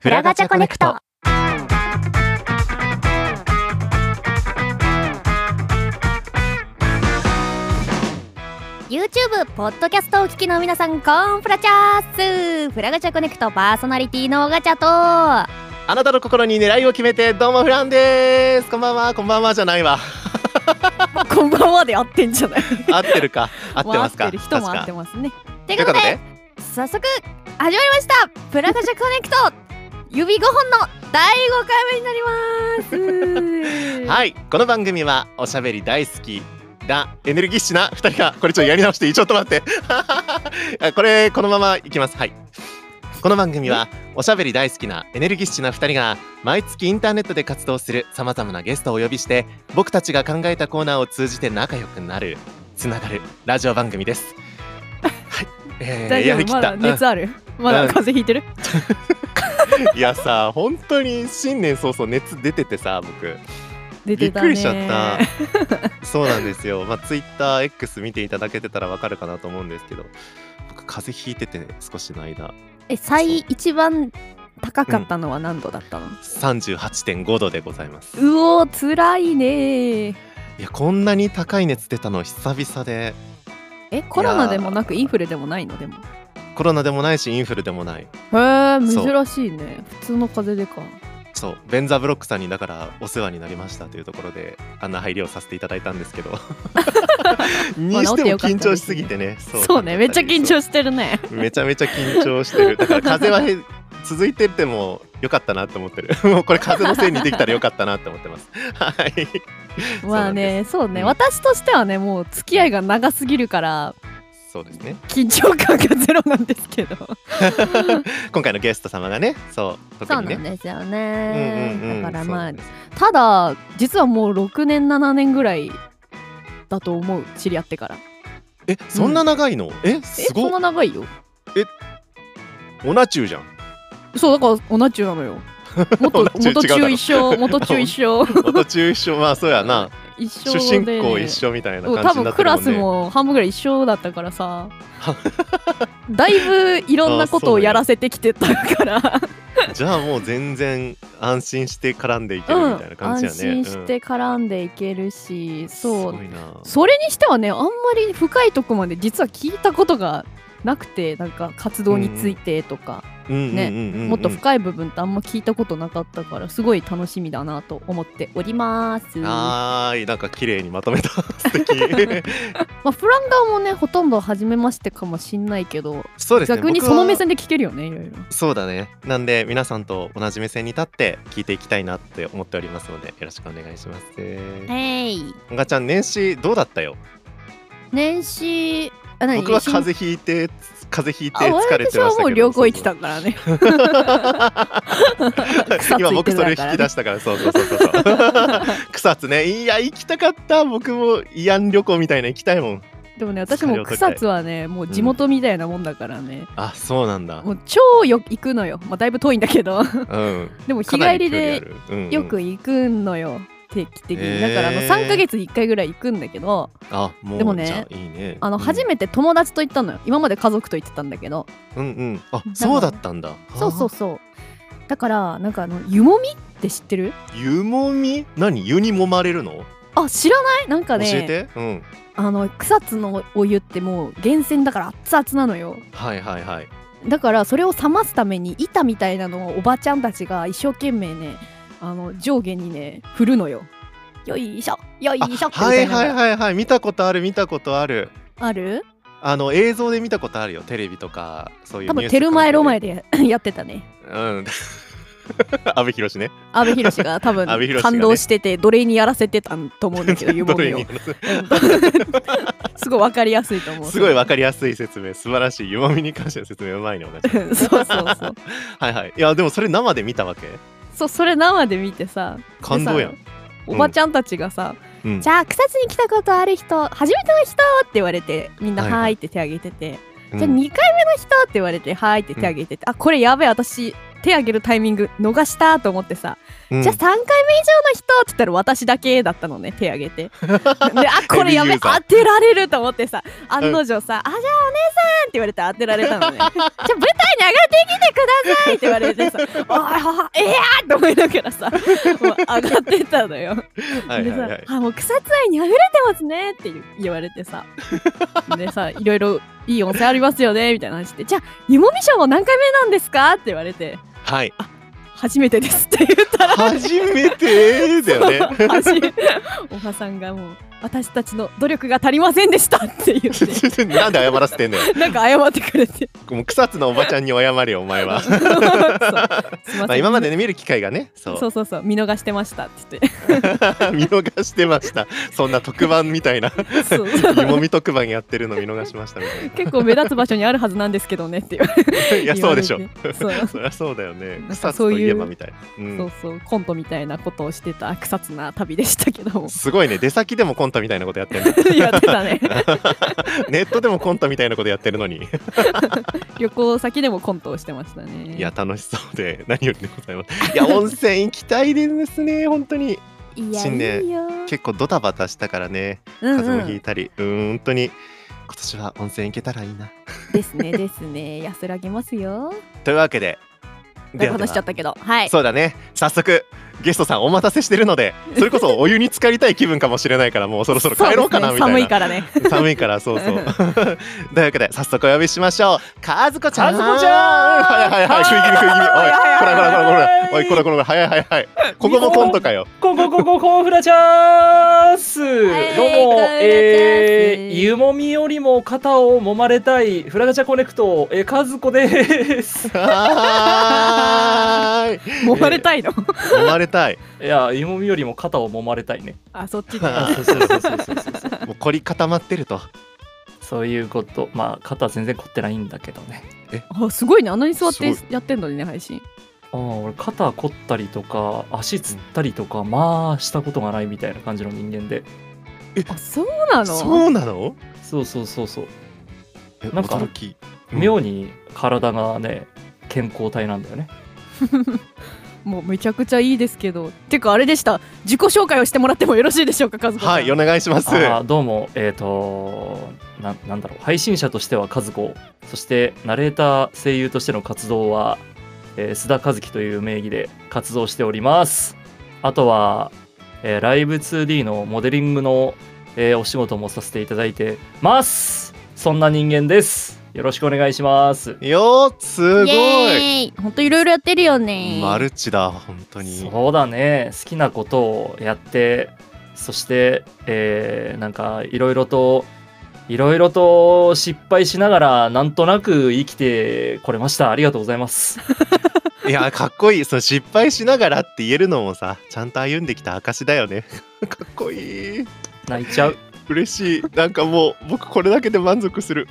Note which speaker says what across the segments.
Speaker 1: フラガチャコネクト。
Speaker 2: YouTube、ポッドキャストをお聞きの皆さん、こんフラチャースフラガチャコネクトパーソナリティのガチャと、
Speaker 1: あなたの心に狙いを決めて、どうもフランです。こんばんは、こんばんはじゃないわ。
Speaker 2: こんばんはで合ってんじゃない
Speaker 1: 合ってるか、合ってますか。
Speaker 2: 合ってる人も合って
Speaker 1: ま
Speaker 2: ますね。
Speaker 1: す
Speaker 2: て
Speaker 1: とい
Speaker 2: こ
Speaker 1: うこ
Speaker 2: とで
Speaker 1: と、で、
Speaker 2: 早速、始まりましたフラガチャコネクト指5本の第5回目 になります
Speaker 1: はい、この番組はおしゃべり大好き。なエネルギッシュな二人がこれちょっとやり直していいちょっと待って あこれこのままいきますはいこの番組はおしゃべり大好きなエネルギッシュな二人が毎月インターネットで活動するさまざまなゲストをお呼びして僕たちが考えたコーナーを通じて仲良くなるつながるラジオ番組ですはい、えー
Speaker 2: 大
Speaker 1: や
Speaker 2: 丈
Speaker 1: りき
Speaker 2: 夫ま
Speaker 1: った、
Speaker 2: だ熱あるま
Speaker 1: うん
Speaker 2: だ風邪ひいてる
Speaker 1: いやさ本当に新年早々熱出ててさ僕
Speaker 2: 出
Speaker 1: び
Speaker 2: て
Speaker 1: ったく
Speaker 2: ね
Speaker 1: りしちゃった そうなんですよまあツイッター X 見ていただけてたらわかるかなと思うんですけど僕風邪ひいてて、ね、少しの間
Speaker 2: え、最一番高かったのは何度だったの、
Speaker 1: 38.5度でございます
Speaker 2: うおー辛いねー
Speaker 1: いやこんなに高い熱出たの久々で
Speaker 2: えコロナでもなくインフルでもないのでも
Speaker 1: コロナでもないしインフルでもない
Speaker 2: へえ
Speaker 1: そう
Speaker 2: 珍しいね普通の風邪でか
Speaker 1: そうベンザブロックさんにだからお世話になりましたというところであんな配慮をさせていただいたんですけ どに
Speaker 2: まあ治
Speaker 1: し
Speaker 2: っ
Speaker 1: ても
Speaker 2: てよかっ
Speaker 1: 緊
Speaker 2: たですね
Speaker 1: 張しすぎてね
Speaker 2: そうねめっちゃ緊張して るね
Speaker 1: めちゃめちゃ緊張してる。だから風邪はへ続いてても良かったなと思ってる。 もうこれ風邪のせいにできたら良かったなと思ってます。 はい。
Speaker 2: まあねそうね、
Speaker 1: うん
Speaker 2: 私としてはねもう付き合いが長すぎるから
Speaker 1: そうですね。
Speaker 2: 緊張感がゼロなんですけど
Speaker 1: 今回のゲスト様がね、そう
Speaker 2: そ
Speaker 1: 特
Speaker 2: う
Speaker 1: に
Speaker 2: なん
Speaker 1: ね。
Speaker 2: ですよ
Speaker 1: う
Speaker 2: ね、だからま
Speaker 1: そ
Speaker 2: あ
Speaker 1: うです
Speaker 2: ただ実はもう6年7年ぐらいだと思う知り合ってから
Speaker 1: え、そんな長いの？え、
Speaker 2: え
Speaker 1: す
Speaker 2: そ
Speaker 1: ご
Speaker 2: んな
Speaker 1: っ。
Speaker 2: 長いよ
Speaker 1: オナチューじゃん。
Speaker 2: そうだから同じ中な のよ元
Speaker 1: 同じ中違うだろ
Speaker 2: 元中一緒元中一 緒
Speaker 1: オナチュー一緒、まあそうや な。
Speaker 2: 一緒
Speaker 1: 主
Speaker 2: で
Speaker 1: 人公一緒みたいな
Speaker 2: うん
Speaker 1: 感
Speaker 2: 多
Speaker 1: じにな
Speaker 2: 分
Speaker 1: って
Speaker 2: ク
Speaker 1: るも
Speaker 2: ラ
Speaker 1: ん
Speaker 2: ス
Speaker 1: ね。
Speaker 2: も半分ぐらい一緒だったか らさだいぶいろんなことをやらせてきてたから
Speaker 1: じゃあもう全然安心して絡んでいけ
Speaker 2: う
Speaker 1: る
Speaker 2: ん
Speaker 1: みたいな感じ
Speaker 2: 安
Speaker 1: やね。
Speaker 2: 心して絡んでいけるし、
Speaker 1: うん。
Speaker 2: そ
Speaker 1: すご
Speaker 2: う
Speaker 1: いな。
Speaker 2: それにしてはねあんまり深いとこまで実は聞いたことがなくてなんか活動についてとか、ね
Speaker 1: ね
Speaker 2: もっと深い部分ってあんま聞いたことなかったからすごい楽しみだなと思っております。ま
Speaker 1: はーい、なんか綺麗にまと めた。素敵。
Speaker 2: あ、フランガーもねほとんど初めましてかもしんないけど
Speaker 1: そうですね。
Speaker 2: 逆に
Speaker 1: 僕
Speaker 2: そ
Speaker 1: は
Speaker 2: の目線で聞けるよねいろいろ。
Speaker 1: そうだね。なんで皆さんと同じ目線に立って聞いていきたいなって思っておりますので、よろしくお願いします。
Speaker 2: はい。
Speaker 1: ガちゃん年始どうだったよ。
Speaker 2: 年始あ何
Speaker 1: 僕は風
Speaker 2: 新
Speaker 1: 邪ひいて風邪ひいて
Speaker 2: あ
Speaker 1: 疲れてましたけど。
Speaker 2: 私はもう旅行行ってたからね。
Speaker 1: そうそう 今僕それ引き出
Speaker 2: し
Speaker 1: したから、そうそうそうそう。 草津ね、いや行きたかった。僕も慰安旅行みたいな行きたいもん。
Speaker 2: でもね私も草津はねもう地元みたいなもんだからね、
Speaker 1: あ、そうなんだ
Speaker 2: も。う超よ行くのよ、まあ、だいぶ遠いんだけど
Speaker 1: う ん。
Speaker 2: でも日
Speaker 1: かな
Speaker 2: 帰り
Speaker 1: 距離あ
Speaker 2: で
Speaker 1: る、うんうん
Speaker 2: よく行くのよ定期的
Speaker 1: へ
Speaker 2: に
Speaker 1: ー
Speaker 2: だからあの3ヶ月に1回ぐらい行くんだけど
Speaker 1: あもう
Speaker 2: でもね
Speaker 1: じゃあいいね
Speaker 2: あの初めて友達と行ったのよ今まで家族と行ってたんだけど
Speaker 1: うんうんうんあ
Speaker 2: んか
Speaker 1: そうだったんだ
Speaker 2: そうそうそうだからなんかあの湯もみって知ってる
Speaker 1: あー湯もみ何湯に揉まれるの
Speaker 2: あ知らないなんか
Speaker 1: 教
Speaker 2: ね
Speaker 1: えてうん
Speaker 2: あの草津のお湯ってもう源泉だから熱々なのよ
Speaker 1: はいはいはい
Speaker 2: だからそれを冷ますために板みたいなのをおばちゃんたちが一生懸命ねあの上下にね振るのよよいしょよい
Speaker 1: あ
Speaker 2: しょってみ
Speaker 1: は
Speaker 2: た
Speaker 1: い
Speaker 2: いなの
Speaker 1: はい
Speaker 2: が
Speaker 1: はいはい見たことある見たことある
Speaker 2: ある
Speaker 1: あの映像で見たことあるよテレビとかそういう
Speaker 2: 多
Speaker 1: ニュ
Speaker 2: 分
Speaker 1: ースと
Speaker 2: テ
Speaker 1: か
Speaker 2: ルマエロマエでやってたね
Speaker 1: うん 阿部寛ね
Speaker 2: 阿部寛が多 分
Speaker 1: 阿部寛がね
Speaker 2: 感動してて奴隷にやらせてたんと思うんだ けど湯も
Speaker 1: どれ
Speaker 2: みを
Speaker 1: に
Speaker 2: うん すごいわかりやすいと思う
Speaker 1: すごいわ
Speaker 2: か
Speaker 1: かりやすい説明素晴らしい湯もみに関しての説明うまいね 同じ
Speaker 2: そうそうそう
Speaker 1: はいはいいやでもそれ生で見たわけ
Speaker 2: そうそれ生で見てさ
Speaker 1: 感動やん
Speaker 2: でさおばちゃんたちがさ、
Speaker 1: うん
Speaker 2: じゃあ草津に来たことある人初めての人って言われてみんな「
Speaker 1: はいはい
Speaker 2: はーい」って手挙げてて、
Speaker 1: うん
Speaker 2: じゃあ2回目の人って言われて「はーい」って手挙げてて、あこれやべえ私手挙げるタイミング逃したと思ってさ、
Speaker 1: うん
Speaker 2: じゃあ3回目以上の人って言ったら私だけだったの ね手挙げてであこれやべえ
Speaker 1: ヘビーユーザー
Speaker 2: 当てられると思ってさ案の定さ「あじゃあお願さん!」って言われて当てられた のね「じゃあ舞台に上がってきてください!」って言われてさ「ああいや!」って思いながらさもう上がってったのよ。
Speaker 1: はい
Speaker 2: で
Speaker 1: はいは
Speaker 2: さ
Speaker 1: い
Speaker 2: 「あもう草津愛に溢れてますね」って言う言われてさ でさいろいろいい温泉ありますよねみたいな話で「じゃあ湯もみ賞何回目なんですか?」って言われて
Speaker 1: はい
Speaker 2: 「初めてです」って言ったら
Speaker 1: 初め てだよね
Speaker 2: 走るおはさんがもう私たちの努力が足りませんでしたって言 っ
Speaker 1: なんで謝らせてんのよ
Speaker 2: てなんか謝ってくれ て
Speaker 1: もう草津のおばちゃんに謝れよお前 は
Speaker 2: そうすいません
Speaker 1: まあ今までね見る機会がねそう
Speaker 2: そうそうそう見逃してましたって言っ
Speaker 1: 見逃してましたそんな特番みた いな
Speaker 2: てそう
Speaker 1: 湯もみ特番やってるの見逃しましたみたい
Speaker 2: 結構目立つ場所にあるはずなんですけどねって言われ
Speaker 1: ないやそうでしょ
Speaker 2: 言われてそう
Speaker 1: そりゃそうだよね
Speaker 2: なん
Speaker 1: 草
Speaker 2: か
Speaker 1: 津
Speaker 2: そう
Speaker 1: と
Speaker 2: いう
Speaker 1: いえばみたいなうん
Speaker 2: そうそうコントみたいなことをしてた草津な旅でしたけ ども
Speaker 1: すごいね出先でもコントみたいなことや ってるの
Speaker 2: やってたね
Speaker 1: ネットでもコントみたいなことやってるのに
Speaker 2: 旅行先でもコントをしてましたね
Speaker 1: いや楽しそうで何よりでございますいや温泉行きたいですね本当に
Speaker 2: いや
Speaker 1: 新年
Speaker 2: いいよ
Speaker 1: 結構ドタバタしたからね
Speaker 2: うん
Speaker 1: 風
Speaker 2: う
Speaker 1: 邪もひい
Speaker 2: ん
Speaker 1: たり、うん、本当に今年は温泉行けたらいいな
Speaker 2: ですねですね安らぎますよ
Speaker 1: というわけで
Speaker 2: だい
Speaker 1: で
Speaker 2: ぶ
Speaker 1: はでは
Speaker 2: 話しちゃったけどはい
Speaker 1: そうだね早速ゲストさんお待たせしてるの でそれこそお湯に浸かりたい気分かもしれないからもうそろそろ帰ろうかなみたいな
Speaker 2: そうですね寒い
Speaker 1: 寒い
Speaker 2: からね
Speaker 1: からそう そうというわけで早速お呼びしましょうかずこちゃん
Speaker 2: かずこちゃん
Speaker 1: はいはいはい食い気味食い気味おいこらこらこらこらおいこらこらこらはいはいはいここもコントか よ
Speaker 3: ここここコンフラチャンス、
Speaker 2: い
Speaker 3: どう
Speaker 2: コンフ
Speaker 3: も
Speaker 2: ラチャンス
Speaker 3: えー、湯もみよりも肩を揉まれたいフラガチャコネクト、えー、和子です
Speaker 1: はーい
Speaker 2: 揉まれたいの
Speaker 1: 生まれたい
Speaker 3: いや湯もみよりも肩を揉まれたいね
Speaker 2: あそっちね
Speaker 1: あ
Speaker 3: そうそうそうそうそうそう
Speaker 1: もう凝り固まってると
Speaker 3: そういうことまあ肩は全然凝ってないんだけどね
Speaker 2: あすごいねあんなに座っ
Speaker 1: すご
Speaker 2: て
Speaker 1: い
Speaker 2: やってんのにね配信
Speaker 3: ああ俺肩凝ったりとか足つったりとかまあしたことがないみたいな感じの人間で
Speaker 2: あそうなの
Speaker 1: そうなの
Speaker 3: そうそうそうそう
Speaker 1: え
Speaker 3: なんか
Speaker 1: 驚きうん
Speaker 3: 妙に体がね健康体なんだよね
Speaker 2: もうめちゃくちゃいいですけどてかあれでした自己紹介をしてもらってもよろしいでしょうか和子さん
Speaker 1: はいお願いします
Speaker 3: あーどうも、えっ、とな、なんだろう、配信者としては和子、そしてナレーター、声優としての活動は、えー須田和樹という名義で活動しております。あとは、えーライブ 2D のモデリングの、えーお仕事もさせていただいてます。そんな人間です。よろしくお願いします。
Speaker 1: よーすごい
Speaker 2: イエーイほんといろいろやってるよね
Speaker 1: マルチだ本当に
Speaker 3: そうだね好きなことをやってそして、えーなんかいろいろといろいろと失敗しながらなんとなく生きてこれましたありがとうござ います
Speaker 1: いやかっこいいその失敗しながらって言えるのもさちゃんと歩んできた証だよね かっこいい
Speaker 3: 泣いち ゃう
Speaker 1: 嬉しいなんかもう僕これだけで満足する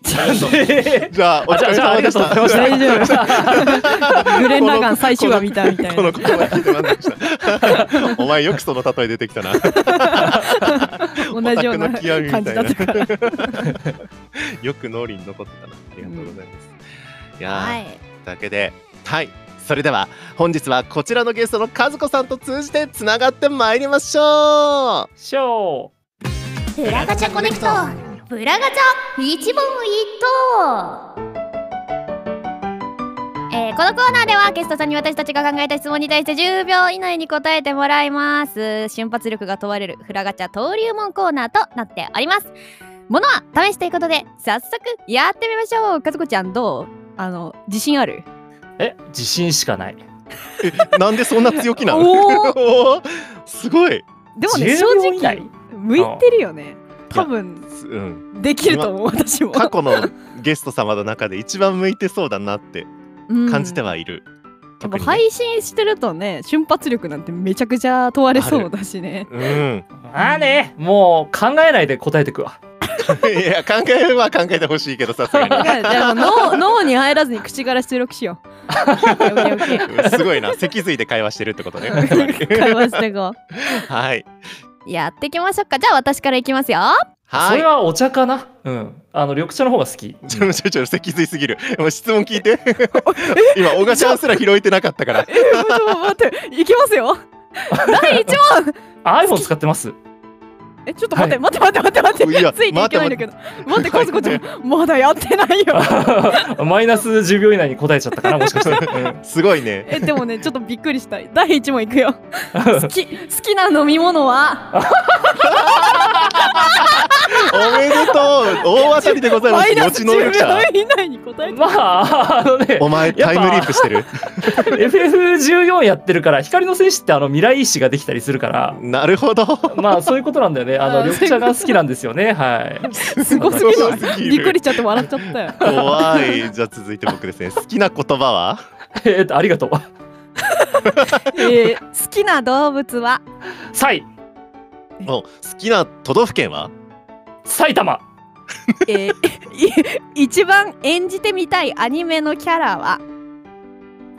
Speaker 1: じゃあお
Speaker 3: あじ
Speaker 1: 疲
Speaker 3: ゃあ
Speaker 1: れ
Speaker 3: じゃああ
Speaker 1: 様で
Speaker 3: りが
Speaker 1: し
Speaker 3: とうご
Speaker 1: た
Speaker 3: ざいました
Speaker 2: 大丈グレン・ラガン最終話見たみたい
Speaker 1: こ
Speaker 2: な
Speaker 1: の言葉聞いて満足したお前よくその例え出てきたな
Speaker 2: 同じような
Speaker 1: オタクの極みみた
Speaker 2: 感
Speaker 1: い
Speaker 2: じ
Speaker 1: な
Speaker 2: だったから
Speaker 1: よく脳裏に残ってたなありがとうございます、いやー、
Speaker 2: い
Speaker 1: だけではいそれでは本日はこちらのゲストの和子さんと通じてつながってまいりましょう
Speaker 3: ショ
Speaker 4: ブラガチャコネクトブラガチャ一問一答えーこのコーナーではゲストさんに私たちが考えた質問に対して10秒以内に答えてもらいます瞬発力が問われるフラガチャ登竜門コーナーとなっておりますものは試しということで早速やってみましょうかずこちゃんどう
Speaker 2: あの自信ある
Speaker 3: ーえ自信しかない
Speaker 1: なんでそんな強気なの
Speaker 2: お
Speaker 1: おーすごい、
Speaker 2: でもね
Speaker 3: 10
Speaker 2: 正
Speaker 3: 秒以内
Speaker 2: 直向いてるよね多分
Speaker 1: すうん、
Speaker 2: できると思う私も
Speaker 1: 過去のゲスト様の中で一番向いてそうだなって感じて
Speaker 2: は
Speaker 1: はいる、
Speaker 2: やっ
Speaker 1: 特
Speaker 2: ぱ
Speaker 1: にね
Speaker 2: 配信してるとね瞬発力なんてめちゃくちゃ問われそうだしね
Speaker 1: うん、
Speaker 3: あーねもう考えないで答えてくわ
Speaker 1: いや考えは考えてほしいけどさすが
Speaker 2: だからじゃあもう脳脳に入らずに口から出力しようオッケーオッケー
Speaker 1: にすごいな脊髄で会話してるってことねつまり
Speaker 2: 会話してこう
Speaker 1: はい
Speaker 4: やっていきましょうかじゃあ私からいきますよ
Speaker 3: そ
Speaker 1: はい
Speaker 3: れはお茶かなうんあの緑茶の方が 好き
Speaker 1: ちょちょちょ脊髄すぎ るもう質問聞いて今小賀ちゃんすら拾えてなかった から
Speaker 2: えちょっと待っていきますよ第一問
Speaker 3: うん iPhone 使ってます
Speaker 2: えちょっと待って、待って待って待って待
Speaker 1: いや
Speaker 2: ってついていけないんだけど待っ
Speaker 1: 待
Speaker 2: てカ
Speaker 1: って
Speaker 2: ズコちゃんまだやってないよ
Speaker 3: マイナス10秒以内に答えちゃったかなもし かして、
Speaker 1: すごいね。
Speaker 2: えでもねちょっとびっくりした第1問 いくよ好き好きな飲み物は
Speaker 1: おめでとう大当たりでございま
Speaker 2: マ
Speaker 1: す。
Speaker 2: イナ
Speaker 1: 予
Speaker 2: ス
Speaker 1: 知
Speaker 2: 10
Speaker 1: 能力者
Speaker 2: 秒。以内に答えて
Speaker 3: まああのね
Speaker 1: お前タイムリープしてる。
Speaker 3: FF14 やってるから光の戦士ってあの未来石ができたりするから
Speaker 1: なるほど。
Speaker 3: まあそういうことなんだよ ねあ
Speaker 2: あ
Speaker 3: の
Speaker 2: ー
Speaker 3: 緑茶が好きなんですよ ねはい
Speaker 2: すごすぎる
Speaker 1: すごすぎる
Speaker 2: びっくりしちゃって笑っちゃったよ
Speaker 1: 怖 い。じゃあ続いて僕ですね。好きな言葉は
Speaker 3: えっとありがとう
Speaker 2: えー好きな動物は
Speaker 3: サイ
Speaker 1: お好きな都道府県は
Speaker 3: 埼玉
Speaker 2: えーい一番演じてみたいアニメのキャラは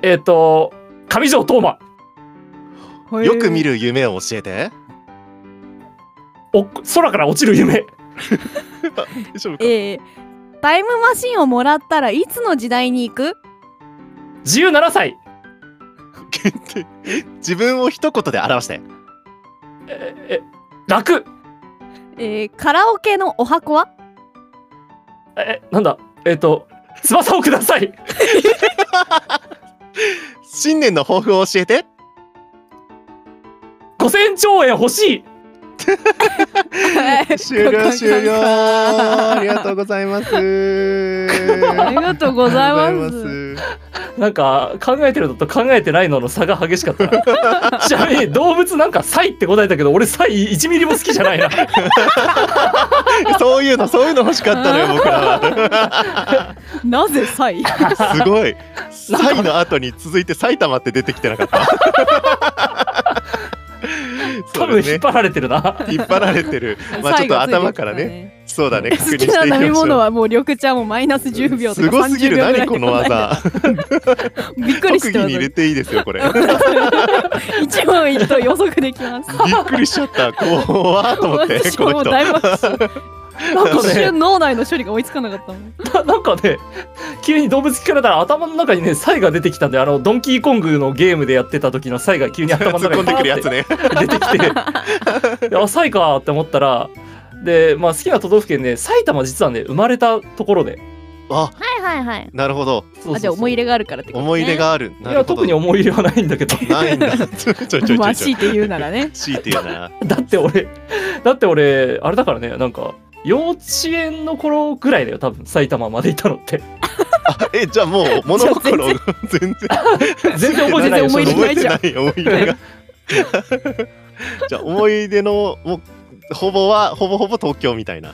Speaker 3: えっ、と上条東馬
Speaker 1: よく見
Speaker 2: る
Speaker 1: る夢を教えて。
Speaker 3: お空から落ちる夢
Speaker 1: 大丈夫か
Speaker 2: えータイムマシンをもらったらいつの時代に行く
Speaker 3: 17歳
Speaker 1: 自分を一言で表して。
Speaker 3: ええ楽
Speaker 2: えーカラオケのお箱は
Speaker 3: えなんだえっ、と翼をください
Speaker 1: 新年の抱負を教えて。
Speaker 3: 5000兆円欲しい
Speaker 1: 終了終了。ありがとうございます。
Speaker 2: ありがとうございます。
Speaker 1: す。
Speaker 3: なんか考えてるのと考えてないのの差が激しかった なちなみに動物なんかサイって答えたけど俺サイ1ミリも好きじゃ ないな
Speaker 1: そういうのそういうの欲しかったのよ僕らは。
Speaker 2: なぜサイ
Speaker 1: すごい。サイの後に続いて埼玉って出てきてなかった。
Speaker 3: 多
Speaker 1: そうで
Speaker 3: 分
Speaker 1: す
Speaker 3: 引っ
Speaker 1: ね。
Speaker 3: 張られてる な
Speaker 1: 引っ張られてる。まあちょっと頭からね。
Speaker 2: ね。
Speaker 1: そうだね。確
Speaker 2: 好
Speaker 1: 認して
Speaker 2: き
Speaker 1: いきま
Speaker 2: な
Speaker 1: しょう。
Speaker 2: 飲み物はもう緑茶もマイナス10秒と
Speaker 1: す
Speaker 2: か
Speaker 1: ごすぎ
Speaker 2: 30
Speaker 1: る。
Speaker 2: 秒ぐら
Speaker 1: 何
Speaker 2: い
Speaker 1: こ
Speaker 2: で
Speaker 1: の 技。
Speaker 2: びっく
Speaker 1: 特
Speaker 2: りし
Speaker 1: 技
Speaker 2: た
Speaker 1: に入れていいですよこ れ。び
Speaker 2: 一問一答予測できます。
Speaker 1: っくりしちゃった。怖っと思って
Speaker 2: 私
Speaker 1: こ
Speaker 2: は
Speaker 1: の
Speaker 2: もう
Speaker 1: 人。
Speaker 2: 大爆笑。
Speaker 3: なん
Speaker 2: 一
Speaker 3: かね
Speaker 2: 瞬脳内の処理が追いつかなかったもん。
Speaker 3: ななんかね急に動物聞かれたら頭の中にねサイが出てきたんであのドンキーコングのゲームでやってた時のサイが急に頭の
Speaker 1: 突っ
Speaker 3: 中
Speaker 1: 込
Speaker 3: に
Speaker 1: んで
Speaker 3: パ
Speaker 1: くるや
Speaker 3: ー
Speaker 1: つ
Speaker 3: っ
Speaker 1: ね。
Speaker 3: て出てき てであサイかって思ったらで、まあ、好きな都道府県ね埼玉実はね生まれたところで
Speaker 1: あ、
Speaker 4: はいはいはい。
Speaker 1: なるほど。
Speaker 3: そうそうそう
Speaker 2: あじゃあ思い入れがあるからってことね。
Speaker 1: 思い入れがある。
Speaker 3: い
Speaker 1: な
Speaker 3: や
Speaker 1: るほ
Speaker 3: 特に
Speaker 1: ど。
Speaker 3: 思い入れはないんだけど
Speaker 1: ない んだ。ちょいちょいちょい
Speaker 2: まあ
Speaker 1: ちょ
Speaker 2: 強
Speaker 1: い
Speaker 2: い。て言うならね。
Speaker 1: 強いて言うな。
Speaker 3: だって俺だって俺あれだからねなんか幼稚園の頃ぐらいだよ多分埼玉まで行ったのって
Speaker 1: え、じゃあもう物心が全然
Speaker 3: 全然覚えてないよ
Speaker 2: 全然
Speaker 3: 正直
Speaker 2: 覚えてない
Speaker 1: 覚えてない思い 出が。じゃあ思い出のもうほぼはほぼほぼ東京みたいな。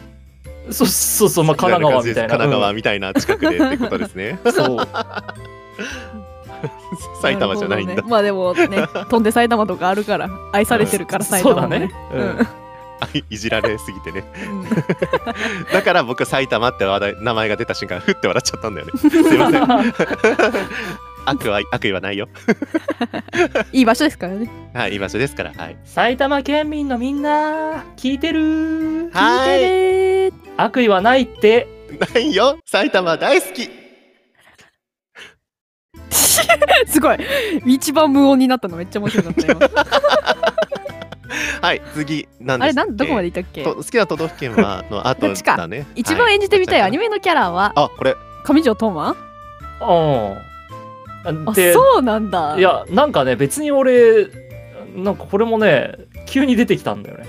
Speaker 3: そうそうそうまあ神奈川みたい
Speaker 1: 神
Speaker 3: な
Speaker 1: 奈川みたいな近くでってことですね。
Speaker 3: うんそう
Speaker 1: 埼玉じゃないん
Speaker 2: る
Speaker 1: だ
Speaker 2: ほ。どねまあでもね、飛んで埼玉とかあるから愛されてるから埼
Speaker 3: そう
Speaker 2: 玉
Speaker 3: だ
Speaker 2: も
Speaker 3: ね
Speaker 2: ね。、
Speaker 3: う
Speaker 2: うん
Speaker 3: ん
Speaker 1: あいじられすぎてね。
Speaker 2: うん
Speaker 1: だから僕埼玉って話題名前が出た瞬間ふって笑っちゃったんだよね。すいません。悪は悪意はないよ。
Speaker 2: いい場所ですからね。
Speaker 1: はい、いい場所ですから。はい。
Speaker 3: 埼玉県民のみんな聞いてる
Speaker 1: はーい。
Speaker 2: い。
Speaker 3: 悪意はないって
Speaker 1: ないよ。埼玉大好き。
Speaker 2: すごい一番無音になったのめっちゃ面白かったよ。
Speaker 1: はい、次なん
Speaker 2: あ
Speaker 1: で
Speaker 2: れ
Speaker 1: す
Speaker 2: なんどこまでいったっけ
Speaker 1: と好きな都道府県はの後
Speaker 2: ど っちか
Speaker 1: だね。
Speaker 2: 一番演じてみたいアニ
Speaker 1: メ。
Speaker 2: メのキャラは
Speaker 1: あ、これ
Speaker 2: 上条トーマ
Speaker 3: ああ
Speaker 2: あ
Speaker 3: で
Speaker 2: そうなんだ。
Speaker 3: いやなんかね別に俺なんかこれもね急に出てきたんだよね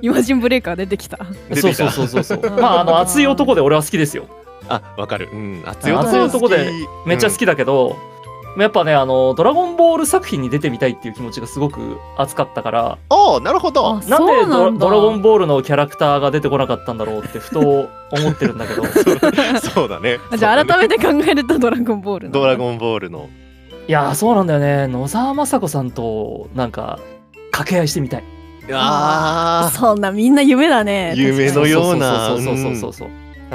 Speaker 2: イマジンブレイカー出てきた。
Speaker 1: 出
Speaker 3: そう
Speaker 1: てき
Speaker 3: そう
Speaker 1: た。
Speaker 3: そうそうそう まああの熱い男で俺は好きですよ
Speaker 1: あ、わかる。うん、熱
Speaker 3: 熱い男でめっちゃ好
Speaker 1: き。
Speaker 3: きだけど、やっぱねあの「ドラゴンボール」作品に出てみたいっていう気持ちがすごく熱かったから
Speaker 1: おお、なるほど
Speaker 2: あ。
Speaker 3: なん
Speaker 2: そう
Speaker 3: で
Speaker 2: なんだ
Speaker 3: ドドラゴンボール」のキャラクターが出てこなかったんだろうってふと思ってるん だけど
Speaker 1: そうだね。
Speaker 2: あじゃあ
Speaker 1: そうだ
Speaker 2: 改
Speaker 1: ね
Speaker 2: めて考えるとドラゴンボールなの
Speaker 1: ドラゴンボールの。
Speaker 3: いやーそうなんだよね野沢雅子さんとなんか掛け合いしてみたい
Speaker 1: あ
Speaker 2: そんなみんな夢だね。
Speaker 1: 夢のような
Speaker 3: そうそうそうそうそうそうそう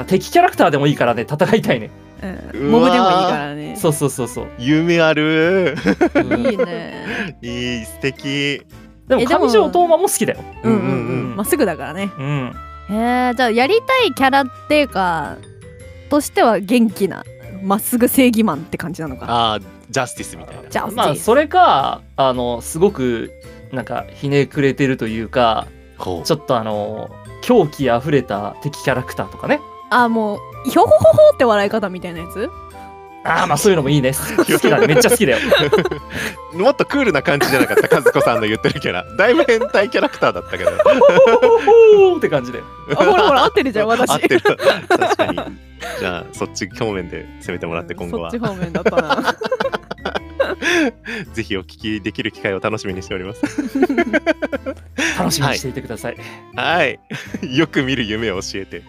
Speaker 3: 敵キャラクターでもいいからね戦いたいね
Speaker 2: 確かに。
Speaker 1: うわ
Speaker 2: う
Speaker 1: ー
Speaker 2: んモブでもいいからね。
Speaker 3: そうそうそうそう、
Speaker 1: あ、夢ある。
Speaker 3: うん
Speaker 2: いいね。
Speaker 1: いい、素敵。
Speaker 3: でも
Speaker 2: えでも
Speaker 3: 上条東馬も好きだよ
Speaker 2: うんうん
Speaker 1: うん
Speaker 3: う
Speaker 2: うんん。まっすぐだからね。
Speaker 3: うん
Speaker 2: へえじゃあやりたいキャラっていうかとしては元気なまっすぐ正義マンって感じなのかな。
Speaker 1: ああ、ジャスティスみたいな。
Speaker 2: じゃあ
Speaker 3: まあそれかあのすごくなんかひねくれてるというか
Speaker 1: ほう
Speaker 3: ちょっとあの狂気あふれた敵キャラクターとかね
Speaker 2: あもうひょほほほって笑い方みたいなやつ
Speaker 3: ああまあそういうのもいいね好きだねめっちゃ好きだ よ
Speaker 1: もっとクールな感じじゃなかった和子さんの言ってるキャラだいぶ変態キャラクターだったけど
Speaker 3: ほほほって感じで
Speaker 2: あほらほら合ってるじゃん私
Speaker 1: 合ってる確かにじゃあそっち方面で攻めてもらって今後は
Speaker 2: そっち方面だったな
Speaker 1: ぜひお聞きできる機会を楽しみにしております
Speaker 3: 楽しみにしていてください、
Speaker 1: はい。よく見る夢を教えて。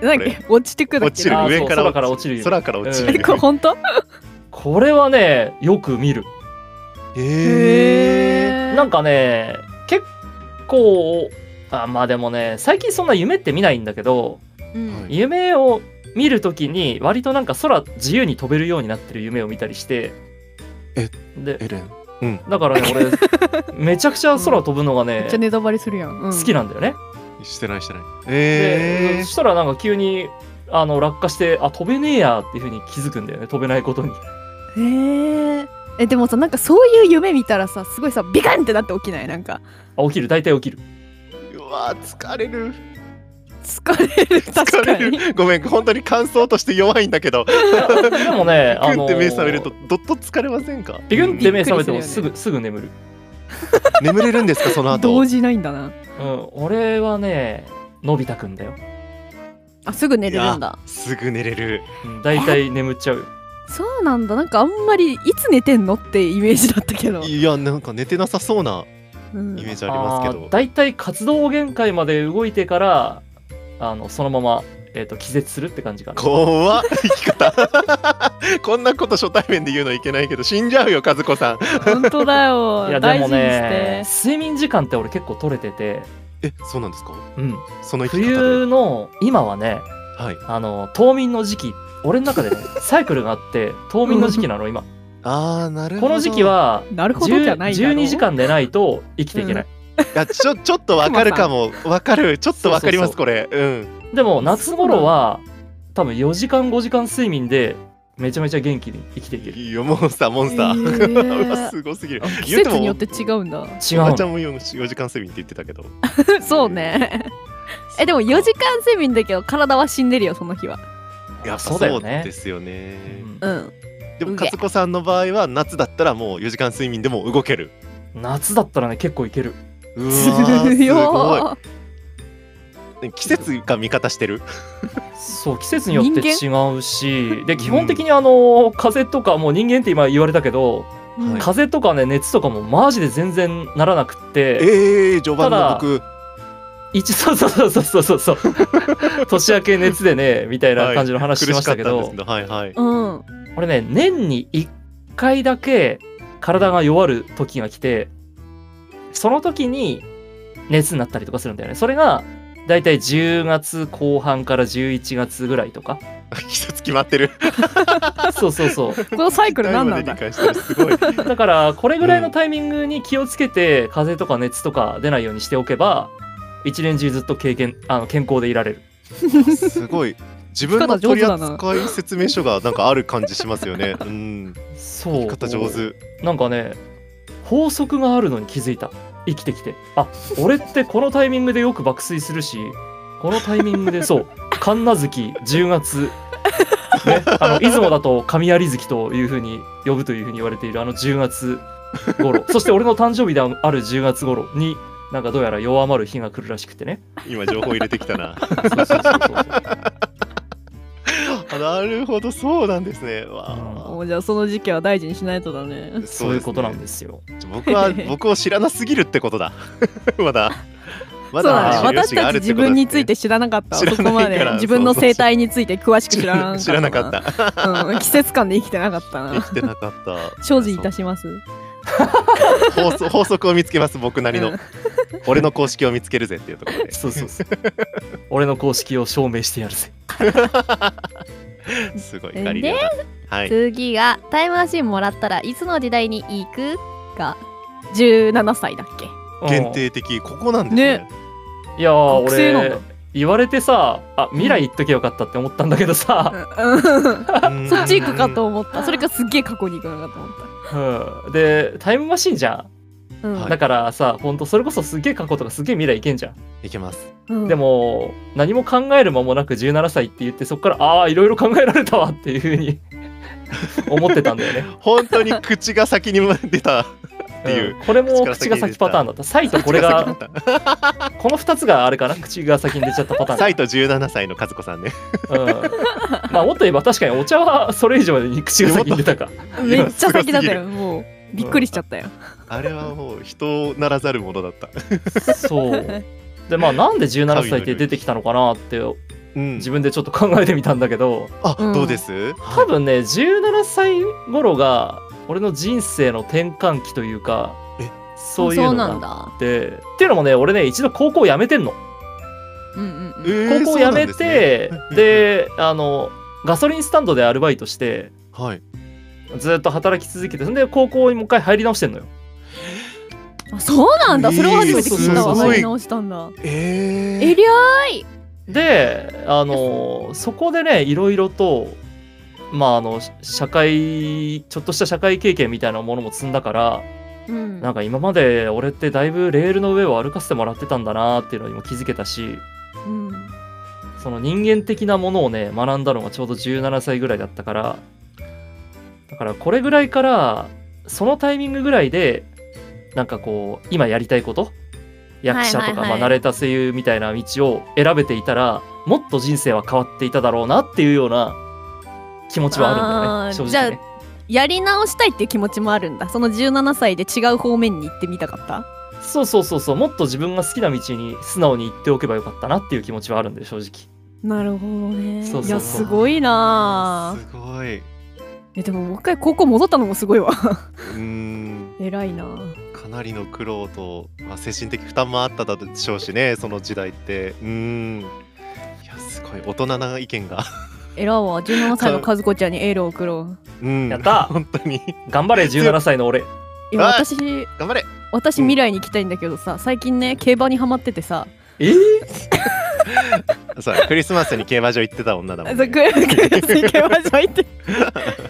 Speaker 2: なんだっけ落ちてくだっ
Speaker 1: 落
Speaker 2: け
Speaker 1: ちる
Speaker 3: あー
Speaker 1: 上か
Speaker 3: そ
Speaker 1: ら
Speaker 3: う空から落ちる夢
Speaker 1: 空から落ちる
Speaker 3: う
Speaker 2: え
Speaker 1: 夢
Speaker 2: これ本当
Speaker 3: これはねよく見る
Speaker 1: へえ。
Speaker 3: なんかね結構あまあでもね最近そんな夢って見ないんだけど
Speaker 2: うん
Speaker 3: 夢を見るときに割となんか空自由に飛べるようになってる夢を見たりして
Speaker 1: え
Speaker 3: で
Speaker 1: エレン。
Speaker 3: だからね俺めちゃくちゃ空飛ぶのが
Speaker 2: め
Speaker 3: ね
Speaker 2: っちゃネタバレするやん、うん
Speaker 3: 好きなんだよね。
Speaker 1: してないしてない。
Speaker 3: で
Speaker 1: え
Speaker 3: そしたらなんか急にあの落下してあ飛べねえやっていうふうに気づくんだよね飛べないことに。
Speaker 2: へええでもさなんかそういう夢見たらさすごいさビカンってなって起きないなんか
Speaker 3: あ起きる大体起きる。
Speaker 1: え。うわ疲れる。
Speaker 2: 疲れる 確
Speaker 1: 疲
Speaker 2: か
Speaker 1: れ
Speaker 2: に
Speaker 1: る。ごめん本当に感想として弱いんだけど。
Speaker 3: いやでもね
Speaker 1: ピ
Speaker 3: あ
Speaker 1: ュン
Speaker 3: の
Speaker 1: って目覚めるとどっと疲れませんか。
Speaker 3: ピュンって目覚めて
Speaker 2: び
Speaker 3: も
Speaker 2: っくり
Speaker 3: す
Speaker 2: するよ
Speaker 3: ぐすぐ眠る。
Speaker 1: うん眠れるんですかその後
Speaker 2: 動。じないんだな
Speaker 3: うん俺はねのび太くんだよ。
Speaker 2: あすぐ寝れるんだ
Speaker 1: すぐ寝れる。
Speaker 3: うん大体眠っちゃうよ。
Speaker 2: そうなんだなんかあんまりいつ寝てんのってイメージだったけど、
Speaker 1: いやなんか寝てなさそうな
Speaker 2: うん
Speaker 1: イメージありますけ
Speaker 3: あー
Speaker 1: ど。
Speaker 3: 大体活動限界まで動いてからあのそのまま、えー、と気絶するって感じかな。
Speaker 1: 怖っ生き方 こんなこと初対面で言うのいけないけど死んじゃうよ和子さん
Speaker 2: 本当だよ
Speaker 3: いや
Speaker 2: 大
Speaker 3: で
Speaker 2: 事
Speaker 3: も
Speaker 2: にして
Speaker 3: ね睡眠時間って俺結構取れてて、
Speaker 1: えそうなんですか
Speaker 3: うん、
Speaker 1: その生き方で
Speaker 3: 冬の今はね
Speaker 1: はい
Speaker 3: あの冬眠の時期俺 の中でねサイクルがあって冬眠の時期なの今
Speaker 1: ああなるほ
Speaker 3: こ
Speaker 1: ど
Speaker 3: の時期は
Speaker 2: なるほどじゃ
Speaker 3: 10
Speaker 2: ないだろう
Speaker 3: 12時間寝ないと生きていけない、
Speaker 1: いやちょちょっとわかるかもわかるちょっとわかります
Speaker 3: そ
Speaker 1: これうん
Speaker 3: でも夏頃は多分4時間5時間睡眠でめちゃめちゃ元気に生きていける
Speaker 1: いいよモンスターモンスター、うわ
Speaker 2: ー
Speaker 1: すごすぎる
Speaker 2: 季節によって違うんだ
Speaker 3: 違
Speaker 1: お
Speaker 3: う
Speaker 1: ば
Speaker 3: の
Speaker 1: ちゃんも4時間睡眠って言ってたけど
Speaker 2: そうねえでも4時間睡眠だけど体は死んでるよその日は
Speaker 1: やっぱ
Speaker 3: そ
Speaker 1: そう
Speaker 3: だよ
Speaker 1: う
Speaker 3: ね
Speaker 1: ですよね
Speaker 3: う
Speaker 2: うん
Speaker 1: でも勝子さんの場合は夏だったらもう4時間睡眠でも動ける
Speaker 3: ん夏だったらね結構いける
Speaker 1: うわーすご
Speaker 2: 強
Speaker 1: い季節が味方してる
Speaker 3: そう季節によって
Speaker 2: 人
Speaker 3: 違 うしで基本的にあの風邪とかもう人間って今言われたけ
Speaker 1: は
Speaker 3: ど、
Speaker 1: い
Speaker 3: 風邪とかね熱とかもマジで全然ならなくって
Speaker 1: ええー、序盤の僕
Speaker 3: 一そうそうそうそうそ うそう年明け熱でねみたいな感じの話
Speaker 1: 苦
Speaker 3: しま
Speaker 1: し
Speaker 3: し
Speaker 1: か
Speaker 3: た
Speaker 1: ったん
Speaker 3: け
Speaker 1: で
Speaker 3: ど、
Speaker 1: すけどはいはい
Speaker 2: うん
Speaker 3: 俺ね年に1回だけ体が弱る時が来てその時に熱になったりとかするんだよねそれがだいたい10月後半から11月ぐらいとか
Speaker 1: 季節決まってる
Speaker 3: そうそうそ
Speaker 2: こ
Speaker 3: う
Speaker 2: のサイクル何なんだ
Speaker 1: 理解してるすごい
Speaker 3: だからこれぐらいのタイミングに気をつけて風邪とか熱とか出ないようにしておけば一年中ずっと経験あの健康でいられる
Speaker 1: すごい。自分の取扱い説明書がなんかある感じしますよね。うん。
Speaker 3: そう
Speaker 1: 言い方上手。
Speaker 3: なんかね法則があるのに気づいた生きてきてあ俺ってこのタイミングでよく爆睡するしこのタイミングでそう神無月10月ね、あの出雲だと神有月というふうに呼ぶというふうに言われているあの10月頃そして俺の誕生日である10月頃になんかどうやら弱まる日が来るらしくてね
Speaker 1: 今情報入れてきたな。
Speaker 3: そうそうそうそう
Speaker 1: あなるほど、そうなんですね。わあ
Speaker 2: もうじゃあその時期は大事にしないとだね
Speaker 3: そういうことなんですすよ。
Speaker 1: ね。僕は僕を知らなすぎるってことだ。 まだ。ま
Speaker 2: そうだね
Speaker 1: 知る余
Speaker 2: 私
Speaker 1: 地が
Speaker 2: た
Speaker 1: あ
Speaker 2: ち
Speaker 1: るってことで
Speaker 2: 自
Speaker 1: すね
Speaker 2: 分について知らなかったわ
Speaker 1: 知らない
Speaker 2: そこま
Speaker 1: か
Speaker 2: で
Speaker 1: ら
Speaker 2: 自分の
Speaker 1: そうそう
Speaker 2: 生態について詳しく知らなかったな
Speaker 1: 知らなかった。
Speaker 2: うん、季節感で生きてなかった
Speaker 1: 生
Speaker 2: な。
Speaker 1: きてなかった。
Speaker 2: 精進いたします。
Speaker 1: 法則 法則を見つけます、僕なり
Speaker 2: う
Speaker 1: の
Speaker 2: ん。
Speaker 1: 俺の公式を見つけるぜっていうところで。
Speaker 3: そうそうそう。俺の公式を証明してやるぜ。
Speaker 1: すごい、ガリレオだ。はい。
Speaker 4: 次がタイムマシンもらったらいつの時代に行く
Speaker 2: 17歳だっけ
Speaker 1: 限定的、ここなんですね。
Speaker 3: うん。いやー
Speaker 2: 学生なんだ
Speaker 3: 俺言われてさ、あ未来行っときゃよかったって思ったんだけどさ、
Speaker 2: うん
Speaker 1: うん
Speaker 2: そっち行くかと思った。それがすっげえ過去に行くのかと思っ
Speaker 3: うんでタイムマシンじゃん。
Speaker 2: うん
Speaker 1: はい
Speaker 3: だからさほんとそれこそすげえ過去とかすげえ未来いけんじゃん、
Speaker 1: いけます。
Speaker 2: うん
Speaker 3: でも何も考える間もなく17歳って言ってそっからああいろいろ考えられたわっていうふ うに思ってたんだよね
Speaker 1: 本当に口が先に出 た。ていう
Speaker 3: うんこれも
Speaker 1: 口
Speaker 3: 口
Speaker 1: が先に出
Speaker 3: が先
Speaker 1: た
Speaker 3: パターンだったサイとこれがこの2つがあれかな口が先に出ちゃったパターン
Speaker 1: サイと17歳の和子さんね。
Speaker 3: うんまあもっと言えば確かにお茶はそれ以上に口が先に出たか
Speaker 2: めっちゃ先だったよもうびっくりしちゃったよ、
Speaker 1: あれはもう人ならざるものだった。
Speaker 3: そうでまあなんで17歳って出てきたのかなって
Speaker 1: うん
Speaker 3: 自分でちょっと考えてみたんだけど
Speaker 1: あ、
Speaker 2: うん
Speaker 1: どうです？
Speaker 3: 多分ね17歳頃が俺の人生の転換期というか
Speaker 1: え
Speaker 3: そういうの
Speaker 2: あそうなん
Speaker 3: が
Speaker 2: だ
Speaker 3: あってっていうのもね俺ね一度高校辞めてんの
Speaker 2: うんうんうん
Speaker 1: 高
Speaker 3: 高校辞めて、で,、あのガソリンスタンドでアルバイトして
Speaker 1: はい。
Speaker 3: ずっと働き続けてそんで高校にもう一回入り直してんのよ
Speaker 2: あそうなんだそれを初めて聞いた
Speaker 3: え
Speaker 2: わ
Speaker 3: ーすごい
Speaker 2: 入り直したんだ
Speaker 1: えー
Speaker 2: えりゃ
Speaker 3: であのそこでねいろいろとまああの社会ちょっとした社会経験みたいなものも積んだから
Speaker 4: うん
Speaker 3: なんか今まで俺ってだいぶレールの上を歩かせてもらってたんだなっていうのにも気づけたし
Speaker 2: うん
Speaker 3: その人間的なものをね学んだのがちょうど17歳ぐらいだったからだからこれぐらいからそのタイミングぐらいでなんかこう今やりたいこと役者とか、
Speaker 4: はいはいはい
Speaker 3: まあ、慣れた声優みたいな道を選べていたらもっと人生は変わっていただろうなっていうような気持ちはあるんだよね
Speaker 2: あー
Speaker 3: 正直ね。
Speaker 2: やり直したいっていう気持ちもあるんだその17歳で違う方面に行ってみたかった
Speaker 3: そうそうそうそうもっと自分が好きな道に素直に行っておけばよかったなっていう気持ちはあるんで正直。
Speaker 2: なるほどね
Speaker 3: そうそうそ
Speaker 2: い
Speaker 3: う
Speaker 2: やすごいなあ
Speaker 1: すごい。う
Speaker 2: えでももう一回高校戻ったのもすごいわ
Speaker 1: ーん、
Speaker 2: 偉いなあ
Speaker 1: かなりの苦労と、まあ、精神的負担もあったでしょうしね、その時代って。うーん。いや、すごい大人な意見が。
Speaker 2: 偉いわ17歳の和子ちゃんにエールを送ろう
Speaker 1: うん。
Speaker 3: やった
Speaker 1: 本当に。
Speaker 3: 頑張れ17歳の俺。
Speaker 2: 今
Speaker 1: はい
Speaker 2: 私
Speaker 1: 頑張れ。
Speaker 2: 私
Speaker 1: うん
Speaker 2: 未来に行きたいんだけどさ最近ね競馬にハマっててさ
Speaker 3: えー
Speaker 1: そう、クリスマスに競馬場行ってた女だもん、
Speaker 2: そう
Speaker 1: ね。
Speaker 2: クラスに競馬場行ってい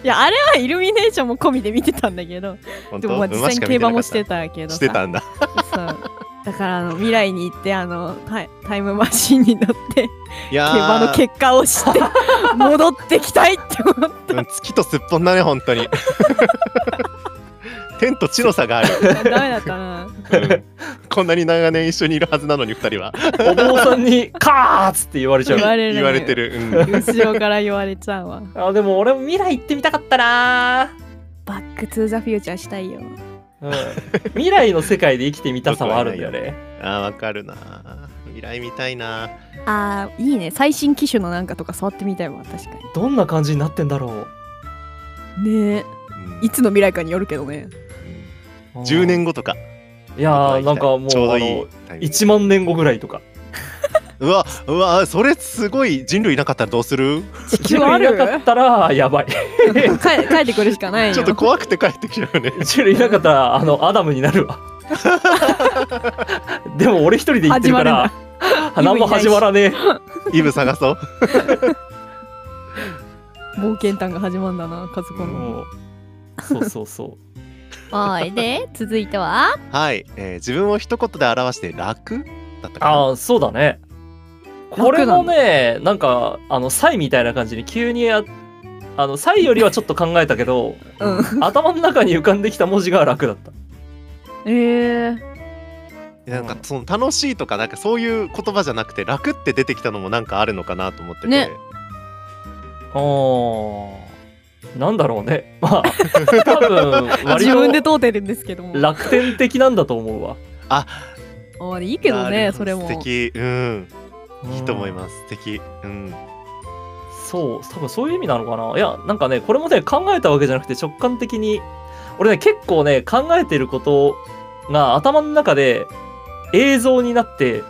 Speaker 2: やあれはイルミネーションも込みで見てたんだけど
Speaker 1: 本
Speaker 2: で
Speaker 1: 当
Speaker 2: もまあ実際に競馬もして
Speaker 1: た。
Speaker 2: たけ
Speaker 1: し
Speaker 2: どさ
Speaker 1: てたんだ。
Speaker 2: そうだからあの未来に行ってあのタイタイムマシンに乗って
Speaker 1: いや
Speaker 2: 競馬の
Speaker 1: ー
Speaker 2: 結果を知 って戻ってきたいって思っ
Speaker 1: うん月とすっぽんだね、本当に。 天と地の差があ る、
Speaker 2: たダメだったな
Speaker 1: うんこんなに長年一緒にいるはずなのに二人は
Speaker 3: お坊さんに「カーッ!」つって言われちゃ
Speaker 2: 言
Speaker 3: う
Speaker 2: われる
Speaker 1: 言われてる、うん
Speaker 2: 後ろから言われちゃうわ
Speaker 3: あでも俺も未来行ってみたかったな、
Speaker 2: バックトゥーザフューチャーしたいよ
Speaker 3: うん、未来の世界で生きてみたさはあるんだよね
Speaker 1: あーわかるな未来みたいな
Speaker 2: あーいいね最新機種のなんかとか触ってみたいわ確か
Speaker 3: どんな感じになってんだろ
Speaker 2: に
Speaker 1: う
Speaker 2: ね
Speaker 1: ん
Speaker 2: えいつの未来かによるけどね
Speaker 1: う
Speaker 3: う
Speaker 1: ん10年後とか
Speaker 3: いやーなんかもう
Speaker 1: ちょうどいい
Speaker 3: あ
Speaker 1: タイミン
Speaker 3: の
Speaker 1: グ
Speaker 3: 1万年後ぐらいとか
Speaker 1: うわうわそれすごい人類いなかったらどうする
Speaker 2: 地球
Speaker 3: 人類
Speaker 2: あ
Speaker 3: いなかっ
Speaker 2: る
Speaker 3: たらやばい
Speaker 2: 帰帰ってくるしかないよ
Speaker 1: ちょっと怖くて帰ってきちゃ うね
Speaker 3: 人類いなかったらあのアダムにな るわでも俺一人で行ってるから
Speaker 2: るんだ
Speaker 3: 何も始まらねえ
Speaker 1: イブ探そう
Speaker 2: 冒険探が始まるんだな家族
Speaker 1: う
Speaker 2: の
Speaker 1: ん
Speaker 3: もうそうそうそ
Speaker 4: おいで続いては
Speaker 1: はい、えー自分を一言で表して楽だった
Speaker 3: う
Speaker 1: かな
Speaker 3: ああそうだねこれもねなんかあのサイみたいな感じに急にやあのサイよりはちょっと考えたけど
Speaker 2: うん
Speaker 3: 頭の中に浮かんできた文字が楽だった。
Speaker 2: えー、
Speaker 1: なんかその楽しいとかなんかそういう言葉じゃなくて楽って出てきたのもなんかあるのかなと思ってて、
Speaker 2: ね
Speaker 3: なんだろうね。まあ、多分割
Speaker 2: 自分で
Speaker 3: と
Speaker 2: 問うてるんですけども
Speaker 3: 楽天的なんだと思うわ。
Speaker 2: あいいけど
Speaker 1: な
Speaker 2: ね
Speaker 1: るほ
Speaker 2: それも
Speaker 1: 素敵うん
Speaker 3: うん
Speaker 1: いいと思います素敵うん
Speaker 3: そう、多分そういう意味なのかな。いや、なんかね、これもね、考えたわけじゃなくて直感的に、俺ね、結構ね、考えてることが頭の中で映像になって、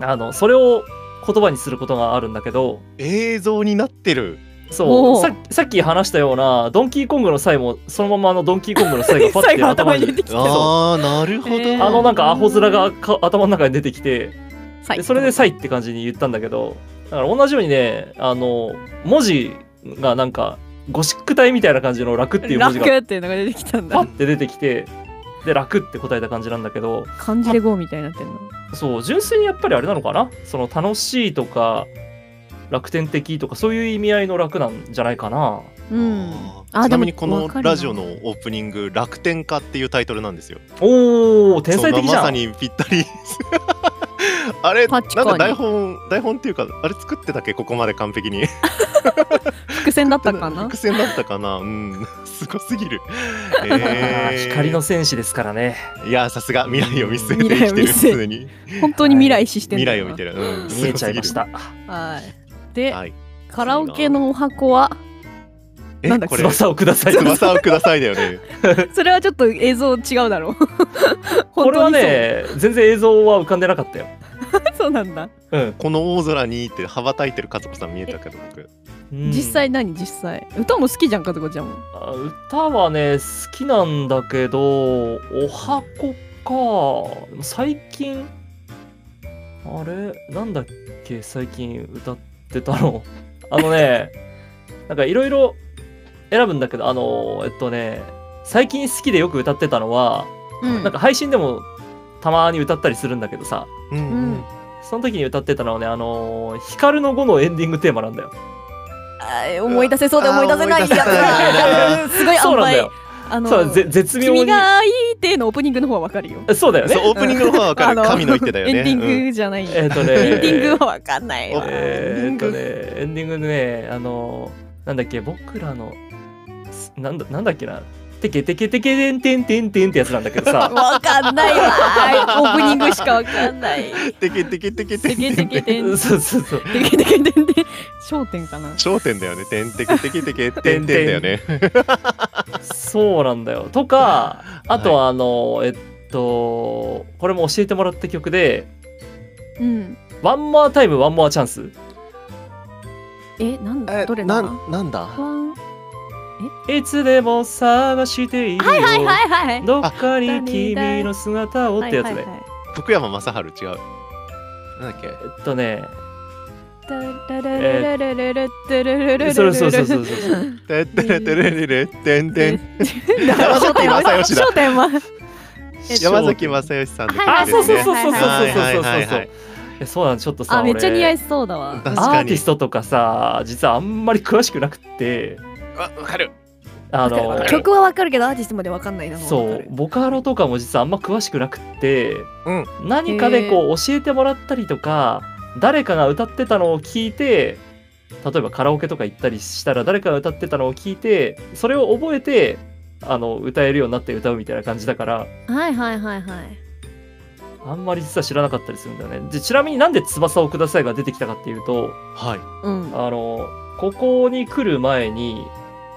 Speaker 3: あの、それを言葉にすることがあるんだけど、
Speaker 1: 映像になってる
Speaker 3: そ
Speaker 2: お
Speaker 3: う
Speaker 2: ー
Speaker 3: ささっき話したようなドンキーコングの際もそのままあのドンキーコングの際がパッ
Speaker 2: 最
Speaker 3: て
Speaker 2: 後頭
Speaker 3: 頭
Speaker 2: に出
Speaker 3: に
Speaker 2: てきた
Speaker 1: あーなるほど、
Speaker 2: えー
Speaker 3: あのなんかアホ面がか頭の中に出てきてでそれで「
Speaker 2: さ
Speaker 3: サイ」って感じに言ったんだけどだから同じようにねあの文字がなんかゴシック体みたいな感じの「楽」っていう文字が
Speaker 2: 楽っていうのが出てきたん
Speaker 3: パ
Speaker 2: だ
Speaker 3: ッて出てきてで楽って答えた感じなんだけど
Speaker 2: 漢字で GO みたいになってんの
Speaker 3: そう純粋にやっぱりあれなのかなその楽しいとか楽天的とかそういう意味合いの楽なんじゃないかな
Speaker 2: うん
Speaker 1: あーちなみに
Speaker 2: で
Speaker 1: こ
Speaker 2: もわ
Speaker 1: の
Speaker 2: かるな
Speaker 1: ラジオのオープニング「楽天家」っていうタイトルなんですよ。
Speaker 3: おお天才的じゃ
Speaker 1: そうま
Speaker 3: ん、
Speaker 1: さにぴったり あれなん
Speaker 2: 確かに
Speaker 1: か台本台本っていうかあれ作ってたっけここまで完璧に
Speaker 2: 伏線だったかな
Speaker 1: 伏線だったかなうん すごす ぎる、
Speaker 3: あー
Speaker 1: えー
Speaker 3: 光の戦士ですからね
Speaker 1: いやさすが未来を見据えて生きてる
Speaker 2: 未来を見据え
Speaker 1: 普通に
Speaker 2: 本当に未来視してん
Speaker 1: 未
Speaker 2: だ
Speaker 1: 来
Speaker 2: よ
Speaker 1: を
Speaker 2: な
Speaker 1: 見てる、うん、
Speaker 3: 見えちゃいました
Speaker 2: はいで、
Speaker 1: はい
Speaker 2: カラオケのお箱は
Speaker 1: え
Speaker 2: なんだ
Speaker 1: これ
Speaker 3: 翼をください
Speaker 1: 翼をくださいだよね
Speaker 2: それはちょっと映像違うだろう
Speaker 3: こ
Speaker 2: 本
Speaker 3: れは
Speaker 2: 当にそう
Speaker 3: ね全然映像は浮かんでなかったよ
Speaker 2: そうなんだ、
Speaker 3: うん
Speaker 1: この大空にって羽ばたいてる和子さん見えたけど僕
Speaker 2: 実際何実際歌も好きじゃんかとこちゃんも
Speaker 3: あ歌はね好きなんだけどお箱か最近あれなんだっけ最近歌ってたの あのねなんかいろいろ選ぶんだけどあのえっとね最近好きでよく歌ってたのは、
Speaker 4: うん
Speaker 3: なんか配信でもたまに歌ったりするんだけどさ
Speaker 1: うんうん
Speaker 3: その時に歌ってたのはねあの「光の碁」のエンディングテーマなんだよ
Speaker 2: あー思い出せそうで思い出せない
Speaker 1: あー思
Speaker 2: や
Speaker 1: い
Speaker 2: つ
Speaker 1: 出せない
Speaker 2: だすごい
Speaker 3: そう
Speaker 2: 塩
Speaker 3: なんだ
Speaker 2: 梅
Speaker 3: よ、
Speaker 2: あの
Speaker 3: そうぜ絶妙に
Speaker 2: 君がいいってのオープニングの方はわかるよ
Speaker 3: そうだよね
Speaker 1: そうオープニングの方はわか
Speaker 2: あ
Speaker 1: る神の一手だよね
Speaker 2: エンディン
Speaker 1: グ
Speaker 2: グじゃない、
Speaker 3: えっとね
Speaker 2: エンディングはわかんないわ、
Speaker 3: えー、っとねエンディングでねあのーなんだっけ僕らのすなんだなんだっけなテケテケテケテンテンテンテンってやつなんだけ どさ
Speaker 2: わかんないわーオープニングしかわかんない
Speaker 1: テケテケテケテ
Speaker 2: てけ
Speaker 1: ケ
Speaker 2: てけて
Speaker 3: そうん そうそう
Speaker 2: てけてけてんて焦点かな
Speaker 1: 頂点だよね点テケテケテケ点点だよね
Speaker 3: そうなんだよとかあとはあのーえっとこれも教えてもらった曲で
Speaker 2: うん
Speaker 3: 「ワンモアタイムワンモアチャンス
Speaker 2: えなんだ
Speaker 1: え
Speaker 2: どれだ
Speaker 1: な
Speaker 2: ワ
Speaker 1: んなんだ
Speaker 2: ン」
Speaker 3: いつでも探しているよ、
Speaker 4: はいはいはい
Speaker 3: どっかに君の姿をってやつ
Speaker 2: は
Speaker 3: で、
Speaker 2: いはい
Speaker 1: 福山雅治違うなんだっけ
Speaker 3: えっとね
Speaker 2: はい
Speaker 3: そうそうそうそうそう
Speaker 1: てってれてれれれてんてん
Speaker 2: 山
Speaker 1: 崎まさよしだ
Speaker 2: 焦点は
Speaker 1: 山崎まさよしさんの曲
Speaker 4: はい
Speaker 3: あ、
Speaker 1: です
Speaker 3: そうそう
Speaker 1: ね
Speaker 3: そうそうそうそうそう
Speaker 1: はいはい
Speaker 3: そう
Speaker 1: はい
Speaker 3: そ
Speaker 1: は
Speaker 3: う
Speaker 1: い。
Speaker 3: えそうなんちょっとさ、
Speaker 2: あめっちゃ似合
Speaker 3: い
Speaker 2: いそうだわ
Speaker 1: 確
Speaker 3: ア
Speaker 1: か
Speaker 3: ーティ
Speaker 1: に
Speaker 3: ストとかさ、実はあんまり詳しくなくって、
Speaker 1: わわかる
Speaker 3: あの
Speaker 1: わかるわかる
Speaker 4: 曲はわかるけどアーティストまでわかんないな
Speaker 3: そうボカロとかも実はあんま詳しくなくって、
Speaker 1: うん
Speaker 3: 何かでこう教えてもらったりとか、誰かが歌ってたのを聞いて。例えばカラオケとか行ったりしたら誰かが歌ってたのを聞いてそれを覚えてあの歌えるようになって歌うみたいな感じだから
Speaker 4: はいはいはいはい
Speaker 3: あんまり実は知らなかったりするんだよね。でちなみになんで「翼をください」が出てきたかっていうと
Speaker 1: はい
Speaker 2: うん
Speaker 3: あのここに来る前に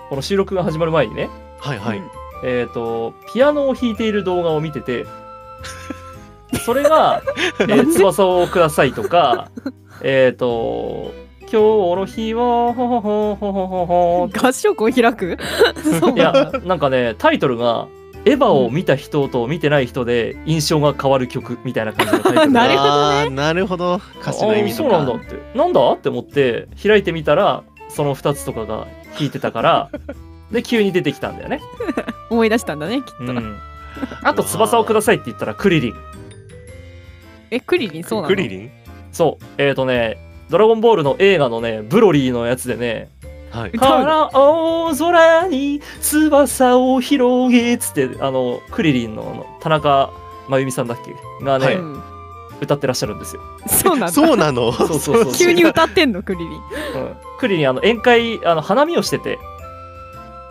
Speaker 3: この収録が始まる前にね、
Speaker 1: はいはい、
Speaker 2: うん
Speaker 3: えー、とピアノを弾いている動画を見ててそれが「えー翼をください」とか「えー、と今日の日はほほほほほほほ
Speaker 2: 合唱コン 開くそう
Speaker 3: いやなんかねタイトルが「エヴァを見た人と見てない人で印象が変わる曲」みたいな感じのタイト ル
Speaker 2: なるほどね
Speaker 1: あーなるほど歌詞の意味とか
Speaker 3: あーそうなんだってなんだって思って開いてみたらその2つとかが弾いてたから で急に出てきたんだよね、
Speaker 2: 思い出したんだねきっ
Speaker 3: う
Speaker 2: と
Speaker 3: んあと「翼をください」って言ったらクリリン
Speaker 2: えクリリンそうなの
Speaker 1: クリリン
Speaker 3: そうえっ、ー、とね「ドラゴンボール」の映画のねブロリーのやつでね
Speaker 1: はい
Speaker 3: 「
Speaker 2: 歌うの
Speaker 3: から大空に翼を広げ」っつってあのクリリンのあの田中真由美さんだっけがね、
Speaker 1: はい
Speaker 2: うん
Speaker 3: 歌ってらっしゃるんですよ、
Speaker 2: そうなんだ
Speaker 1: そうなの
Speaker 3: そうそうそう
Speaker 2: 急に
Speaker 1: あ
Speaker 2: 歌ってんのクリリン
Speaker 3: うんクリリンあの宴会あの花見をしてて
Speaker 2: へ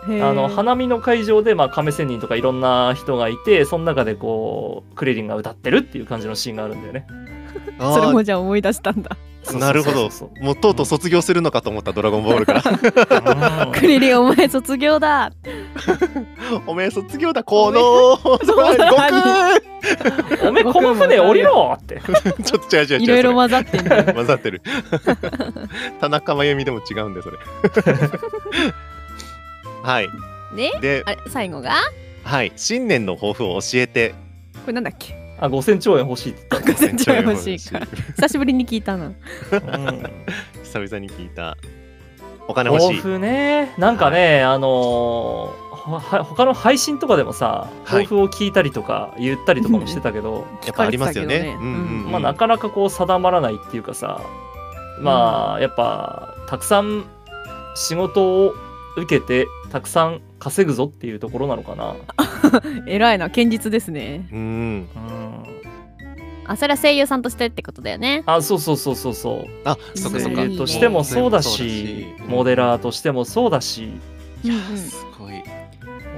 Speaker 2: ー
Speaker 3: あの花見の会場で、まあ、亀仙人とかいろんな人がいてその中でこうクリリンが歌ってるっていう感じのシーンがあるんだよね。
Speaker 2: それ
Speaker 1: ー
Speaker 2: もじゃあ思い出したんだ
Speaker 3: そうそうそうそ う
Speaker 1: なるほど
Speaker 3: そう
Speaker 1: もうとうとう卒業するのかと思ったドラゴンボールから
Speaker 2: クリリンお前卒業だ
Speaker 1: おめえ卒業だこの
Speaker 2: そうだ
Speaker 1: 悟
Speaker 3: おめえこの船降り ろって。
Speaker 1: 空ちょっと違う違う違う
Speaker 2: いろいろ
Speaker 1: そ
Speaker 2: 混ざってんだ
Speaker 1: れ混ざってる 田中真由美でも違うん でそれはい
Speaker 4: で
Speaker 1: で
Speaker 4: あれ最後が
Speaker 1: はい新年の抱負を教えて
Speaker 2: これなんだっけ
Speaker 3: あ5000兆円欲しいって
Speaker 2: 赤線ちゃ欲し いから久しぶりに聞いたな
Speaker 3: 言った。うん
Speaker 1: 久々に聞いたお金欲
Speaker 3: 豆
Speaker 1: しい
Speaker 3: 腐ねなんかね、あのーほは他の配信とかでもさ
Speaker 1: はい
Speaker 3: 抱負を聞いたりとか言ったりとかもしてたけど、
Speaker 1: やっぱありますよ
Speaker 2: 疲れて
Speaker 1: ね
Speaker 2: た。け
Speaker 1: う
Speaker 2: ど
Speaker 1: ん
Speaker 2: ね
Speaker 1: うんうん
Speaker 3: まあ、なかなかこう定まらないっていうかさまあやっぱたくさん仕事を受けてたくさん稼ぐぞっていうところなのかな。
Speaker 2: 偉いな堅実ですね
Speaker 1: うん
Speaker 3: うん、
Speaker 4: あそれは声優さんとしてってことだよね
Speaker 3: あそうそうそうそうそう
Speaker 1: あ、そっかそっか
Speaker 3: 声優としてもそうだしモデラーとしてもそうだし
Speaker 1: いや
Speaker 2: うんうん
Speaker 1: すごい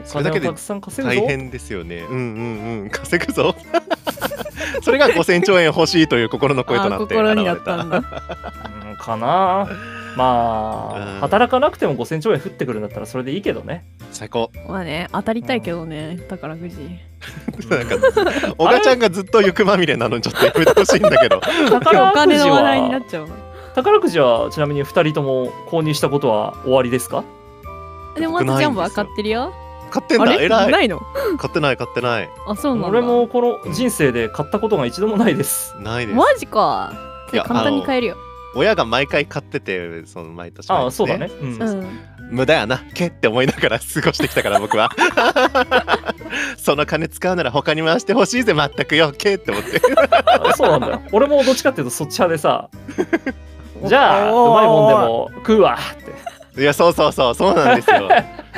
Speaker 3: お
Speaker 1: それだけ
Speaker 3: 金を
Speaker 1: で
Speaker 3: たくさん稼ぐ
Speaker 1: 大
Speaker 3: ぞ。
Speaker 1: 変ですよね。うんうんうん稼ぐぞ。 それが5000兆円欲しいという心の声と
Speaker 2: あ
Speaker 1: な
Speaker 2: ー
Speaker 1: って
Speaker 2: 心にあっ
Speaker 1: 現れ
Speaker 2: た
Speaker 1: た
Speaker 2: ん。だ
Speaker 3: うん かなま
Speaker 1: うん
Speaker 3: あ働かなくても5000兆円降ってくるんだったらそれでいいけどね。
Speaker 1: 最高。
Speaker 2: まあね当たりたいけどね宝 くじ
Speaker 1: なんか小賀ちゃんがずっと欲まみれなのにちょっとやめてほしいんだけ ど。
Speaker 2: 今日お
Speaker 3: 宝く
Speaker 2: 金
Speaker 3: じ
Speaker 2: の話題になっ
Speaker 3: は
Speaker 2: ちゃう
Speaker 3: 宝くじはちなみに2人とも購入したことは終わりですか
Speaker 2: でもまずジャンボは買ってるよ
Speaker 1: 買ってん
Speaker 2: あ
Speaker 1: だ
Speaker 2: れ
Speaker 1: 偉い。
Speaker 2: ないの
Speaker 1: 買ってない買ってない。
Speaker 2: あそうなんだ
Speaker 3: 俺もこの人生で買ったことが一度もないです。
Speaker 1: ないです。
Speaker 2: マジか
Speaker 1: いや
Speaker 2: 簡単に
Speaker 1: あの
Speaker 2: 買えるよ、
Speaker 1: 親が毎回買っててその毎年毎年ね
Speaker 3: ああ、そうだね。うん
Speaker 2: う。ん、。
Speaker 1: 無駄やなけって思いながら 過ごしてきたから 僕はその金使うなら他に回してほしいぜ全くよけって思って
Speaker 3: あそうなんだよ。俺もどっちかっていうとそっち派で さじゃあ、
Speaker 2: おー
Speaker 3: うまいもんでも食うわって。
Speaker 1: いやそうそうそうそうなんです よ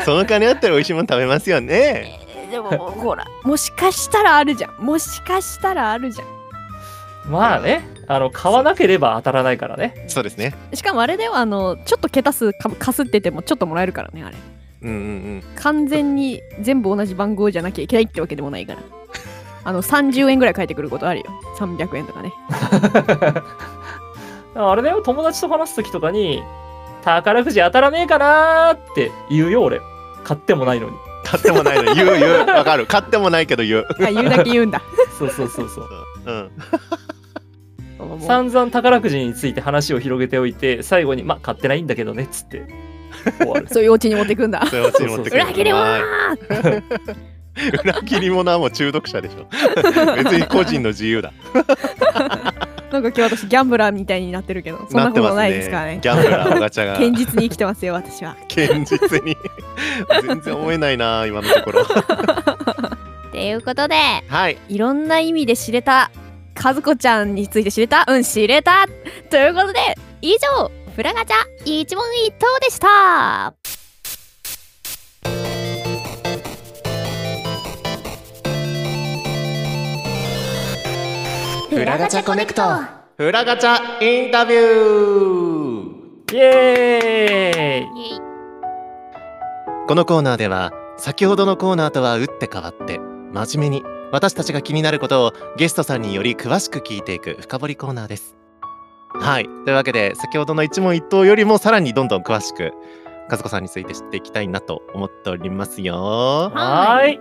Speaker 1: その金あったら美味しいもの食べますよね
Speaker 2: でもほらもしかしたらあるじゃんもしかしたらあるじゃん
Speaker 3: まあね、あの買わなければ当たらないからね。
Speaker 1: そうですね
Speaker 2: しかもあれではあのちょっと桁数かかすっててもちょっともらえるからねあれ
Speaker 1: うんうん
Speaker 2: 完全に全部同じ番号じゃなきゃいけないってわけでもないからあの30円ぐらい返ってくることあるよ300円とかね
Speaker 3: あれだよ、友達と話すときとかに、宝くじ当たらねえかなーって言うよ、俺。買ってもないのに。
Speaker 1: うん買ってもないのに言う言うわかる買ってもないけど言う
Speaker 2: あ言うだけ言うん だ
Speaker 3: そうそうそう そう。
Speaker 1: うん
Speaker 2: もう。
Speaker 3: 散々宝くじについて話を広げておいて、最後に、まあ、買ってないんだけどね、っつって。 終わる
Speaker 2: そういうお家に持ってくんだ
Speaker 1: それをちに持ってくる
Speaker 4: 裏切り者
Speaker 1: はーい裏切り者はもう中毒者でし ょ別に個人の自由だ
Speaker 2: なんか今日私ギャンブラーみたいになってるけどそんなことないですからね
Speaker 1: ギャンブラーおガチャが
Speaker 2: 堅実に生きてますよ私は
Speaker 1: 堅実に全然思えないな今のところ
Speaker 4: っていうことで
Speaker 1: はい
Speaker 4: いろんな
Speaker 2: そんな意味で知れた和子ちゃんについて知れたうん知れた
Speaker 4: ということで以上フラガチャ一問一答でしたフラガチャコネクト
Speaker 1: フラガチャインタビュー
Speaker 3: イエーイ
Speaker 1: このコーナーでは先ほどのコーナーとは打って変わって真面目に私たちが気になることをゲストさんにより詳しく聞いていく深掘りコーナーです。はいというわけで先ほどの一問一答よりもさらにどんどん詳しく和子さんについて知っていきたいなと思っておりますよ。
Speaker 3: はーい。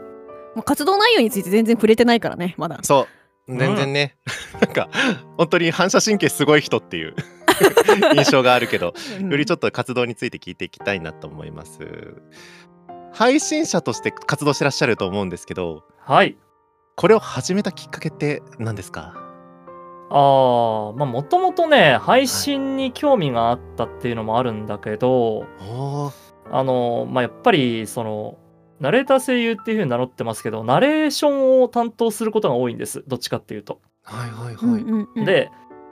Speaker 2: もう活動内容について全然触れてないからねまだ
Speaker 1: そう全然ね、なんか本当に反射神経すごい人っていう 印象があるけどよりち
Speaker 2: ょっ
Speaker 1: ょっと活動について聞いていきたいなと思います。配信者として活動してらっしゃると思うんですけど、
Speaker 3: はい。
Speaker 1: これを始めたきっかけって何ですか
Speaker 3: あー、まあ、もともとね、配信に興味があったっていうのもあるんだけど、
Speaker 1: おー
Speaker 3: あの、まあ、やっぱり、その、ナレーター声優っていうふうに名乗ってますけど、ナレーションを担当することが多いんです。どっちかっていうと。
Speaker 1: はいはい
Speaker 2: うん
Speaker 1: はい。
Speaker 2: うんうん、
Speaker 3: で、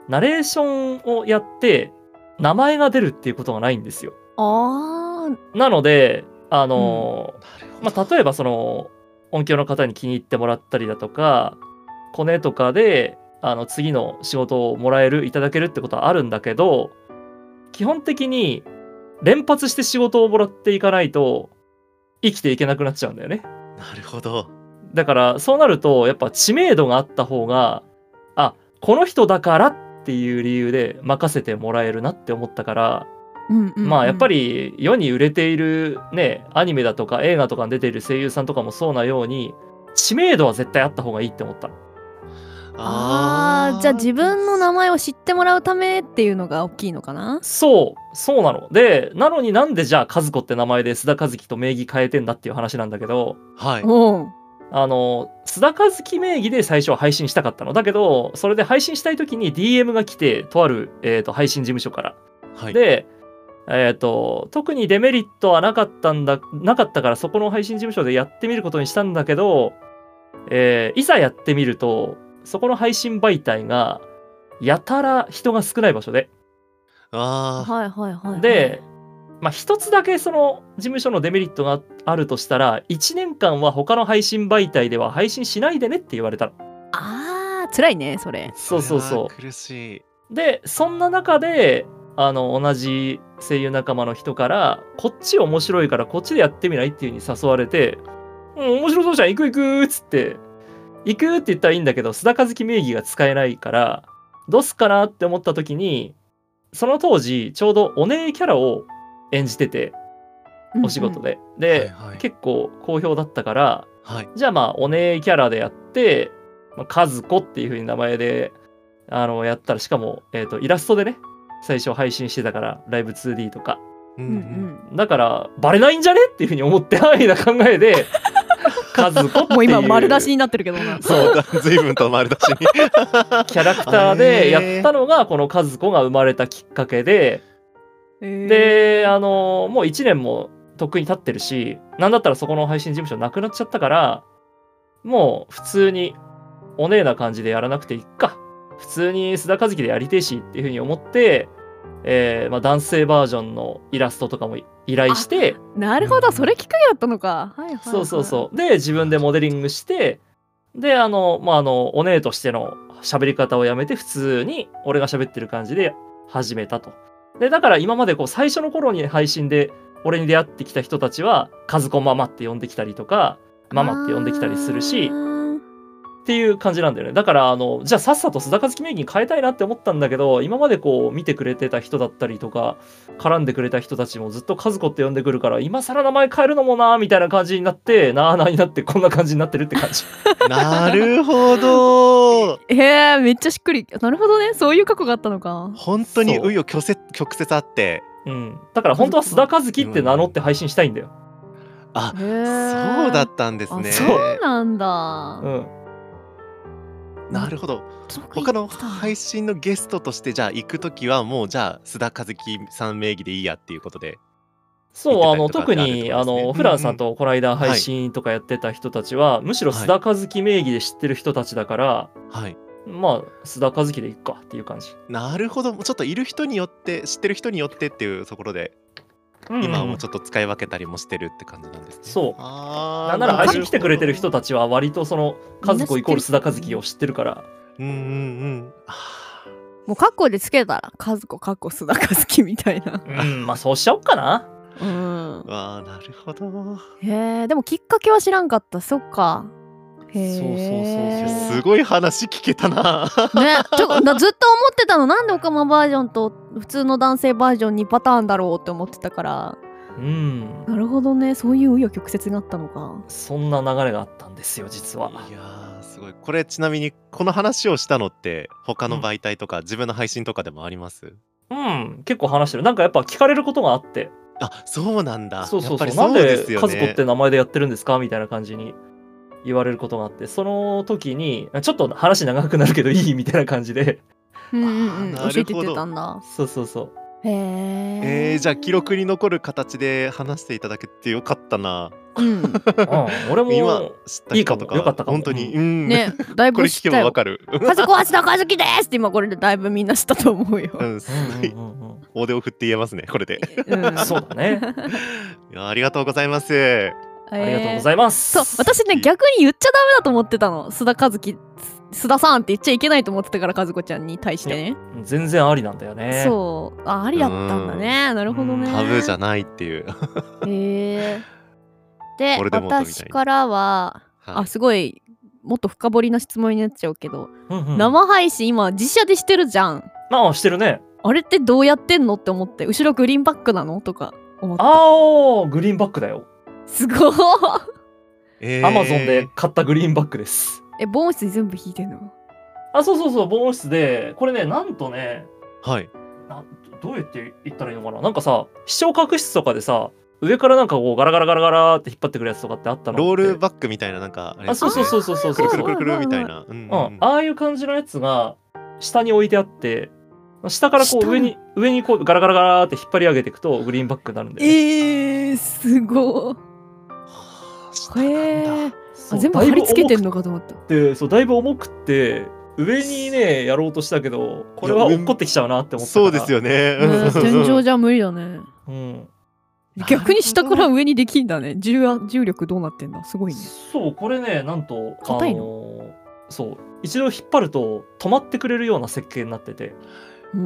Speaker 3: ナレーションをやって、名前が出るっていうことがないんですよ。
Speaker 2: あー
Speaker 3: なので、あの、
Speaker 1: なるほど
Speaker 3: まあ、例えばその、音響の方に気に入ってもらったりだとか、コネとかで、あの、次の仕事をもらえる、いただけるってことはあるんだけど、基本的に、連発して仕事をもらっていかないと、生きていけなくなっちゃうんだよね。
Speaker 1: なるほど。
Speaker 3: だからそうなるとやっぱ知名度があった方があこの人だからっていう理由で任せてもらえるなって思ったから、
Speaker 2: うんうんうん
Speaker 3: まあやっぱり世に売れているねアニメだとか映画とかに出ている声優さんとかもそうなように知名度は絶対あった方がいいって思った
Speaker 4: あーじゃあ自分の名前を知ってもらうためっていうのが大きいのかな
Speaker 3: そうそうなのでなのになんでじゃあ和子って名前で須田和樹と名義変えてんだっていう話なんだけど
Speaker 1: はい。
Speaker 2: おう
Speaker 3: あの須田和樹名義で最初は配信したかったのだけどそれで配信したい時に DM が来てとある、えーと配信事務所から、
Speaker 1: はい。
Speaker 3: でえっ、と、特にデメリットはなかったんだ、なかったから、そこの配信事務所でやってみることにしたんだけど、えーいざやってみると、そこの配信媒体が、やたら人が少ない場所で、
Speaker 1: ああ
Speaker 2: はいはいはいはい。
Speaker 3: で、まあ、一つだけその事務所のデメリットがあるとしたら、1年間は他の配信媒体では配信しないでねって言われたの。
Speaker 2: ああ、辛いね、それ。
Speaker 3: そうそうそう
Speaker 1: れは苦しい
Speaker 3: でそんな中であの同じ声優仲間の人からこっち面白いからこっちでやってみないっていう風に誘われて「うん面白そうじゃん行く行く」っつって「行く」って言ったらいいんだけど須田和樹名義が使えないからどうすっかなって思った時にその当時ちょうどお姉キャラを演じててお仕事
Speaker 2: で。
Speaker 3: で、で、
Speaker 1: はいはい
Speaker 3: 結構好評だったから
Speaker 1: はい
Speaker 3: じゃあまあお姉キャラでやって、まあ、和子っていう風に名前であのやったらしかも、えー、とイラストでね最初配信してたからライブ 2D とか
Speaker 1: うん
Speaker 2: う
Speaker 1: うん
Speaker 2: うんん
Speaker 3: だからバレないんじゃねっていう風に思って 安易な考え で和子っていう
Speaker 2: もう今丸出しになってるけどな。
Speaker 3: そう
Speaker 1: そう随分と丸出しに
Speaker 3: キャラクターでやったのがこの和子が生まれたきっかけで、
Speaker 2: で、
Speaker 3: であのもう1年もとっくに経ってるしなんだったらそこの配信事務所なくなっちゃったからもう普通におねえな感じでやらなくていっか普通に須田和樹でやりてえしっていうふうに思って、えーまあ、男性バージョンのイラストとかも依頼して
Speaker 2: なるほど、それ聞くんやったのか。はいはいはい。
Speaker 3: そうそうそうで自分でモデリングしてであのまああのおねえとしての喋り方をやめて普通に俺が喋ってる感じで始めたとでだから今までこう最初の頃に配信で俺に出会ってきた人たちは「和子ママ」って呼んできたりとか「ママ」って呼んできたりするし
Speaker 4: あー
Speaker 3: っていう感じなんだよねだからあのじゃあさっさと須田和樹名義に変えたいなって思ったんだけど今までこう見てくれてた人だったりとか絡んでくれた人たちもずっと和子って呼んでくるから今更名前変えるのもなーみたいな感じになってなあなあになってこんな感じになってるって感 じ
Speaker 1: なるほど
Speaker 2: へえ、めっちゃしっくり。なるほどね、そういう過去があったのか。
Speaker 1: 本当に
Speaker 3: そう
Speaker 1: 紆余曲折曲折あって
Speaker 3: うんだから本当は須田和樹って名乗って配信したいんだよ
Speaker 1: あ
Speaker 2: へ
Speaker 1: そうだ
Speaker 2: っ
Speaker 1: ったんですね
Speaker 2: あそうなんだ
Speaker 3: う。ん
Speaker 1: なるほど
Speaker 2: そうか
Speaker 1: 他の
Speaker 2: 言ってた
Speaker 1: 配信のゲストとしてじゃあ行く時はもうじゃあ須田和樹さん名義でいいやっていうことで
Speaker 3: そうあ
Speaker 1: 言っ
Speaker 3: の
Speaker 1: てたりとか
Speaker 3: 特
Speaker 1: ってあるってことですね
Speaker 3: にあ
Speaker 1: うんう
Speaker 3: の
Speaker 1: ん
Speaker 3: フランさんとこの間配信とかやってた人たちは、むしろ須田和樹名義で知ってる人たちだから、
Speaker 1: はい
Speaker 3: まあ須田和樹でいっかっていう感じ、
Speaker 1: なるほどちょっといる人によって知ってる人によってっていうところで今はもうちょっと使い分けたりもしてるって感じなんですね、
Speaker 3: そう
Speaker 1: あー
Speaker 3: なんなら
Speaker 2: なる
Speaker 3: 配
Speaker 2: ほど
Speaker 3: 信来てくれてる人たちは割とその和子イコール須田和
Speaker 2: みん
Speaker 3: 樹
Speaker 2: な
Speaker 3: を知ってるから
Speaker 1: うんうんうんあ
Speaker 2: もうカッコでつけたら、カズコカッコ須田カズキみたいな。
Speaker 3: うんまあそうしちゃおっかな
Speaker 2: うん
Speaker 1: ー。わーなるほど
Speaker 2: へえ、でもきっかけは知らんかった。そっか。へえ。
Speaker 3: そうそうそうそう
Speaker 1: すごい話聞けたな
Speaker 4: ね、ちょなずっと思ってたのなんでオカマバージョンと普通の男性バージョン2パターンだろうって思ってたから
Speaker 3: うん
Speaker 2: なるほどね、そういう紆余曲折があったのか。
Speaker 3: そんな流れがあったんですよ実はい
Speaker 1: やーすごいこれちなみにこの話をしたのって他の媒体とか自分の配信とかでもあります、
Speaker 3: うん結構話してるなんかやっぱ聞かれることがあって
Speaker 1: あそうなんだ
Speaker 3: そうそうそう
Speaker 1: やっぱり
Speaker 3: な
Speaker 1: そ
Speaker 3: ん
Speaker 1: う
Speaker 3: で
Speaker 1: ですよ
Speaker 3: 和
Speaker 1: ね
Speaker 3: 子って名前でやってるんですかみたいな感じに言われることがあってその時にちょっと話長くなるけどいいみたいな感じで
Speaker 4: うんうんうん
Speaker 1: あーなるほ
Speaker 4: 教
Speaker 1: ど
Speaker 4: えてってたんだ
Speaker 3: そうそうそう
Speaker 4: へえ
Speaker 1: えー、じゃあ記録に残る形で話していただけてよかったな。
Speaker 2: うん、
Speaker 3: うん、俺
Speaker 1: 今
Speaker 3: も
Speaker 1: 知った人と
Speaker 3: いいか
Speaker 1: か
Speaker 3: もよかったかも
Speaker 1: 本当に、
Speaker 3: う
Speaker 1: うん
Speaker 2: ね、だい
Speaker 1: こ
Speaker 2: ぶ
Speaker 1: れ
Speaker 2: 知
Speaker 1: 聞
Speaker 2: っ
Speaker 1: け
Speaker 2: た
Speaker 1: ば
Speaker 2: よ
Speaker 1: わ。かる。
Speaker 4: 「和子は須田和樹です!」って今これでだいぶみんな知ったと思うよ。
Speaker 1: うん、すごい
Speaker 3: うんうんうん
Speaker 1: 大手を振って言えますねこれ で。
Speaker 3: うんそうだね
Speaker 1: いやありがとうございます。
Speaker 2: あ
Speaker 3: ありがとうございます
Speaker 2: そう私ね逆に言っちゃダメだと思ってたの須田和樹須田さんって言っちゃいけないと思ってたから和子ちゃんに対してね、
Speaker 3: 全然ありなんだよね
Speaker 2: そうあありだったんだねなるほどね
Speaker 1: タブーじゃ
Speaker 2: ん
Speaker 1: ないっていう。はい
Speaker 4: へえで
Speaker 1: 俺でもとみたいに
Speaker 4: 私からは
Speaker 2: あすごいもっと深掘りな質問になっちゃうけど、
Speaker 3: うんうん、
Speaker 2: 生配信今自社でしてるじゃん
Speaker 3: まあしてるね
Speaker 2: あれってどうやってんのって思って後ろグリーンバックなのとか思った
Speaker 3: あおグリーンバックだよ
Speaker 2: すごい
Speaker 1: えー
Speaker 3: アマゾンで。買ったグリーンバックです。
Speaker 2: え防音室に全部引いてんの
Speaker 3: あ、そうそうそう、防音室で、これね、なんとね、
Speaker 1: はい。
Speaker 3: なんどうやって言ったらいいのかななんかさ、視聴覚室とかでさ、上からなんかこうガラガラガラガラって引っ張ってくるやつとかってあったの
Speaker 1: ロール
Speaker 3: バッ
Speaker 1: バックみたいななんかあれ
Speaker 3: あ、そうそうそうそうそう
Speaker 1: く
Speaker 3: そう
Speaker 1: る
Speaker 3: そ
Speaker 1: く
Speaker 3: う
Speaker 1: るくるくるみたいな。うんうん
Speaker 3: うん、ああいう感じのやつが下に置いてあって、下からこ
Speaker 2: 下に
Speaker 3: う上に上にこうガラガラガラって引っ張り上げていくとグリーンバックになるんで、
Speaker 2: えー、すごい。
Speaker 1: 下なんだ
Speaker 2: へえー。
Speaker 3: そ
Speaker 2: あ
Speaker 3: う
Speaker 2: 全部
Speaker 3: だい
Speaker 2: 貼
Speaker 3: ぶ
Speaker 2: り付けてん
Speaker 3: 重
Speaker 2: のかと思った。
Speaker 3: くてそうだいぶ重くって上にねやろうとしたけどこれは落っこってきちゃうなって思ったか
Speaker 1: そ
Speaker 3: ら
Speaker 1: うですよね。うん
Speaker 2: ね天井じゃ無理だ ね。
Speaker 3: うん、
Speaker 2: 逆に下から上にできんだね。重圧重力どうなってんだすごいね。
Speaker 3: そうこれねなんと
Speaker 2: 硬いの
Speaker 3: のそう一度引っ張ると止まってくれるような設計になってて
Speaker 2: うー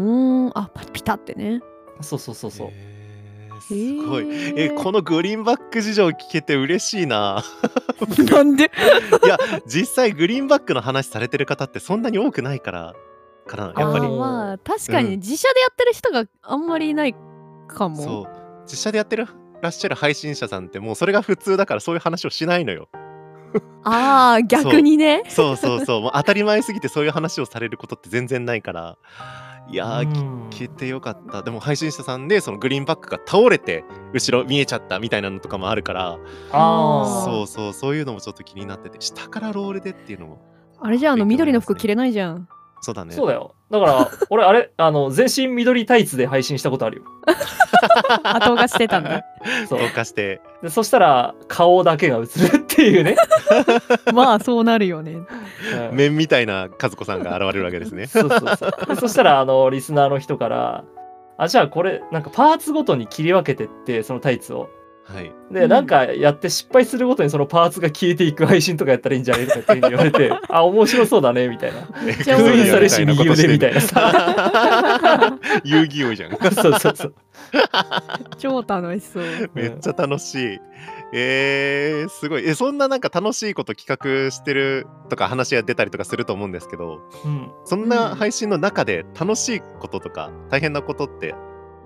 Speaker 2: ん、あ、パピタってね。
Speaker 3: そうそうそうそう、
Speaker 1: へーすごい。
Speaker 2: へー
Speaker 1: えこのグリーンバック事情聞けて嬉しいな。
Speaker 2: なんで
Speaker 1: いや実際グリーンバックの話されてる方ってそんなに多くないからかなやっぱ
Speaker 2: あ
Speaker 1: り
Speaker 2: ーまあ確かに
Speaker 1: うん
Speaker 2: 自社でやってる人があんまりいないかも。
Speaker 1: そう実写でやってるらっしゃる配信者さんってもうそれが普通だからそういう話をしないのよ。
Speaker 2: ああ逆にね。
Speaker 1: そうそうそうもう当たり前すぎてそういう話をされることって全然ないからいやー、
Speaker 3: うん
Speaker 1: 聞いてよかったでも配信者さんでそのグリーンバックが倒れて後ろ見えちゃったみたいなのとかもあるから
Speaker 3: ああ
Speaker 1: そうそうそういうのもちょっと気になってて下からロールでっていうのも
Speaker 2: あれじゃああの
Speaker 1: 勉強にな
Speaker 2: 緑
Speaker 1: り
Speaker 2: の
Speaker 1: ますね
Speaker 2: 服着れないじゃん。
Speaker 1: そうだね
Speaker 3: そうだよ。だから、 俺、あれ、あの、全身緑タイツで配信したことあるよ。
Speaker 2: 後がしてた んだ。
Speaker 3: そう。
Speaker 1: 動かして
Speaker 3: でそしたら、顔だけが映るってい うね。
Speaker 2: まあそうなるよね。
Speaker 3: うん
Speaker 1: 面みたいな和子さんが現れるわけです ね
Speaker 3: そうそうそう。でそしたら、あの、リスナーの人から、あ、じゃあこれ、なんかパーツごとに切り分けてって、そのタイツを。
Speaker 1: はい
Speaker 3: で、
Speaker 2: うん
Speaker 3: なんかやって失敗するごとにそのパーツが消えていく配信とかやったらいいんじゃないとかっていうふうに言わ れて、あ、面白そうだね、みたいな。
Speaker 1: めっ
Speaker 2: ちゃ面白い
Speaker 3: それし右腕みたいな
Speaker 1: さ 遊戯王じゃん
Speaker 3: そうそうそう。
Speaker 2: 超楽しそう。
Speaker 1: めっちゃ楽しい。えー、すごい。え、そんななんか楽しいこと企画してるとか話が出たりとかすると思うんですけど、
Speaker 3: うん。
Speaker 1: そん
Speaker 2: うん
Speaker 1: な配信の中で楽しいこととか大変なことって、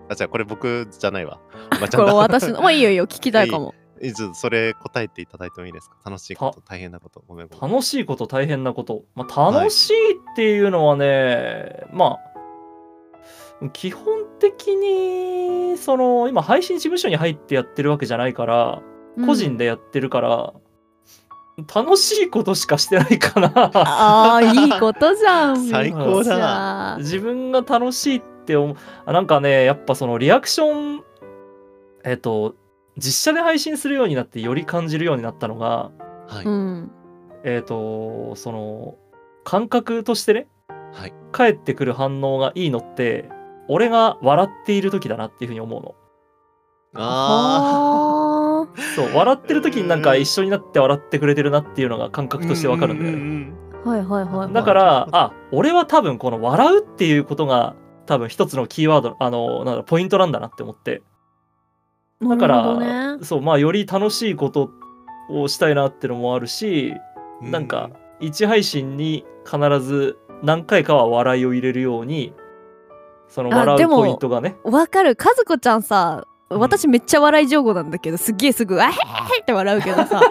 Speaker 1: あ、じゃあこれ僕じゃないわ。おばち
Speaker 2: こ
Speaker 1: ゃん
Speaker 2: れ
Speaker 1: だ。
Speaker 2: 私の。まあいいよいいよ聞きたいかも。
Speaker 1: えちょっとそれ答えていただいてもいいですか楽しいこと、大変なこと。ごめんごめん。
Speaker 3: 楽しいこと大変なこと、まあ、楽しいっていうのはね、まあ基本的にその今配信事務所に入ってやってるわけじゃないから
Speaker 2: うん
Speaker 3: 個人でやってるから、楽しいことしかしてないかな
Speaker 2: ああいいことじゃん。
Speaker 1: 最高だ
Speaker 2: だ
Speaker 3: 自分が楽しいって思うあなんかねやっぱそのリアクションえっと実写で配信するようになってより感じるようになったのが
Speaker 1: はい。
Speaker 2: うん。
Speaker 3: えっとその感覚としてね
Speaker 1: はい。
Speaker 3: 返ってくる反応がいいのって俺が笑っている時だなっていうふうに思うの
Speaker 1: あ
Speaker 2: あ
Speaker 3: そう笑ってる時になんか一緒になって笑ってくれてるなっていうのが感
Speaker 1: ー
Speaker 3: 覚としてわかるんだよ
Speaker 1: う
Speaker 3: ね
Speaker 1: ん
Speaker 2: あ。はいはいはいはい。
Speaker 3: だからあ俺は多分この笑うっていうことが多分一つのキーワードあのなんだポイントなんだなって思ってだか
Speaker 2: なるほど
Speaker 3: ら、
Speaker 2: ね
Speaker 3: そうまあより楽しいことをしたいなってのもあるし
Speaker 1: う
Speaker 3: な んか、一配信に必ず何回かは笑いを入れるようにその
Speaker 2: あ
Speaker 3: 笑
Speaker 2: で
Speaker 3: う
Speaker 2: も
Speaker 3: ポイントがね
Speaker 2: わかる。和子ちゃんさ、私めっちゃ笑い上手なんだけど、すっげえすぐ、あへへって笑うけ どさ、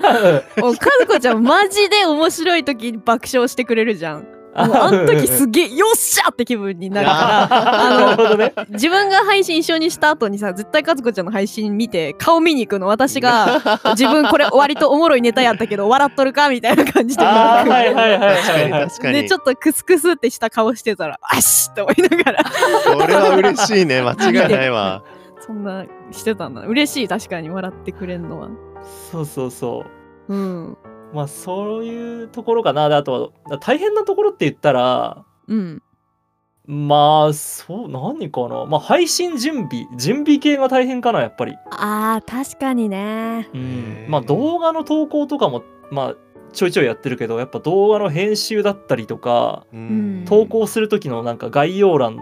Speaker 2: お和子ちゃんマジで面白い時爆笑してくれるじゃん。も うあの時すっげえ、よっしゃって気分になるか
Speaker 3: あ
Speaker 2: あの
Speaker 3: なるほどね。
Speaker 2: ら、自分が配信一緒にした後にさ、絶対和子ちゃんの配信見て、顔見に行くの、私が。 自分これ割とおもろいネタやったけど笑っとるかみたいな感じで
Speaker 3: あーはいはいはい
Speaker 1: 確か
Speaker 3: はい
Speaker 1: に
Speaker 3: はい。
Speaker 1: 確かに。
Speaker 2: でちょっとクスクスってした顔してたら「あっし!」って思いながら
Speaker 1: それは嬉しい ね。間違いないわ。
Speaker 2: そんなしてたんだ嬉しい確かに笑ってくれるのは
Speaker 3: そうそうそ
Speaker 2: うん
Speaker 3: う。まあそういうところかな。であとは大変なところって言ったら、
Speaker 2: うん
Speaker 3: まあそう何かな。まあ配信準備準備系が大変かなやっぱり。
Speaker 2: あー確かにね
Speaker 3: うん
Speaker 1: へ。ー
Speaker 3: まあ動画の投稿とかもまあちょいちょいやってるけど、やっぱ動画の編集だったりとか、
Speaker 1: うん
Speaker 3: 投稿する時のなんか概要欄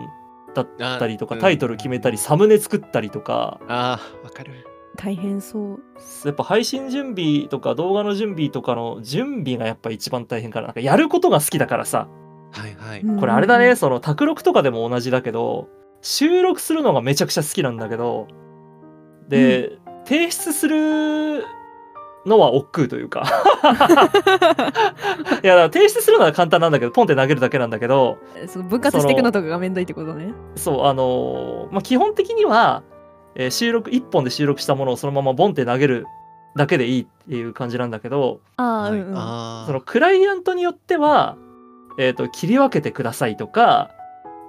Speaker 3: だったりとか、
Speaker 1: あうん
Speaker 3: タイトル決めたり、サムネ作ったりとか。
Speaker 1: ああ、わかる。
Speaker 2: 大変そう
Speaker 3: やっぱ配信準備とか動画の準備とかの準備がやっぱ一番大変かななんかやることが好きだからさ
Speaker 1: はいはい。
Speaker 3: これあれだねその卓録とかでも同じだけど収録するのがめちゃくちゃ好きなんだけどで、提出するのは億劫というかいやだから提出するのは簡単なんだけどポンって投げるだけなんだけど
Speaker 2: その分割していくのとかがめんどいってことね
Speaker 3: そうあのーまあ基本的には、えー収録1本で収録したものをそのままボンって投げるだけでいいっていう感じなんだけど
Speaker 2: あー
Speaker 1: はい
Speaker 2: うんうん
Speaker 1: あー
Speaker 3: そのクライアントによっては、えー、と切り分けてくださいとか、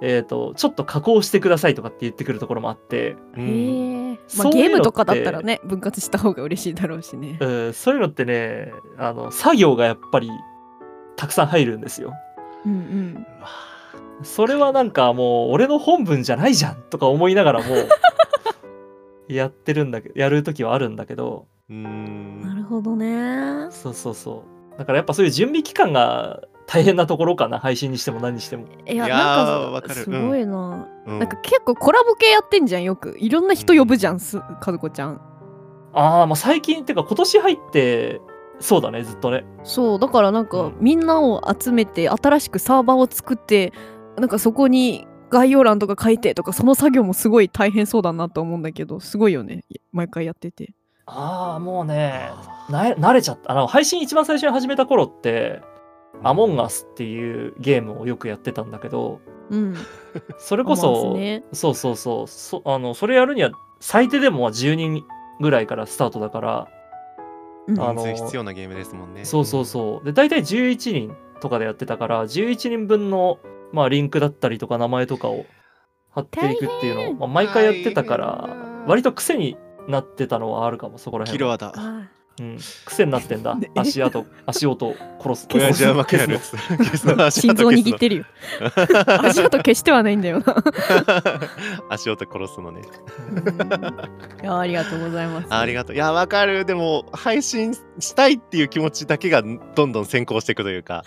Speaker 3: えー、とちょっと加工してくださいとかって言ってくるところもあって、
Speaker 1: う
Speaker 2: へ
Speaker 1: ん
Speaker 2: え、ま
Speaker 3: そ
Speaker 2: あ、
Speaker 3: ういうのって
Speaker 2: ゲームとかだったらね分割した方が嬉しいだろうしね
Speaker 3: うんそういうのってねあの作業がやっぱりたくさん入るんですよ。
Speaker 2: うんうん
Speaker 1: うわ
Speaker 3: それはなんかもう俺の本文じゃないじゃんとか思いながらもやってるんだけどやる時はあるんだけど
Speaker 1: うーん
Speaker 2: るほどね
Speaker 3: そうそうそうだからやっぱそういう準備期間が大変なところかな配信にしても何にしても
Speaker 2: いや
Speaker 1: いやー
Speaker 2: な
Speaker 1: わ
Speaker 2: ん
Speaker 1: か
Speaker 2: か
Speaker 1: る
Speaker 2: すごいな、
Speaker 1: うん
Speaker 2: なんか結構コラボ系やってんじゃんよくいろんな人呼ぶじゃんす和子ちゃん
Speaker 3: ああまあ最近っていうか今年入ってそうだねずっとね
Speaker 2: そうだからなんか、
Speaker 1: うん
Speaker 2: みんなを集めて新しくサーバーを作ってなんかそこに概要欄とか書いてとかその作業もすごい大変そうだなと思うんだけどすごいよね毎回やってて
Speaker 3: ああもうねな慣れちゃったあの配信一番最初に始めた頃って「アモンガス」っていうゲームをよくやってたんだけど
Speaker 2: うんそ
Speaker 3: それこそ、
Speaker 2: ね、
Speaker 3: そうそうそうそあのそれやるには最低でもまあ10人ぐらいからスタートだから
Speaker 2: うん
Speaker 1: 人
Speaker 3: あの
Speaker 1: 数必要なゲームですもんね
Speaker 3: そうそうそうで大体11人とかでやってたから11人分の、まあ、リンクだったりとか名前とかを貼っていくっていうのを、まあ毎回やってたから割と癖になってたのはあるかもそこら
Speaker 1: キ
Speaker 3: 辺
Speaker 1: ロ
Speaker 3: は、
Speaker 1: ワだ
Speaker 2: あ
Speaker 3: うん、癖になってんだ
Speaker 2: ね
Speaker 3: 足跡足音殺す
Speaker 1: 親父はうまくやる
Speaker 3: 消 す
Speaker 1: 消すの足
Speaker 2: 心
Speaker 1: 跡
Speaker 2: 臓
Speaker 1: 消す
Speaker 2: 握っ
Speaker 1: の
Speaker 2: てるよ足跡消してはないんだよ な
Speaker 1: 足音殺すのね
Speaker 2: いやありがとうございます
Speaker 1: ありがとういやわかるでも配信したいっていう気持ちだけがどんどん先行していくというか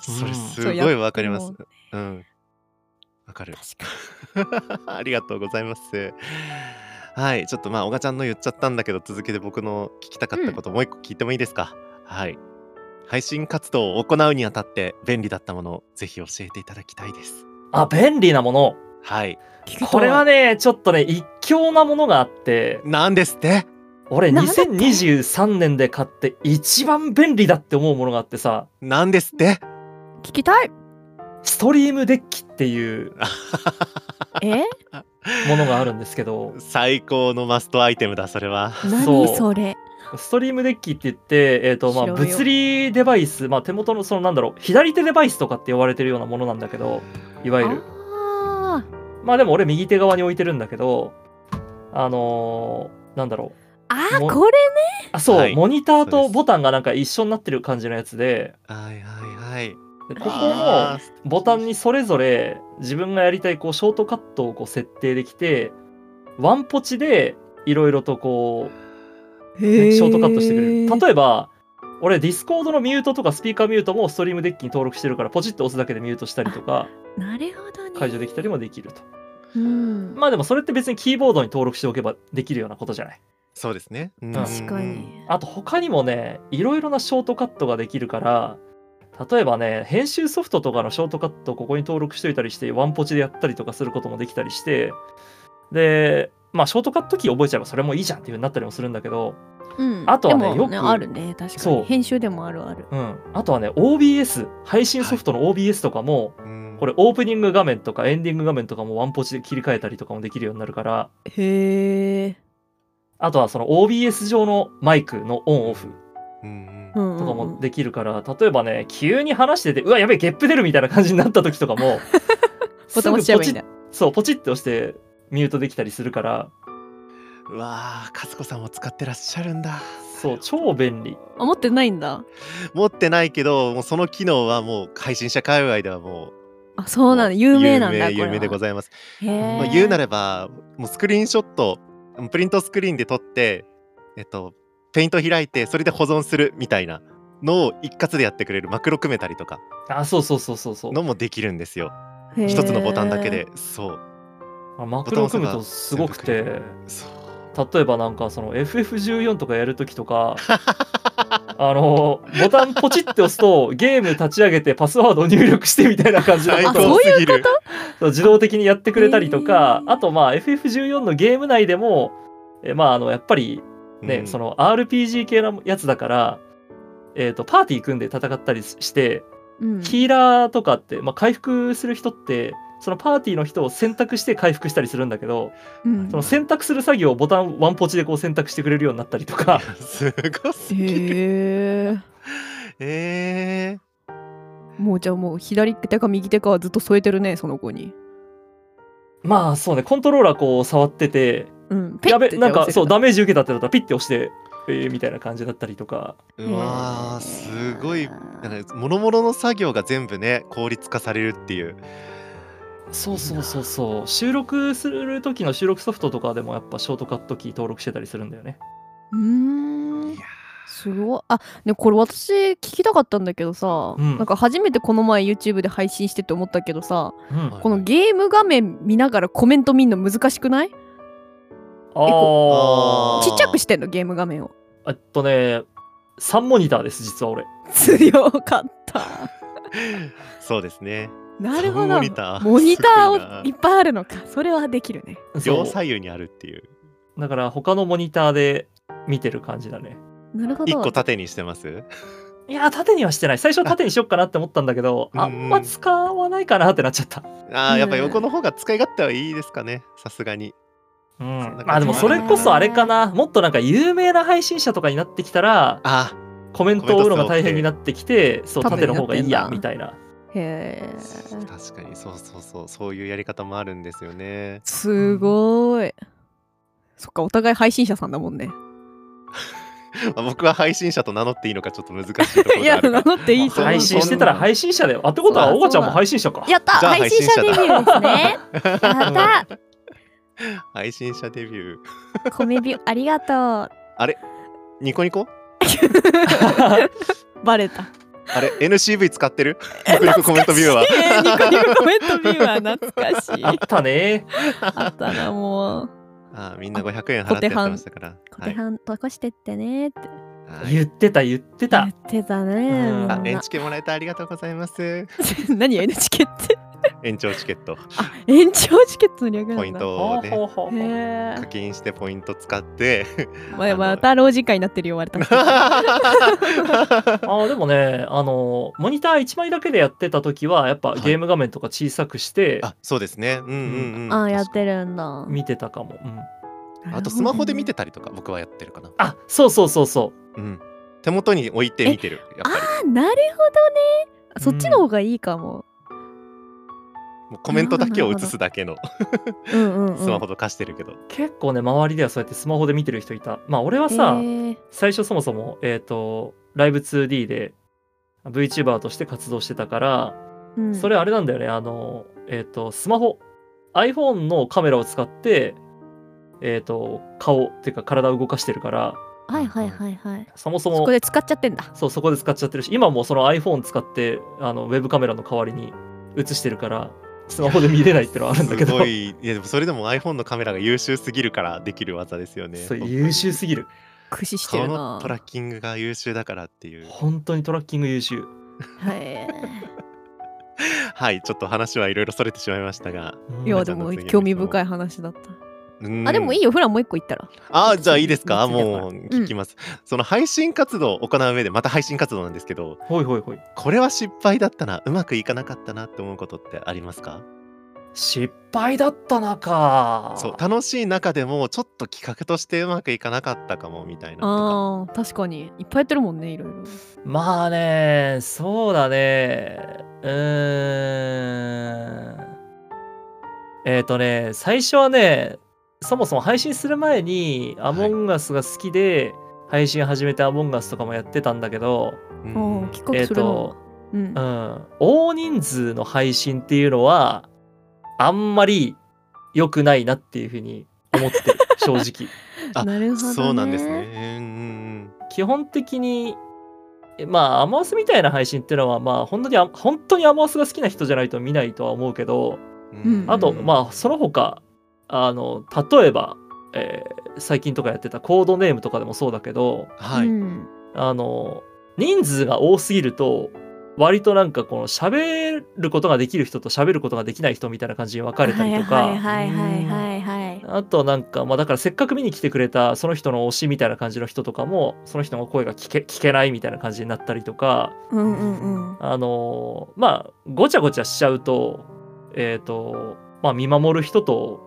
Speaker 1: それすごいわかります
Speaker 2: そう
Speaker 1: う
Speaker 2: や
Speaker 1: んわかる
Speaker 2: 確か
Speaker 1: ありがとうございますはいちょっとまあ小賀ちゃんの言っちゃったんだけど続けて僕の聞きたかったこともう一個聞いてもいいですか、はい配信活動を行うにあたって便利だったものをぜひ教えていただきたいです
Speaker 3: あ便利なもの
Speaker 1: はい
Speaker 2: に
Speaker 3: これはねちょっとね一強なものがあって
Speaker 1: なんですって
Speaker 3: 俺
Speaker 2: なんだって
Speaker 3: 2023年で買って一番便利だって思うものがあってさ
Speaker 1: なんですって
Speaker 2: 聞きたい
Speaker 3: ストリームデッキっていう
Speaker 2: え
Speaker 3: ものがあるんですけど
Speaker 1: 最高のマストアイテムだそれは
Speaker 3: そう
Speaker 2: 何それ
Speaker 3: ストリームデッキって言って、えーとまあ、
Speaker 2: 知らんよ
Speaker 3: 物理デバイス、まあ、手元のそのなんだろう左手デバイスとかって呼ばれてるようなものなんだけどいわゆる
Speaker 2: あー
Speaker 3: まあでも俺右手側に置いてるんだけどあのーなんだろう
Speaker 2: あ
Speaker 3: も
Speaker 2: ーこれ
Speaker 3: あそう、
Speaker 1: はい
Speaker 3: モニター
Speaker 1: そう
Speaker 3: と
Speaker 1: です
Speaker 3: ボタンがなんか一緒になってる感じのやつで
Speaker 1: はいはいはい
Speaker 3: でここも
Speaker 1: あー
Speaker 3: ボタンにそれぞれ自分がやりたいこうショートカットをこう設定できてワンポチでいろいろとこう、ねショートカットしてくれる例えば俺ディスコードのミュートとかスピーカーミュートもストリームデッキに登録してるからポチッと押すだけでミュートしたりとか
Speaker 2: なるほどね
Speaker 3: 解除できたりもできると
Speaker 2: うん
Speaker 3: まあでもそれって別にキーボードに登録しておけばできるようなことじゃない
Speaker 1: そうですね、うん
Speaker 2: 確かに
Speaker 3: あと他にもねいろいろなショートカットができるから例えばね編集ソフトとかのショートカットをここに登録しといたりしてワンポチでやったりとかすることもできたりしてでまあショートカットキー覚えちゃえばそれもいいじゃんっていう風になったりもするんだけど、
Speaker 2: うん
Speaker 3: あとはね
Speaker 2: でも
Speaker 3: よく
Speaker 2: あるね確か
Speaker 3: そう
Speaker 2: に編集でもあるある
Speaker 3: うん、あとはね OBS 配信ソフトの OBS とかも、
Speaker 1: うん
Speaker 3: これオープニング画面とかエンディング画面とかもワンポチで切り替えたりとかもできるようになるから
Speaker 2: へえ
Speaker 3: あとはその OBS 上のマイクのオンオフ
Speaker 1: うん
Speaker 2: う
Speaker 1: うん
Speaker 2: うん
Speaker 3: とかも
Speaker 2: うん
Speaker 3: できるから、例えばね急に話しててうわやべえゲップ出るみたいな感じになった時とか も
Speaker 2: ボタン押しちゃえばいいんだ
Speaker 3: すぐポチッそうポチッと押してミュートできたりするから
Speaker 1: うわあ和子さんも使ってらっしゃるんだ
Speaker 3: そう超便利
Speaker 2: あ持ってないんだ
Speaker 1: 持ってないけどもうその機能はもう配信者界隈ではもう
Speaker 2: あそうなの
Speaker 1: もう
Speaker 2: 有名なんだこれ
Speaker 1: 有
Speaker 2: は
Speaker 1: 名有名でございます、
Speaker 2: へえ
Speaker 1: まあ、言うなればもうスクリーンショットプリントスクリーンで撮ってえっとペイント開いてそれで保存するみたいなのを一括でやってくれるマクロ組めたりとか
Speaker 3: あそうそうそうそうそう
Speaker 1: のもできるんですよ
Speaker 2: へえ
Speaker 1: 一つのボタンだけでそう
Speaker 3: あマクロ組むとすごくて
Speaker 1: ボタン押せそう
Speaker 3: 例えばなんかその FF14 とかやる時 とかあのボタンポチって押すとゲーム立ち上げてパスワードを入力してみたいな感じの
Speaker 1: 最
Speaker 3: こと
Speaker 1: 高
Speaker 3: を
Speaker 1: すぎる
Speaker 3: そう自動的にやってくれたりとか、
Speaker 2: へー
Speaker 3: あとまあ FF14 のゲーム内でも、えまああのやっぱりね、
Speaker 1: うん
Speaker 3: その RPG 系のやつだから、えー、とパーティー組んで戦ったりして、
Speaker 2: うん
Speaker 3: ヒーラーとかって、まあ、回復する人ってそのパーティーの人を選択して回復したりするんだけど
Speaker 2: うん
Speaker 3: その選択する作業をボタンワンポチでこう選択してくれるようになったりとか
Speaker 1: すごすぎる
Speaker 2: へ
Speaker 1: え
Speaker 2: え
Speaker 1: ー
Speaker 2: もうじゃあもう左手か右手かはずっと添えてるねその子に
Speaker 3: まあそうねコントローラーこう触ってて
Speaker 2: うん、
Speaker 3: やべなんかそう
Speaker 2: だ
Speaker 3: ダメージ受けたってなったらピッて押して、えーみたいな感じだったりとか
Speaker 1: うわーすごいなんか諸々の作業が全部ね効率化されるっていう
Speaker 3: そうそうそうそう収録する時の収録ソフトとかでもやっぱショートカットキー登録してたりするんだよね
Speaker 2: うーんすごいあでもこれ私聞きたかったんだけどさ、
Speaker 3: うん
Speaker 2: なんか初めてこの前 YouTube で配信してて思ったけどさ
Speaker 3: うん
Speaker 1: はい
Speaker 2: このゲーム画面見ながらコメント見んの難しくないち
Speaker 1: こ
Speaker 3: あ
Speaker 1: あ
Speaker 3: ー
Speaker 1: ー
Speaker 2: っちゃくしてんのゲーム画面を
Speaker 3: えっとね3モニターです実は俺
Speaker 2: 強かった
Speaker 1: そうですね
Speaker 2: なる
Speaker 1: サブ
Speaker 2: ほ
Speaker 1: モ
Speaker 2: ど
Speaker 1: ニター
Speaker 2: モニタ
Speaker 1: すごい
Speaker 2: ー
Speaker 1: な
Speaker 2: をいっぱいあるのかそれはできるね
Speaker 3: そ
Speaker 1: 両
Speaker 3: う
Speaker 1: 左右にあるっていう
Speaker 3: だから他のモニターで見てる感じだね
Speaker 2: なるほ
Speaker 1: 一
Speaker 2: ど
Speaker 1: 個縦にしてます
Speaker 3: いやー縦にはしてない最初縦にしよっかなって思ったんだけど
Speaker 1: あ
Speaker 3: あんま使わないかなってなっちゃった
Speaker 1: あーやっぱ
Speaker 2: うん
Speaker 1: 横の方が使い勝手はいいですかねさすがに
Speaker 3: う
Speaker 1: そ
Speaker 3: ん
Speaker 1: んな感じ
Speaker 3: まあでもそれこそあれかなもっとなんか有名な配信者とかになってきたら
Speaker 1: あ
Speaker 3: コメントを追うのが大変になってきてそう
Speaker 2: 縦
Speaker 3: 縦
Speaker 2: に
Speaker 3: の
Speaker 2: な
Speaker 3: 方
Speaker 2: っ
Speaker 3: が
Speaker 2: て
Speaker 3: い
Speaker 2: ん
Speaker 3: い
Speaker 2: だ
Speaker 3: やみたいな
Speaker 2: へえ
Speaker 1: 確かにそうそうそうそういうやり方もあるんですよね
Speaker 2: すごいそっかお互い配信者さんだもんね
Speaker 1: まあ僕は配信者と名乗っていいのかちょっと難しいところ
Speaker 2: い
Speaker 1: が
Speaker 2: や
Speaker 1: ある
Speaker 2: 名
Speaker 1: が
Speaker 2: 乗っていいと思う
Speaker 3: 配信してたら配信者だよあってことは
Speaker 2: そうだ
Speaker 3: おがちゃんも配信者か
Speaker 4: やった
Speaker 1: じゃあ
Speaker 4: 配信者デビューですね。やっ た
Speaker 1: 配信者デビュー
Speaker 4: コメビューありがとう。
Speaker 1: ニコニコ
Speaker 2: バレた。
Speaker 1: あれ NCV 使って るニコニココメントビューは
Speaker 2: えー、ニコニココメントビューは懐かしい。
Speaker 3: あ ったね
Speaker 2: あったな、もう。
Speaker 1: あーみんな500円払ってやってましたから
Speaker 4: 小手半残してってねって
Speaker 1: はいはい
Speaker 3: 言ってた言って
Speaker 2: 言
Speaker 3: た
Speaker 2: ってたね。
Speaker 3: うん
Speaker 2: みん
Speaker 1: あ
Speaker 2: な
Speaker 1: エンチケもらえてありがとうございます
Speaker 2: 何 NHK って。
Speaker 1: 延長チケット
Speaker 2: あ、延長チケットの略なんだ。
Speaker 1: ポイント
Speaker 3: ほ
Speaker 1: を
Speaker 3: う
Speaker 1: ね
Speaker 3: ほうほう
Speaker 2: へ
Speaker 3: ほう
Speaker 2: え
Speaker 1: 課。金してポイント使って
Speaker 2: まあ、また老人会になってる よ、私。
Speaker 3: あーでもねあのモニター1枚だけでやってた時はやっぱ
Speaker 1: はい
Speaker 3: ゲーム画面とか小さくして
Speaker 1: あそうですねうんうんうん
Speaker 4: ああやってるんだ。
Speaker 3: 見てたかも、うん
Speaker 1: あとスマホで見てたりとか僕はやってるかな。
Speaker 3: あそうそうそうそ
Speaker 1: うん。手元に置いて見てる。やっぱり。
Speaker 4: あなるほどね。そっちの方がいいかも。
Speaker 1: もうコメントだけを映すだけの
Speaker 4: うんうんうん。
Speaker 1: スマホと貸してるけど。
Speaker 3: う結構ね周りではそうやってスマホで見てる人いたまあ俺は
Speaker 4: へ
Speaker 3: さ、
Speaker 4: ー
Speaker 3: 最初そもそもえっ、とライブ 2D で VTuber として活動してたから、
Speaker 4: うん
Speaker 3: それあれなんだよねあのえっ、とスマホ iPhone のカメラを使ってえっ、と顔っていうか体を動かしてるから
Speaker 4: はいはいはいはい。
Speaker 3: そもそ
Speaker 2: そ
Speaker 3: も
Speaker 2: こで使っちゃってんだ。
Speaker 3: そうそこで使っちゃってるし今もその iPhone 使ってあのウェブカメラの代わりに映してるからスマホで見れないってのはあるんだけ
Speaker 1: す
Speaker 3: ど
Speaker 1: ごい。いやでもそれでも iPhone のカメラが優秀すぎるからできる技ですよね。
Speaker 3: そう優秀すぎる
Speaker 2: 駆使して
Speaker 1: 顔
Speaker 2: る
Speaker 1: の
Speaker 2: な
Speaker 1: ト。ラッキングが優秀だからっていう。
Speaker 3: 本当にトラッキング優秀
Speaker 4: はい。
Speaker 1: はい。ちょっと話はいろいろそれてしまいましたが。
Speaker 2: いや、でも興味深い話だった。
Speaker 1: うん
Speaker 2: あ、でもいいよ、フランもう一個言ったら。
Speaker 1: あーじゃあいいですか
Speaker 2: 三つだから
Speaker 1: もう聞きます、その配信活動を行う上でまた配信活動なんですけど
Speaker 3: ほいほいほい
Speaker 1: これは失敗だったなうまくいかなかったなって思うことってありますか
Speaker 3: 失敗だったなか
Speaker 1: そう楽しい中でもちょっと企画としてうまくいかなかったかもみたいなとか
Speaker 2: ああ、確かに。いっぱいやってるもんね、いろいろ。
Speaker 3: まあねそうだねうーんえっ、とね最初はねそもそも配信する前にアモンガスが好きで配信始めてアモンガスとかもやってたんだけど、
Speaker 1: うん
Speaker 2: ああ、企
Speaker 3: え
Speaker 2: 画
Speaker 3: っ、
Speaker 2: するの
Speaker 3: と。
Speaker 2: うん
Speaker 3: う。ん、大人数の配信っていうのはあんまり良くないなっていうふうに 思ってる正直
Speaker 1: あ
Speaker 2: なるほど、ね。
Speaker 1: そうなんですね。うんうん
Speaker 3: 基本的にえまあアマオスみたいな配信っていうのはまあ本当にあ本当にアマオスが好きな人じゃないと見ないとは思うけど
Speaker 1: うん
Speaker 2: うん
Speaker 3: あとまあその他あの例えば、えー最近とかやってたコードネームとかでもそうだけど
Speaker 1: あはい、
Speaker 4: うん
Speaker 3: あの人数が多すぎると割となんかこの喋ることができる人と喋ることができない人みたいな感じに分かれたりとか、
Speaker 4: はいはいはいはいはいはい。
Speaker 3: あとなんかまあだからせっかく見に来てくれたその人の推しみたいな感じの人とかもその人の声が聞け聞けないみたいな感じになったりとか
Speaker 4: うんうんうん。
Speaker 3: あのーまあごちゃごちゃしちゃうとえっ、とまあ見守る人と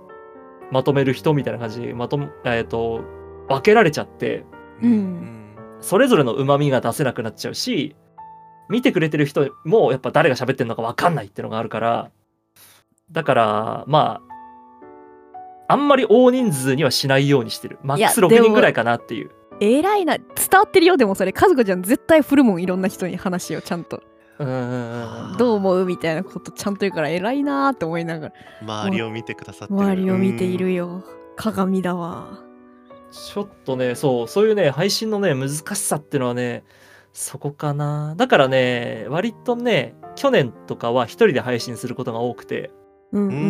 Speaker 3: まとめる人みたいな感じにまとめえっ、と分けられちゃって
Speaker 4: うん
Speaker 3: それぞれのうまみが出せなくなっちゃうし見てくれてる人もやっぱ誰が喋ってるのか分かんないっていうのがあるからだからまああんまり大人数にはしないようにしてるマックス6人ぐらいかなっていう
Speaker 2: 偉いな伝わってるよでもそれ和子ちゃん絶対振るもんいろんな人に話をちゃんと
Speaker 3: うーん
Speaker 2: どう思うみたいなことちゃんと言うから偉いなーって思いながら
Speaker 1: 周りを見てくださってる
Speaker 2: 周りを見てい
Speaker 1: うん
Speaker 2: るよ鏡だわ
Speaker 3: ちょっとねそうそういうね配信のね難しさっていうのはねそこかなだからね割とね去年とかは一人で配信することが多くて
Speaker 2: うんう
Speaker 1: うん
Speaker 2: うん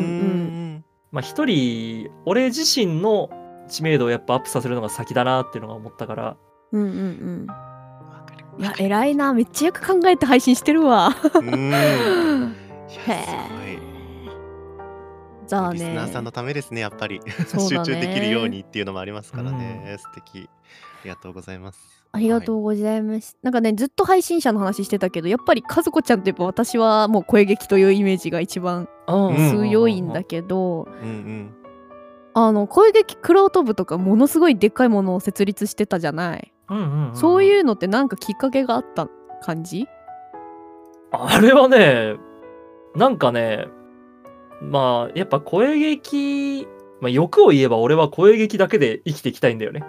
Speaker 1: ん
Speaker 3: まあ一人俺自身の知名度をやっぱアップさせるのが先だなっていうのが思ったから
Speaker 2: うんうんうん
Speaker 1: わかる
Speaker 2: いや偉いなめっちゃよく考えて配信してるわ
Speaker 1: うんいやす
Speaker 2: へ
Speaker 1: ごい
Speaker 2: じゃあ
Speaker 1: リス
Speaker 2: ね
Speaker 1: ナーさんのためですねやっぱり、
Speaker 2: そう
Speaker 1: 集
Speaker 2: だね
Speaker 1: 中できるようにっていうのもありますからね、素敵ありがとうございます
Speaker 2: ありがとうございます、なんかねずっと配信者の話してたけどやっぱり和子ちゃんといえば私はもう声劇というイメージが一番
Speaker 1: うん
Speaker 2: 強いんだ
Speaker 3: け
Speaker 2: けど、
Speaker 1: はい、うん
Speaker 2: あの声劇クロート部とかものすごいでっかいものを設立してたじゃない、
Speaker 3: ど、うんうんうん
Speaker 2: そういうのってなんかきっかけがあった感じ
Speaker 3: あれはね、なんかね、まあ、やっぱ声劇、まあ、欲を言えば俺は声劇だけで生きていきたいんだよね。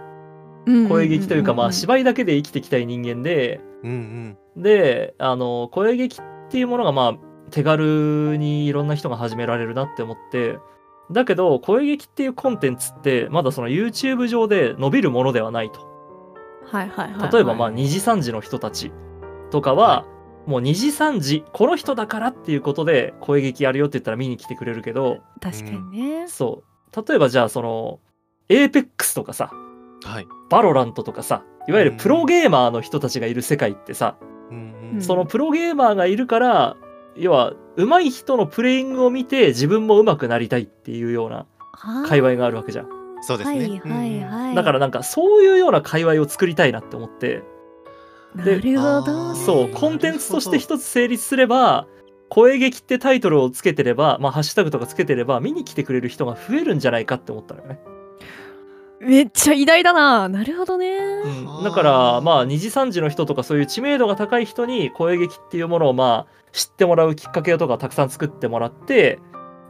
Speaker 3: 声劇というか、まあ、芝居だけで生きていきたい人間で、
Speaker 1: うんうん
Speaker 3: で、あの、声劇っていうものが、まあ、手軽にいろんな人が始められるなって思って、だけど、声劇っていうコンテンツって、まだその YouTube 上で伸びるものではないと。
Speaker 2: はいはいはい、
Speaker 3: 例えばまあ2時3時の人たちとかは、もう2時3時この人だからっていうことで声劇やるよって言ったら見に来てくれるけど
Speaker 2: 確かにね、
Speaker 3: そう例えばじゃあその APEX とかさ
Speaker 1: はい
Speaker 3: バロラントとかさいわゆる
Speaker 1: うん
Speaker 3: プロゲーマーの人たちがいる世界ってさ、
Speaker 1: うん
Speaker 2: うん
Speaker 3: そのプロゲーマーがいるから要は上手い人のプレイングを見て自分も上手くなりたいっていうような
Speaker 4: はあ
Speaker 3: 界隈があるわけじゃん
Speaker 1: そうですね
Speaker 4: はいはいはい。
Speaker 3: だからなんかそういうような界隈を作りたいなって思って
Speaker 2: な
Speaker 3: で
Speaker 2: るほど
Speaker 1: あー
Speaker 2: ね
Speaker 3: そうコンテンツとして一つ成立すれば声劇ってタイトルをつけてれば、まあ、ハッシュタグとかつけてれば見に来てくれる人が増えるんじゃないかって思ったのよね、
Speaker 2: めっちゃ偉大だななるほどね、
Speaker 1: ん
Speaker 3: だからまあ2次3次の人とかそういう知名度が高い人に声劇っていうものをまあ知ってもらうきっかけとかたくさん作ってもらって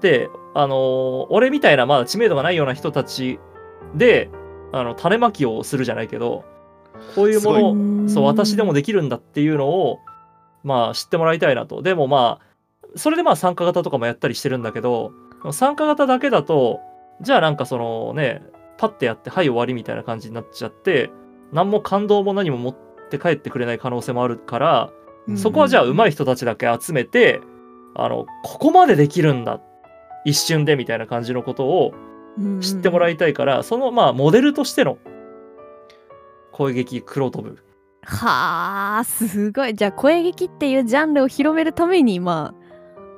Speaker 3: であのー俺みたいなまだ知名度がないような人たちであの種まきをするじゃないけどこういうも
Speaker 1: す
Speaker 3: の
Speaker 1: ご
Speaker 3: をそう私でもできるんだっていうのをまあ知ってもらいたいなとでもまあそれでまあ参加型とかもやったりしてるんだけどでも参加型だけだとじゃあなんかそのねパッてやってはい終わりみたいな感じになっちゃって何も感動も何も持って帰ってくれない可能性もあるから
Speaker 2: うん
Speaker 3: そこはじゃあ上手い人たちだけ集めてあのここまでできるんだ一瞬でみたいな感じのことを知ってもら
Speaker 2: い
Speaker 3: いたいからそのまあモデルとしての攻撃黒飛ぶ
Speaker 2: はあすごいじゃあ声劇っていうジャンルを広めるためにまあ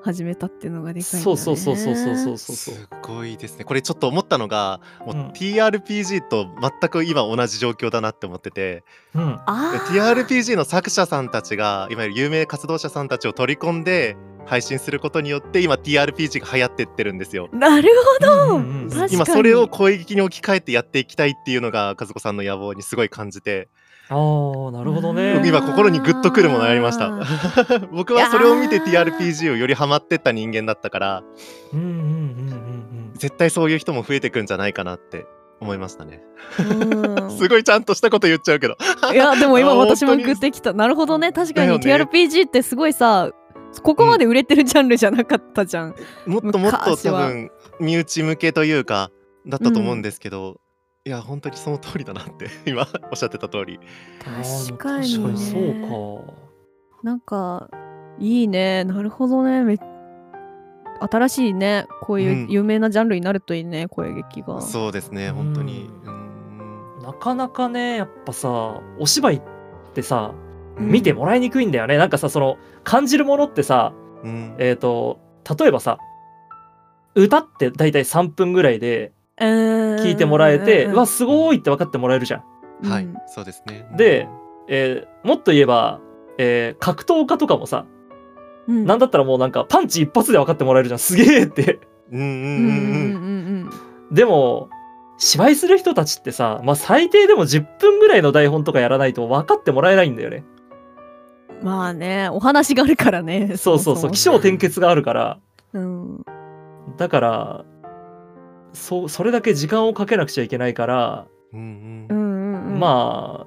Speaker 2: 始めたっていうのがでかいんだ、ね、
Speaker 3: そうそうそうそうそうそうそうそう
Speaker 1: すごいですねこれちょっと思ったのがもううん TRPG と全く今同じ状況だなって思ってて、
Speaker 3: うん
Speaker 2: あー
Speaker 1: TRPG の作者さんたちがいわゆる有名活動者さんたちを取り込んで配信することによって今 TRPG が流行ってってるんですよ。
Speaker 2: なるほど、
Speaker 3: うんうんうん
Speaker 2: 確かに
Speaker 1: 今それを攻撃に置き換えてやっていきたいっていうのが和子さんの野望にすごい感じて
Speaker 3: ああなるほど
Speaker 2: うん
Speaker 3: ね。
Speaker 1: 今心にグッとくるものがありました
Speaker 2: あ
Speaker 1: 僕はそれを見て
Speaker 2: いやー
Speaker 1: TRPG をよりハマってった人間だったから
Speaker 3: うんうんうんうん
Speaker 1: 絶対そういう人も増えてくんじゃないかなって思いましたね
Speaker 2: うん
Speaker 1: すごいちゃんとしたこと言っちゃうけど
Speaker 2: いやでも今
Speaker 1: あ本当
Speaker 2: 私も
Speaker 1: に
Speaker 2: グッてきたなるほどね確かに
Speaker 1: だよね
Speaker 2: TRPG ってすごいさここまで売れてるジャンルじゃなかったじゃん、
Speaker 1: もっともっと
Speaker 2: 昔
Speaker 1: 多
Speaker 2: は
Speaker 1: 分身内向けというかだったと思うんですけど、いや本当にその通りだなって 今おっしゃってた通り
Speaker 2: 確かに
Speaker 3: 確
Speaker 2: ね
Speaker 3: かにそうか。
Speaker 2: なんかいいねなるほどねめ新しいねこういううん有名なジャンルになるといいね、声劇が
Speaker 1: そうですね本当に
Speaker 3: う
Speaker 1: うん
Speaker 3: なかなかねやっぱさお芝居ってさ
Speaker 2: うん
Speaker 3: 見てもらいにくいんだよね。なんかさその感じるものってさ
Speaker 1: うん
Speaker 3: えっ、と例えばさ歌って大体3分ぐらいで
Speaker 2: 聞
Speaker 3: 聞いてもらえて、うわすごいって分かってもらえるじゃん。
Speaker 1: はいそうですね
Speaker 3: でえーもっと言えば、えー格闘家とかもさなんだったらもうなんかパンチ一発で分かってもらえるじゃんすげえって。
Speaker 1: うんう
Speaker 2: うんん
Speaker 1: うん
Speaker 2: う
Speaker 1: うん
Speaker 2: んうん
Speaker 3: でも芝居する人たちってさ、まあ、最低でも10分ぐらいの台本とかやらないと分かってもらえないんだよね。
Speaker 2: うんまあねお話があるから ね
Speaker 3: そうそうそう
Speaker 2: も
Speaker 3: 起承転結があるから
Speaker 2: もうん
Speaker 3: だからそうそれだけ時間をかけなくちゃいけないから、
Speaker 1: うん
Speaker 2: う
Speaker 1: うん
Speaker 2: んうんうん、
Speaker 3: ま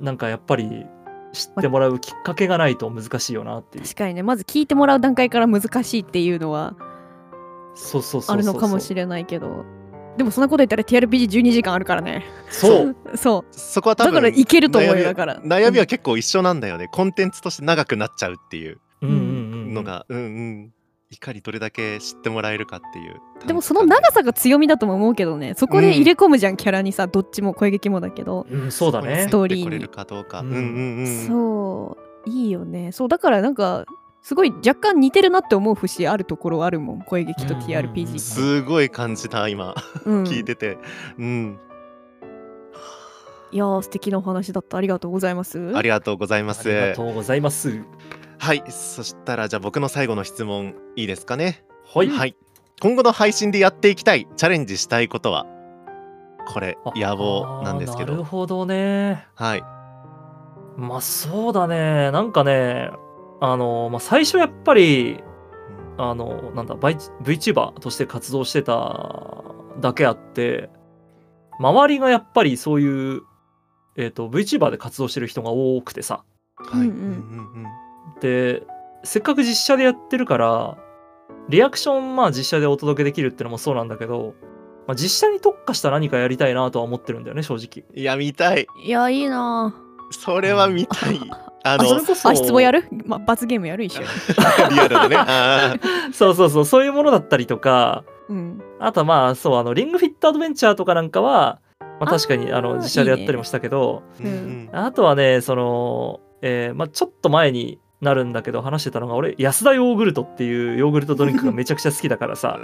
Speaker 3: あなんかやっぱり知ってもらうきっかけがないと難しいよなっていう
Speaker 2: 確かにねまず聞いてもらう段階から難しいっていうのは
Speaker 3: そうそうそ
Speaker 2: あ
Speaker 3: う
Speaker 2: る
Speaker 3: そ
Speaker 2: の
Speaker 3: う
Speaker 2: かもしれないけどでもそんなこと言ったら TRPG12 時間あるからね
Speaker 1: そう
Speaker 2: そう
Speaker 1: そこは多
Speaker 2: だ
Speaker 1: 分
Speaker 2: からいけると思う
Speaker 1: 悩み
Speaker 2: よ
Speaker 1: は
Speaker 2: だから
Speaker 1: 悩みは結構一緒なんだよね、コンテンツとして長くなっちゃうっていう
Speaker 3: うんうんうんうん
Speaker 1: のが、うんうん、いかにどれだけ知ってもらえるかっていう
Speaker 2: でもその長さが強みだとも思うけどねそこで入れ込むじゃん、キャラにさどっちも攻撃もだけど、
Speaker 3: うんそうだね
Speaker 2: ストーリーに
Speaker 1: にれるかどうか、
Speaker 3: う
Speaker 1: うんん、うんうん
Speaker 2: そういいよねそうだからなんかすごい若干似てるなって思う節あるところはあるもん声劇と
Speaker 3: うんうんうん
Speaker 2: TRPG
Speaker 1: すごい感じた今、
Speaker 2: うん、
Speaker 1: 聞いてて、うん、
Speaker 2: いやー素敵なお話だったありがとうございます
Speaker 1: ありがとうございま
Speaker 3: あ
Speaker 1: す
Speaker 3: りがとうございます
Speaker 1: はいそしたらじゃあ僕の最後の質問いいですかね
Speaker 3: はい、
Speaker 1: はい今後の配信でやっていきたいチャレンジしたいことはこれ
Speaker 3: あ
Speaker 1: 野望なんですけ
Speaker 3: なる
Speaker 1: ど
Speaker 3: ほどね
Speaker 1: はい
Speaker 3: まあそうだねなんかねあの、まあ、最初やっぱりあのなんだバイ VTuber として活動してただけあって周りがやっぱりそういう、えー、と VTuber で活動してる人が多くてさ
Speaker 1: はい、
Speaker 2: うんうん
Speaker 1: うん
Speaker 3: でせっかく実写でやってるからリアクションまあ実写でお届けできるってのもそうなんだけど、まあ、実写に特化した何かやりたいなとは思ってるんだよね正直。
Speaker 1: いや見たい
Speaker 2: いやいいなー
Speaker 1: それは見たい、あ
Speaker 3: あそれ
Speaker 1: の
Speaker 3: こそ
Speaker 2: 足つぼやる、ま、罰ゲームや る一緒に、
Speaker 1: リアルだねあー
Speaker 3: そうそうそうそういうものだったりとか
Speaker 2: うん、
Speaker 3: あとはまあそうあのリングフィットアドベンチャーとかなんかは、まあ、
Speaker 2: あー
Speaker 3: 確かにあの実写でやったりもしたけど
Speaker 1: うんうん
Speaker 3: あとはねその、えーまあ、ちょっと前になるんだけど話してたのが俺安田ヨーグルトっていうヨーグルトドリンクがめちゃくちゃ好きだか らさ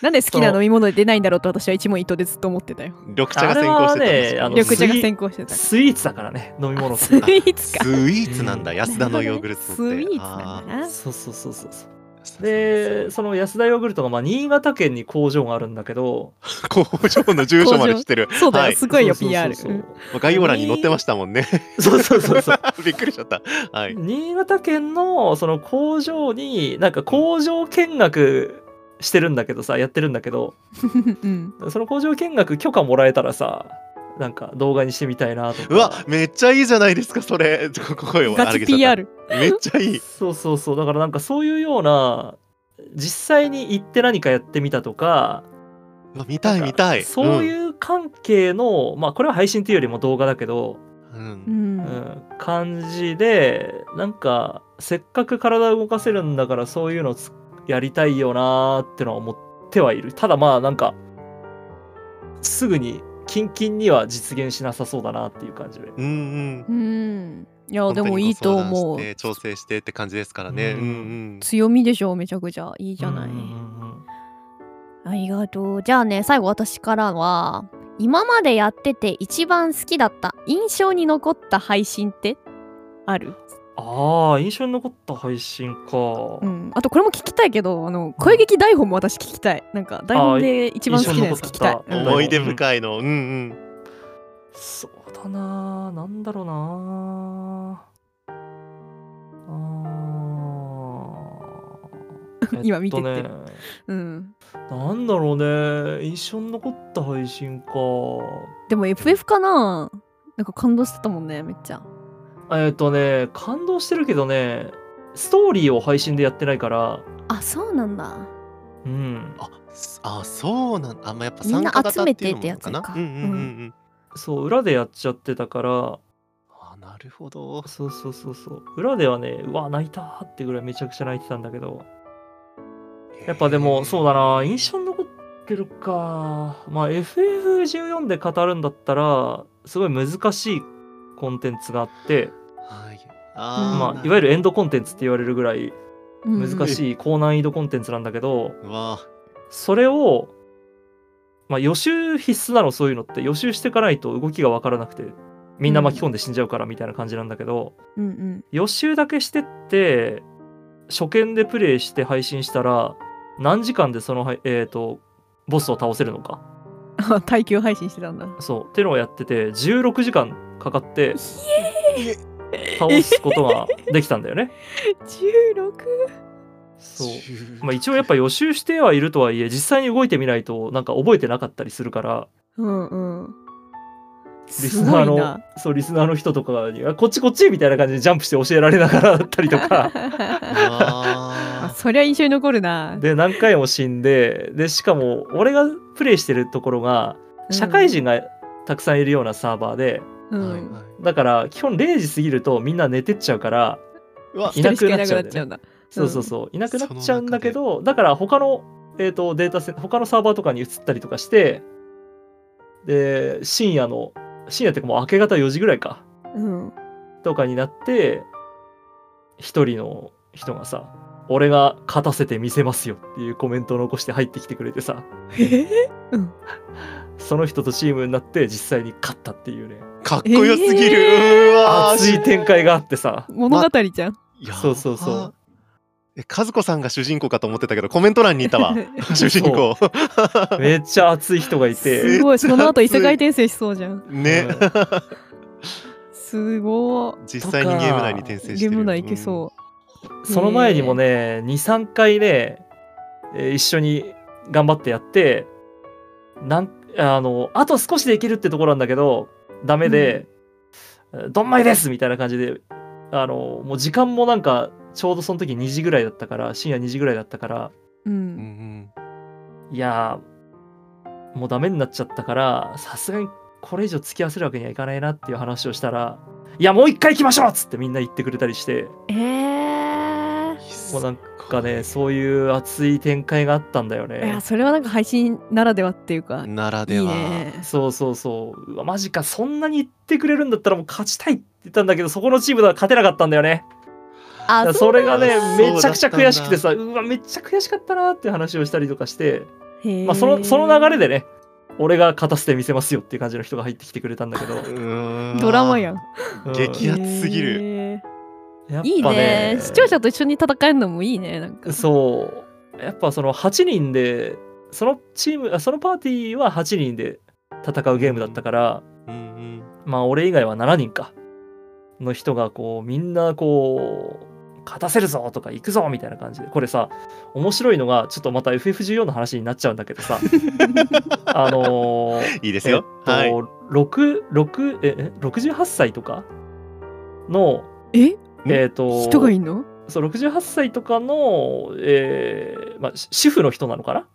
Speaker 2: なんで好きな飲み物で出ないんだろうと私は一問一答でずっと思ってたよ
Speaker 1: 緑茶が
Speaker 3: あれ
Speaker 1: 先行してたん
Speaker 3: は
Speaker 1: です
Speaker 3: ね
Speaker 1: け
Speaker 3: あ
Speaker 1: ど
Speaker 3: の
Speaker 2: 緑茶が先行してたス
Speaker 3: スイーツだからね飲み
Speaker 2: イ
Speaker 3: 物って
Speaker 2: ーツか
Speaker 1: スイーツなんだ安田のヨーグルトって
Speaker 2: スイーツなんだな
Speaker 3: そうそうそうそうそう
Speaker 1: あー
Speaker 3: でその安田ヨーグルトがまあ新潟県に工場があるんだけど
Speaker 1: 工場の住所まで来てる
Speaker 2: そうだよ、
Speaker 1: はい
Speaker 2: すごいよ
Speaker 3: そうそう
Speaker 2: PR
Speaker 3: そうそう
Speaker 1: 概要欄に載ってましたもんね
Speaker 3: そうそう そうそう
Speaker 1: びっくりしちゃったはい
Speaker 3: 新潟県のその工場になんか工場見学してるんだけどさやってるんだけど
Speaker 2: うん
Speaker 3: その工場見学許可もらえたらさなんか動画にしてみたいなとか
Speaker 1: うわめっちゃいいじゃないですかそれここ声を
Speaker 2: ガチ
Speaker 1: 荒げちゃっ
Speaker 2: PR
Speaker 1: ためっちゃいい
Speaker 3: そうそうそうだからなんかそういうような実際に行って何かやってみたとか
Speaker 1: うわ見たい見たい
Speaker 3: そう
Speaker 1: う
Speaker 3: いう関係の、まあこれは配信っていうよりも動画だけど、
Speaker 1: ん、うん
Speaker 2: うん
Speaker 3: うん、感じでなんかせっかく体を動かせるんだからそういうのつやりたいよなーってのは思ってはいるただまあなんかすぐにキンキンには実現しなさそうだなっていう感じで。
Speaker 1: うんうん
Speaker 2: うんいや
Speaker 1: 本
Speaker 2: で
Speaker 1: 当に
Speaker 2: もいいと思
Speaker 1: ご相
Speaker 2: う
Speaker 1: 談して調整してって感じですからね
Speaker 3: う
Speaker 1: うんん
Speaker 2: 強みでしょめちゃくちゃいいじゃない、
Speaker 3: うんうんうん
Speaker 4: ありがとう。じゃあね、最後私からは、今までやってて一番好きだった、印象に残った配信って
Speaker 2: ある、
Speaker 3: ああ印象に残った配信か、
Speaker 2: うん、あとこれも聞きたいけどあの声劇台本も私聞きたいなんか台本で一番好きなやつ聞きたい
Speaker 3: 印象に
Speaker 1: うん
Speaker 3: 残っ、た
Speaker 2: うん
Speaker 1: 思い出深いのうんうん
Speaker 3: そうだなーなんだろうな ーあー
Speaker 2: 今見てって
Speaker 3: えっとね
Speaker 2: うん、
Speaker 3: なんだろうね印象に残った配信か
Speaker 2: でも FF かななんか感動してたもんねめっちゃ
Speaker 3: えっ、とね感動してるけどねストーリーを配信でやってないから
Speaker 4: あ、そうなんだ。
Speaker 3: うん
Speaker 1: あすあそうなんあんまやっぱ
Speaker 4: みん
Speaker 1: 参
Speaker 4: な
Speaker 1: 加型って
Speaker 4: 集めて
Speaker 1: いうの
Speaker 4: っ
Speaker 1: も
Speaker 4: て
Speaker 1: あ
Speaker 4: や
Speaker 1: る
Speaker 4: つか
Speaker 1: かなうんうんうんうん
Speaker 3: そう裏でやっちゃってたから
Speaker 1: あなるほど
Speaker 3: そうそうそうそう裏ではねうわ泣いたーってぐらいめちゃくちゃ泣いてたんだけどやっぱでもそうだな印象に残ってるかまあ FF14 で語るんだったらすごい難しいコンテンツがあって、
Speaker 1: はい
Speaker 2: うん
Speaker 1: あ
Speaker 3: まあ、いわゆ
Speaker 1: る
Speaker 3: るエンドコンテンツって言われるぐらい
Speaker 2: うんうん
Speaker 3: 難しい高難易度コンテンツなんだけど
Speaker 1: うわ
Speaker 3: それを、まあ、予習必須なのそういうのって予習していかないと動きが分からなくてみんな巻き込んで死んじゃうからみたいな感じなんだけど、
Speaker 2: うんうん
Speaker 3: 予習だけしてって初見でプレイして配信したら何時間でそのはい、えー、とボスを倒せるのか
Speaker 2: あ耐久配信してたんだ
Speaker 3: そうっていうのをやってて16時間かかって
Speaker 1: え
Speaker 3: 倒すことができたんだよね。
Speaker 2: 16
Speaker 3: そうまあ、一応やっぱ予習してはいるとはいえ実際に動いてみないとなんか覚えてなかったりするから
Speaker 2: うんうん。
Speaker 3: リ
Speaker 2: す
Speaker 3: スナ
Speaker 2: ご
Speaker 3: ー
Speaker 2: い
Speaker 3: の
Speaker 2: な。
Speaker 3: そうリスナーの人とかにあこっちこっちみたいな感じでジャンプして教えられながらだ ったりと
Speaker 2: あ
Speaker 3: か
Speaker 1: あ
Speaker 2: そりゃ印象に残るな。
Speaker 3: で何回も死んででしかも俺がプレイしてるところが社会人がたくさんいるようなサーバーで、
Speaker 2: う
Speaker 1: ー
Speaker 2: ん。
Speaker 1: は
Speaker 2: う
Speaker 1: い
Speaker 2: ん
Speaker 1: はいう
Speaker 3: だから基本0時過ぎるとみんな寝てっちゃうから
Speaker 1: うわ
Speaker 3: い
Speaker 2: 一
Speaker 3: な
Speaker 2: 人し
Speaker 3: く
Speaker 2: か
Speaker 3: ない
Speaker 2: な
Speaker 3: っち
Speaker 2: くな
Speaker 3: ゃう
Speaker 2: っ
Speaker 3: んだよね
Speaker 2: ちゃうんだ。
Speaker 3: そうそうそういなくなっちゃうんだけどだから他の、えー、とデータセ他のサーバーとかに移ったりとかしてで深夜の深夜ってかもう明け方4時ぐらいか
Speaker 2: うん。
Speaker 3: とかになって一人の人がさ俺が勝たせてみせますよっていうコメントを残して入ってきてくれてさ
Speaker 2: え
Speaker 3: その人とチームになって実際に勝ったっていうね
Speaker 1: かっこよすぎる、
Speaker 2: えー
Speaker 1: うわー
Speaker 3: 熱い展開があっ てさ
Speaker 2: 物語じゃん。
Speaker 1: いや
Speaker 3: そうそうそう
Speaker 1: あえ和子さんが主人公かと思ってたけどコメント欄にいた わ主人公
Speaker 3: めっちゃ熱い人がい
Speaker 2: す
Speaker 3: て
Speaker 2: ごい。その後異世界転生しそうじゃん。
Speaker 1: ね、
Speaker 3: う
Speaker 2: すごー
Speaker 1: 実際にゲーム内に転生して
Speaker 2: ゲ
Speaker 1: る
Speaker 2: ーム内いけ
Speaker 1: うん
Speaker 2: そう。
Speaker 3: その前にもね23回ね、えー一緒に頑張ってやってなんあのあと少しでいけるってところなんだけどダメで「どんまいです!」みたいな感じであのもう時間もなんかちょうどその時2時ぐらいだったから深夜2時ぐらいだったから
Speaker 2: え。う
Speaker 1: うん
Speaker 2: ん。
Speaker 3: いやーもうダメになっちゃったからさすがにこれ以上付き合わせるわけにはいかないなっていう話をしたら「いやもう一回行きましょう!」っつってみんな言ってくれたりして。
Speaker 4: えー、
Speaker 3: もうなんかねそういう熱い展開があったんだよ
Speaker 2: いや
Speaker 3: ね
Speaker 2: それはなんか配信ならではっていうか。
Speaker 1: なら
Speaker 2: い
Speaker 1: で
Speaker 2: い
Speaker 1: は
Speaker 2: ね。
Speaker 3: そうそうそううわマジかそんなに言ってくれるんだったらもう勝ちたいって言ったんだけどそこのチームでは勝てなかったんだよねだか
Speaker 4: あ
Speaker 3: らそれがね
Speaker 1: そうなんだ
Speaker 3: めちゃくちゃ悔しくてさうわめっちゃ悔しかったなっていう話をしたりとかして、
Speaker 2: へー
Speaker 3: まあ、そのその流れでね俺が勝たせてみせますよっていう感じの人が入ってきてくれたんだけど
Speaker 1: うーん
Speaker 2: ドラマやん。
Speaker 1: 激アツすぎる
Speaker 2: る。
Speaker 3: やっぱ
Speaker 2: いいね。視聴者と一緒に戦えるのもいいね。なんか。
Speaker 3: そうやっぱその8人でそのチームあそのパーティーは8人で戦うゲームだったから、
Speaker 1: うん
Speaker 3: まあ俺以外は7人かの人がこうみんなこう勝たせるぞとか行くぞみたいな感じでこれさ面白いのがちょっとまた FF14 の話になっちゃうんだけ どさあのー
Speaker 1: うんいいですよ、
Speaker 3: えっ
Speaker 1: は
Speaker 3: と六六ええ68歳とかの
Speaker 2: え
Speaker 3: えっと
Speaker 2: 人がいんの？
Speaker 3: そう68歳とかの、えーまあ、し主婦の人なのかな、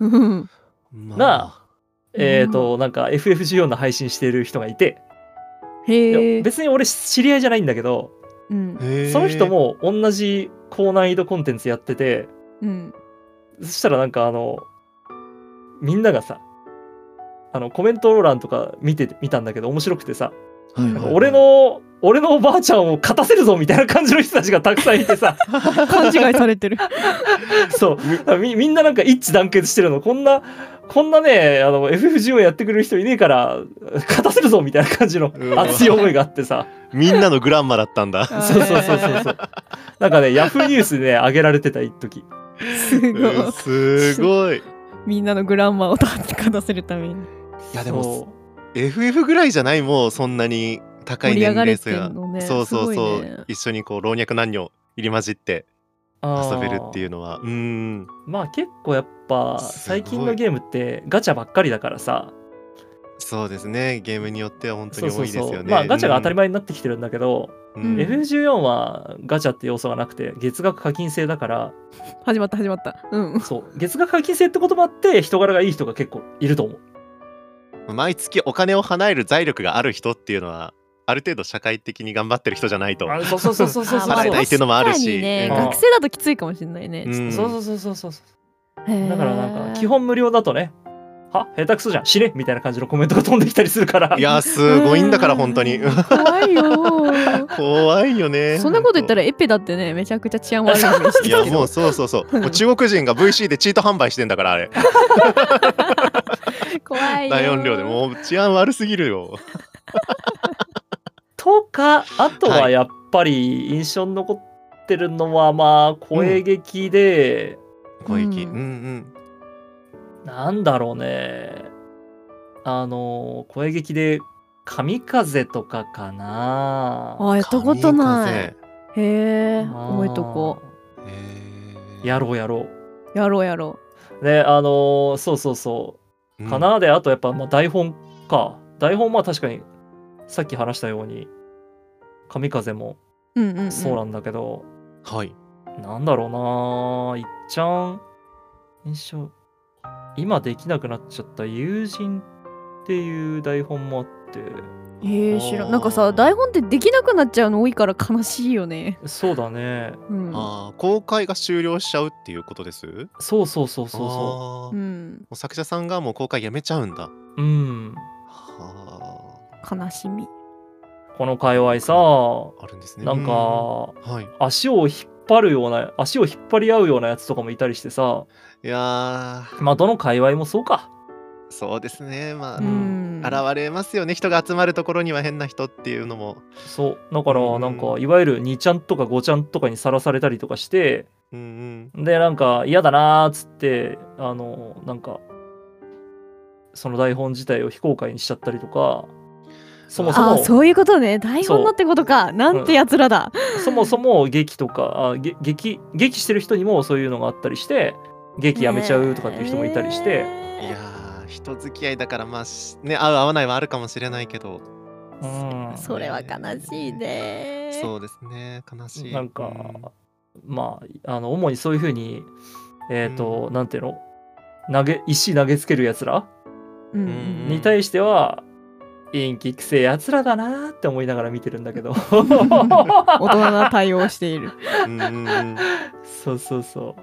Speaker 2: うん。
Speaker 1: いま
Speaker 3: が
Speaker 2: うん
Speaker 3: えっ、となんか FF14 の配信している人がいて、いや
Speaker 2: へえ。
Speaker 3: 別に俺知り合いじゃないんだけど
Speaker 2: うん。
Speaker 1: へー
Speaker 3: その人も同じ高難易度コンテンツやってて
Speaker 2: うん。
Speaker 3: そしたらなんかあのみんながさあのコメント欄とか見て見たんだけど面白くてさ、
Speaker 1: はいはいはい
Speaker 3: 俺の俺のおばあちゃんを勝たせるぞみたいな感じの人たちがたくさんい てさ
Speaker 2: 勘違いされて る。
Speaker 3: そうみみんななんか一致団結してるのこんなこんなねあの FF14 やってくれる人いねえから勝たせるぞみたいな感じの
Speaker 1: うわ
Speaker 3: 熱い思いがあっ てさ
Speaker 1: みんなのグランマだったんだ
Speaker 3: そうそうそうそうそう なんかねヤフーニュースでね上げられてた一時
Speaker 2: すごい。
Speaker 1: うんすごい
Speaker 2: みんなのグランマーを立ちかせるために
Speaker 1: いやでも
Speaker 3: そう
Speaker 1: FF ぐらいじゃないもうそんなに高い
Speaker 2: 盛り
Speaker 1: 年
Speaker 2: 上が
Speaker 1: 齢
Speaker 2: れ
Speaker 1: 層
Speaker 2: て
Speaker 1: が、
Speaker 2: るのね。
Speaker 1: そうそうそう、
Speaker 2: すごいね
Speaker 1: 一緒にこう老若男女入り混じって
Speaker 3: あ
Speaker 1: 遊
Speaker 3: ー
Speaker 1: べるっていうのはうーん
Speaker 3: まあ結構やっぱ
Speaker 1: すごい
Speaker 3: 最近のゲームってガチャばっかりだからさ
Speaker 1: そうですねゲームによっては本当
Speaker 3: そう
Speaker 1: に
Speaker 3: そ
Speaker 1: 多
Speaker 3: う
Speaker 1: いですよ
Speaker 3: そう
Speaker 1: ね
Speaker 3: まあガチャが当たり
Speaker 1: 前、
Speaker 3: 前になってきてるんだけど、
Speaker 1: う
Speaker 2: うん
Speaker 1: ん
Speaker 3: F14 はガチャって要素がなくて月額課金制だから
Speaker 2: 始まった始まった。うん。
Speaker 3: そう月額課金制ってこともあって人柄がいい人が結構いると思う
Speaker 1: 毎月お金を払える財力がある人っていうのはある程度社会的に頑張ってる人じゃないと
Speaker 3: あそうそうそう そうそうそ
Speaker 1: あ
Speaker 3: うそ
Speaker 1: 払
Speaker 3: う
Speaker 1: いたいっていうのもあるし、
Speaker 2: ね、
Speaker 1: うん
Speaker 3: あ
Speaker 2: 学生だときついかもしれないね。
Speaker 1: うん
Speaker 3: そうそうそうそうそうだ
Speaker 2: だ
Speaker 3: からなんか基本無料だとねは下手くそじゃん死ねみたいな感じのコメントが飛んできたりするから
Speaker 1: いやすごいんだから本当 に
Speaker 2: うん怖 いよ。
Speaker 1: 怖いよね
Speaker 2: そんなこと言った
Speaker 1: ら
Speaker 2: らエペだってねめちゃくちゃ治安悪いイメージ
Speaker 1: い
Speaker 2: だ
Speaker 1: や
Speaker 2: け
Speaker 1: も
Speaker 2: ど
Speaker 1: うそうそうそうもう中国人が VC でチート販売してんだからあれ
Speaker 2: 怖いよ
Speaker 1: 大音量でもう治安悪すぎるよ
Speaker 3: とかあとははいやっぱり印象に残ってるのはまあ声劇で、
Speaker 1: 小域う
Speaker 2: う
Speaker 1: んんうん
Speaker 3: なんだろうねあの声劇で「神風」とかかな
Speaker 2: あやったことないへえ
Speaker 3: まあ
Speaker 2: 覚えとこ
Speaker 1: 神風へ
Speaker 3: やろうやろ
Speaker 2: やろうやろ
Speaker 3: う。ね、あのーそうそうそう。
Speaker 1: うん
Speaker 3: かなであとやっぱまあ台本か台本まあ確かにさっき話したように「神風」も
Speaker 2: う。うんうん、うん。
Speaker 3: そうなんだけど、
Speaker 1: はい。
Speaker 3: なんだろうないっちゃん印象今できなくなっちゃった「友人」っていう台本もあって
Speaker 2: えー、知らんなんかさ台本ってできなくなっちゃうの多いから悲しいよね。
Speaker 3: そうだね
Speaker 2: うん。
Speaker 1: ああ、公開が終了しちゃうっていうことです。そう
Speaker 3: そうそうそうそうそう
Speaker 1: も
Speaker 2: ん、
Speaker 1: う作者さんがもう公開やめちゃうんだ。
Speaker 3: ううん
Speaker 1: は
Speaker 2: 悲しみ。
Speaker 3: この界隈さ
Speaker 1: あ、あるんですね。
Speaker 3: なんか
Speaker 1: うん。はい。
Speaker 3: 足を引っ張るような足を引っ張り合うようなやつとかもいたりしてさ
Speaker 1: いや
Speaker 3: まあどの界隈もそうか
Speaker 1: ー、そうですね。まあ、
Speaker 2: う。
Speaker 3: うん
Speaker 1: 現れますよね。人が集まるところには変な人っていうのも。
Speaker 3: そうだか
Speaker 1: う
Speaker 3: ら
Speaker 1: ん
Speaker 3: なんかいわゆる2ちゃんとか5ちゃんとかにさらされたりとかして
Speaker 1: うんうん。
Speaker 3: でなんか嫌だなーっつってあのなんかその台本自体を非公開にしちゃったりとかそもそ
Speaker 2: あ
Speaker 3: も
Speaker 2: あそういうことね台本のってことかなんてやつらだ。
Speaker 3: そもそも劇とかあげ劇劇してる人にもそういうのがあったりして劇やめちゃうとかっていう人もいたりして、
Speaker 1: いやー、人付き合いだから、まあ、しね、合う合わないはあるかもしれないけど。
Speaker 3: うん
Speaker 2: それは悲しいね。
Speaker 1: そうですね。悲しい。
Speaker 3: なんか、
Speaker 1: うん
Speaker 3: まああの主にそういうふうにえっ、と、なんていうの投げ石投げつけるやつら
Speaker 2: うんう
Speaker 1: うん
Speaker 2: ん
Speaker 3: に対しては、陰気くせえやつらだなーって思いながら見てるんだけ ど
Speaker 2: 大人な対応をしている。
Speaker 1: うんうんうん
Speaker 3: そうそうそう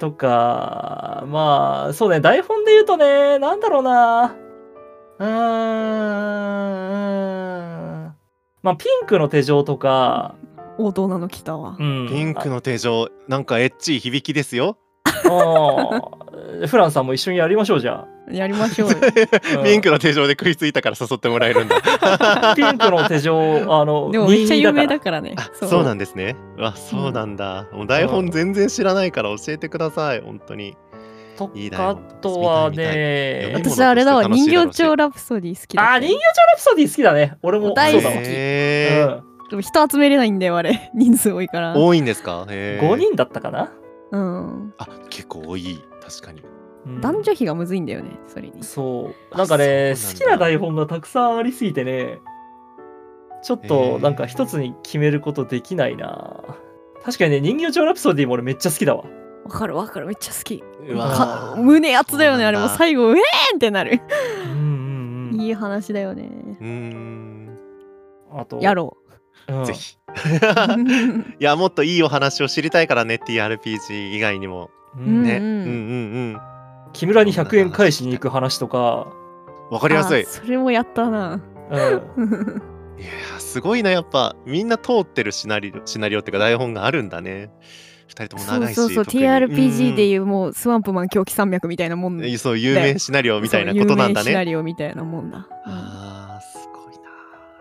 Speaker 3: とかまあそうね台本で言うとねなんだろうなうーんまあピンクの手錠とか、
Speaker 2: 大人の北は。
Speaker 3: うん、
Speaker 1: ピンクの手錠、なんかエッチい響きですよ。
Speaker 3: うん フランさんも一緒にやりましょうじゃ
Speaker 2: やりましょうよ。
Speaker 3: あ。
Speaker 1: ピンクの手錠で食いついたから誘ってもらえるん だ。
Speaker 3: うんピンクの手錠あの
Speaker 2: でもめっちゃ有名だ
Speaker 3: か
Speaker 2: からね。
Speaker 1: そうなんですね。あ、そうなんだ。もう台本全然知らないから教えてください。本当に。
Speaker 3: らと
Speaker 1: いい台
Speaker 3: かあ
Speaker 1: 本
Speaker 3: とは
Speaker 1: 見たい見
Speaker 3: ね
Speaker 1: 読み物
Speaker 2: 私あれだわ
Speaker 1: 楽し
Speaker 2: 人
Speaker 1: いだろうし
Speaker 2: 形町ラプソディ好きだ
Speaker 3: あ
Speaker 2: った
Speaker 3: ー人形町ラプソディ好きだね俺も
Speaker 2: 大好
Speaker 3: そう
Speaker 2: き
Speaker 3: だわ
Speaker 1: へー
Speaker 3: う
Speaker 2: でも人集めれないんだよあれ 人数多いから
Speaker 1: 多いんですか。へ
Speaker 3: ん、
Speaker 1: ー
Speaker 3: 5。人だったかな、
Speaker 2: うん
Speaker 1: あ、結構多い。確かに。
Speaker 3: うん
Speaker 2: 男女比がむずいんだよねそれに
Speaker 3: そう
Speaker 1: あ
Speaker 3: なんかね
Speaker 1: そうなんだ
Speaker 3: 好きな台本がたくさんありすぎてねちょっ
Speaker 1: へ
Speaker 3: と
Speaker 1: ー
Speaker 3: なんか一つに決めることできないな確かにね人形町ラプソディも俺めっちゃ好きだわ
Speaker 2: わかるわかるめっちゃ好き
Speaker 1: う
Speaker 2: か
Speaker 1: わー。
Speaker 2: 胸熱だよねあれもう
Speaker 1: そうなんだ
Speaker 2: 最後うえーんってなる
Speaker 3: うんうんうん
Speaker 2: いい話だよね
Speaker 1: うーん。
Speaker 3: あと
Speaker 2: やろ
Speaker 3: うん
Speaker 1: ぜひ。
Speaker 2: ううん
Speaker 1: いや、もっといいお話を知りたいからね。TRPG 以外にも。
Speaker 3: うん
Speaker 1: ね。
Speaker 2: う
Speaker 1: うんん
Speaker 2: う
Speaker 1: うんんうん。
Speaker 3: 木村に100円返しに行く話とか、
Speaker 1: わかりやすい
Speaker 2: あ。それもやったな
Speaker 3: うん、
Speaker 1: いやーすごいなやっぱみんな通ってるシナリオシナリオっていうか台本があるんだね二人とも
Speaker 2: そ
Speaker 1: 長
Speaker 2: う
Speaker 1: いし
Speaker 2: そうそう
Speaker 1: 特に
Speaker 2: TRPG でいうもうスワンプマン狂気山脈みたいなもん
Speaker 1: うん
Speaker 2: だよ
Speaker 1: そう有名シナリオみたいなことなんだ
Speaker 2: そう有名シナ
Speaker 1: ね
Speaker 2: リオみたいなもんだうん
Speaker 1: あーすごいな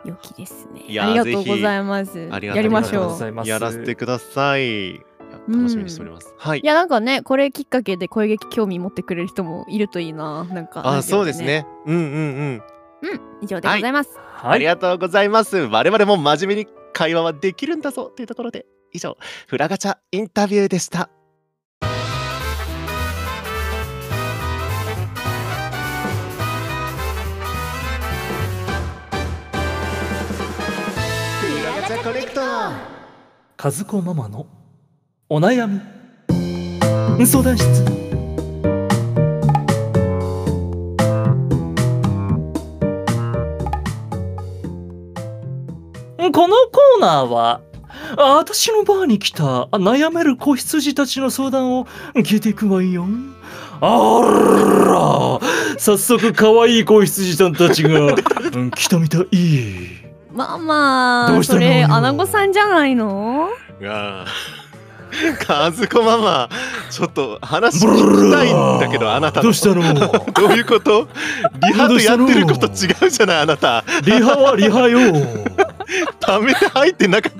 Speaker 2: 良きですね
Speaker 1: いや
Speaker 2: あ
Speaker 1: ー
Speaker 2: りがとうございます
Speaker 1: ありがと
Speaker 2: やり
Speaker 1: うご
Speaker 2: ま
Speaker 1: ざ
Speaker 2: し
Speaker 1: い
Speaker 2: ょ
Speaker 1: ま
Speaker 2: う
Speaker 1: す
Speaker 3: ます
Speaker 1: やらせてくださいいや楽しみにしております、はい
Speaker 2: いやなんかねこれきっかけで声劇興味持ってくれる人もいるといいななんか
Speaker 1: あーそうですねうんうんうん
Speaker 4: うん以上でございます、
Speaker 3: は
Speaker 1: ありがとうございます我々も真面目に会話はできるんだぞというところで以上フラガチャインタビューでしたフラガチャコレクト
Speaker 3: 和子ママのお悩み相談室このコーナーはあ私のバーに来たあ悩める子羊たちの相談を聞いていくわよあら早速可愛い子羊さんたちがうん来たみ たい
Speaker 2: まあま
Speaker 3: ど
Speaker 2: あ
Speaker 3: うした
Speaker 2: そ
Speaker 3: の
Speaker 2: れアナゴさんじゃないの
Speaker 1: あー和子ママちょっと話聞きたいんだけどあなたの
Speaker 3: どうしたの
Speaker 1: どういうことリハとやってること
Speaker 3: どうし
Speaker 1: 違うじゃないあなた
Speaker 3: リハはリハよ。
Speaker 1: ためて入ってなかっ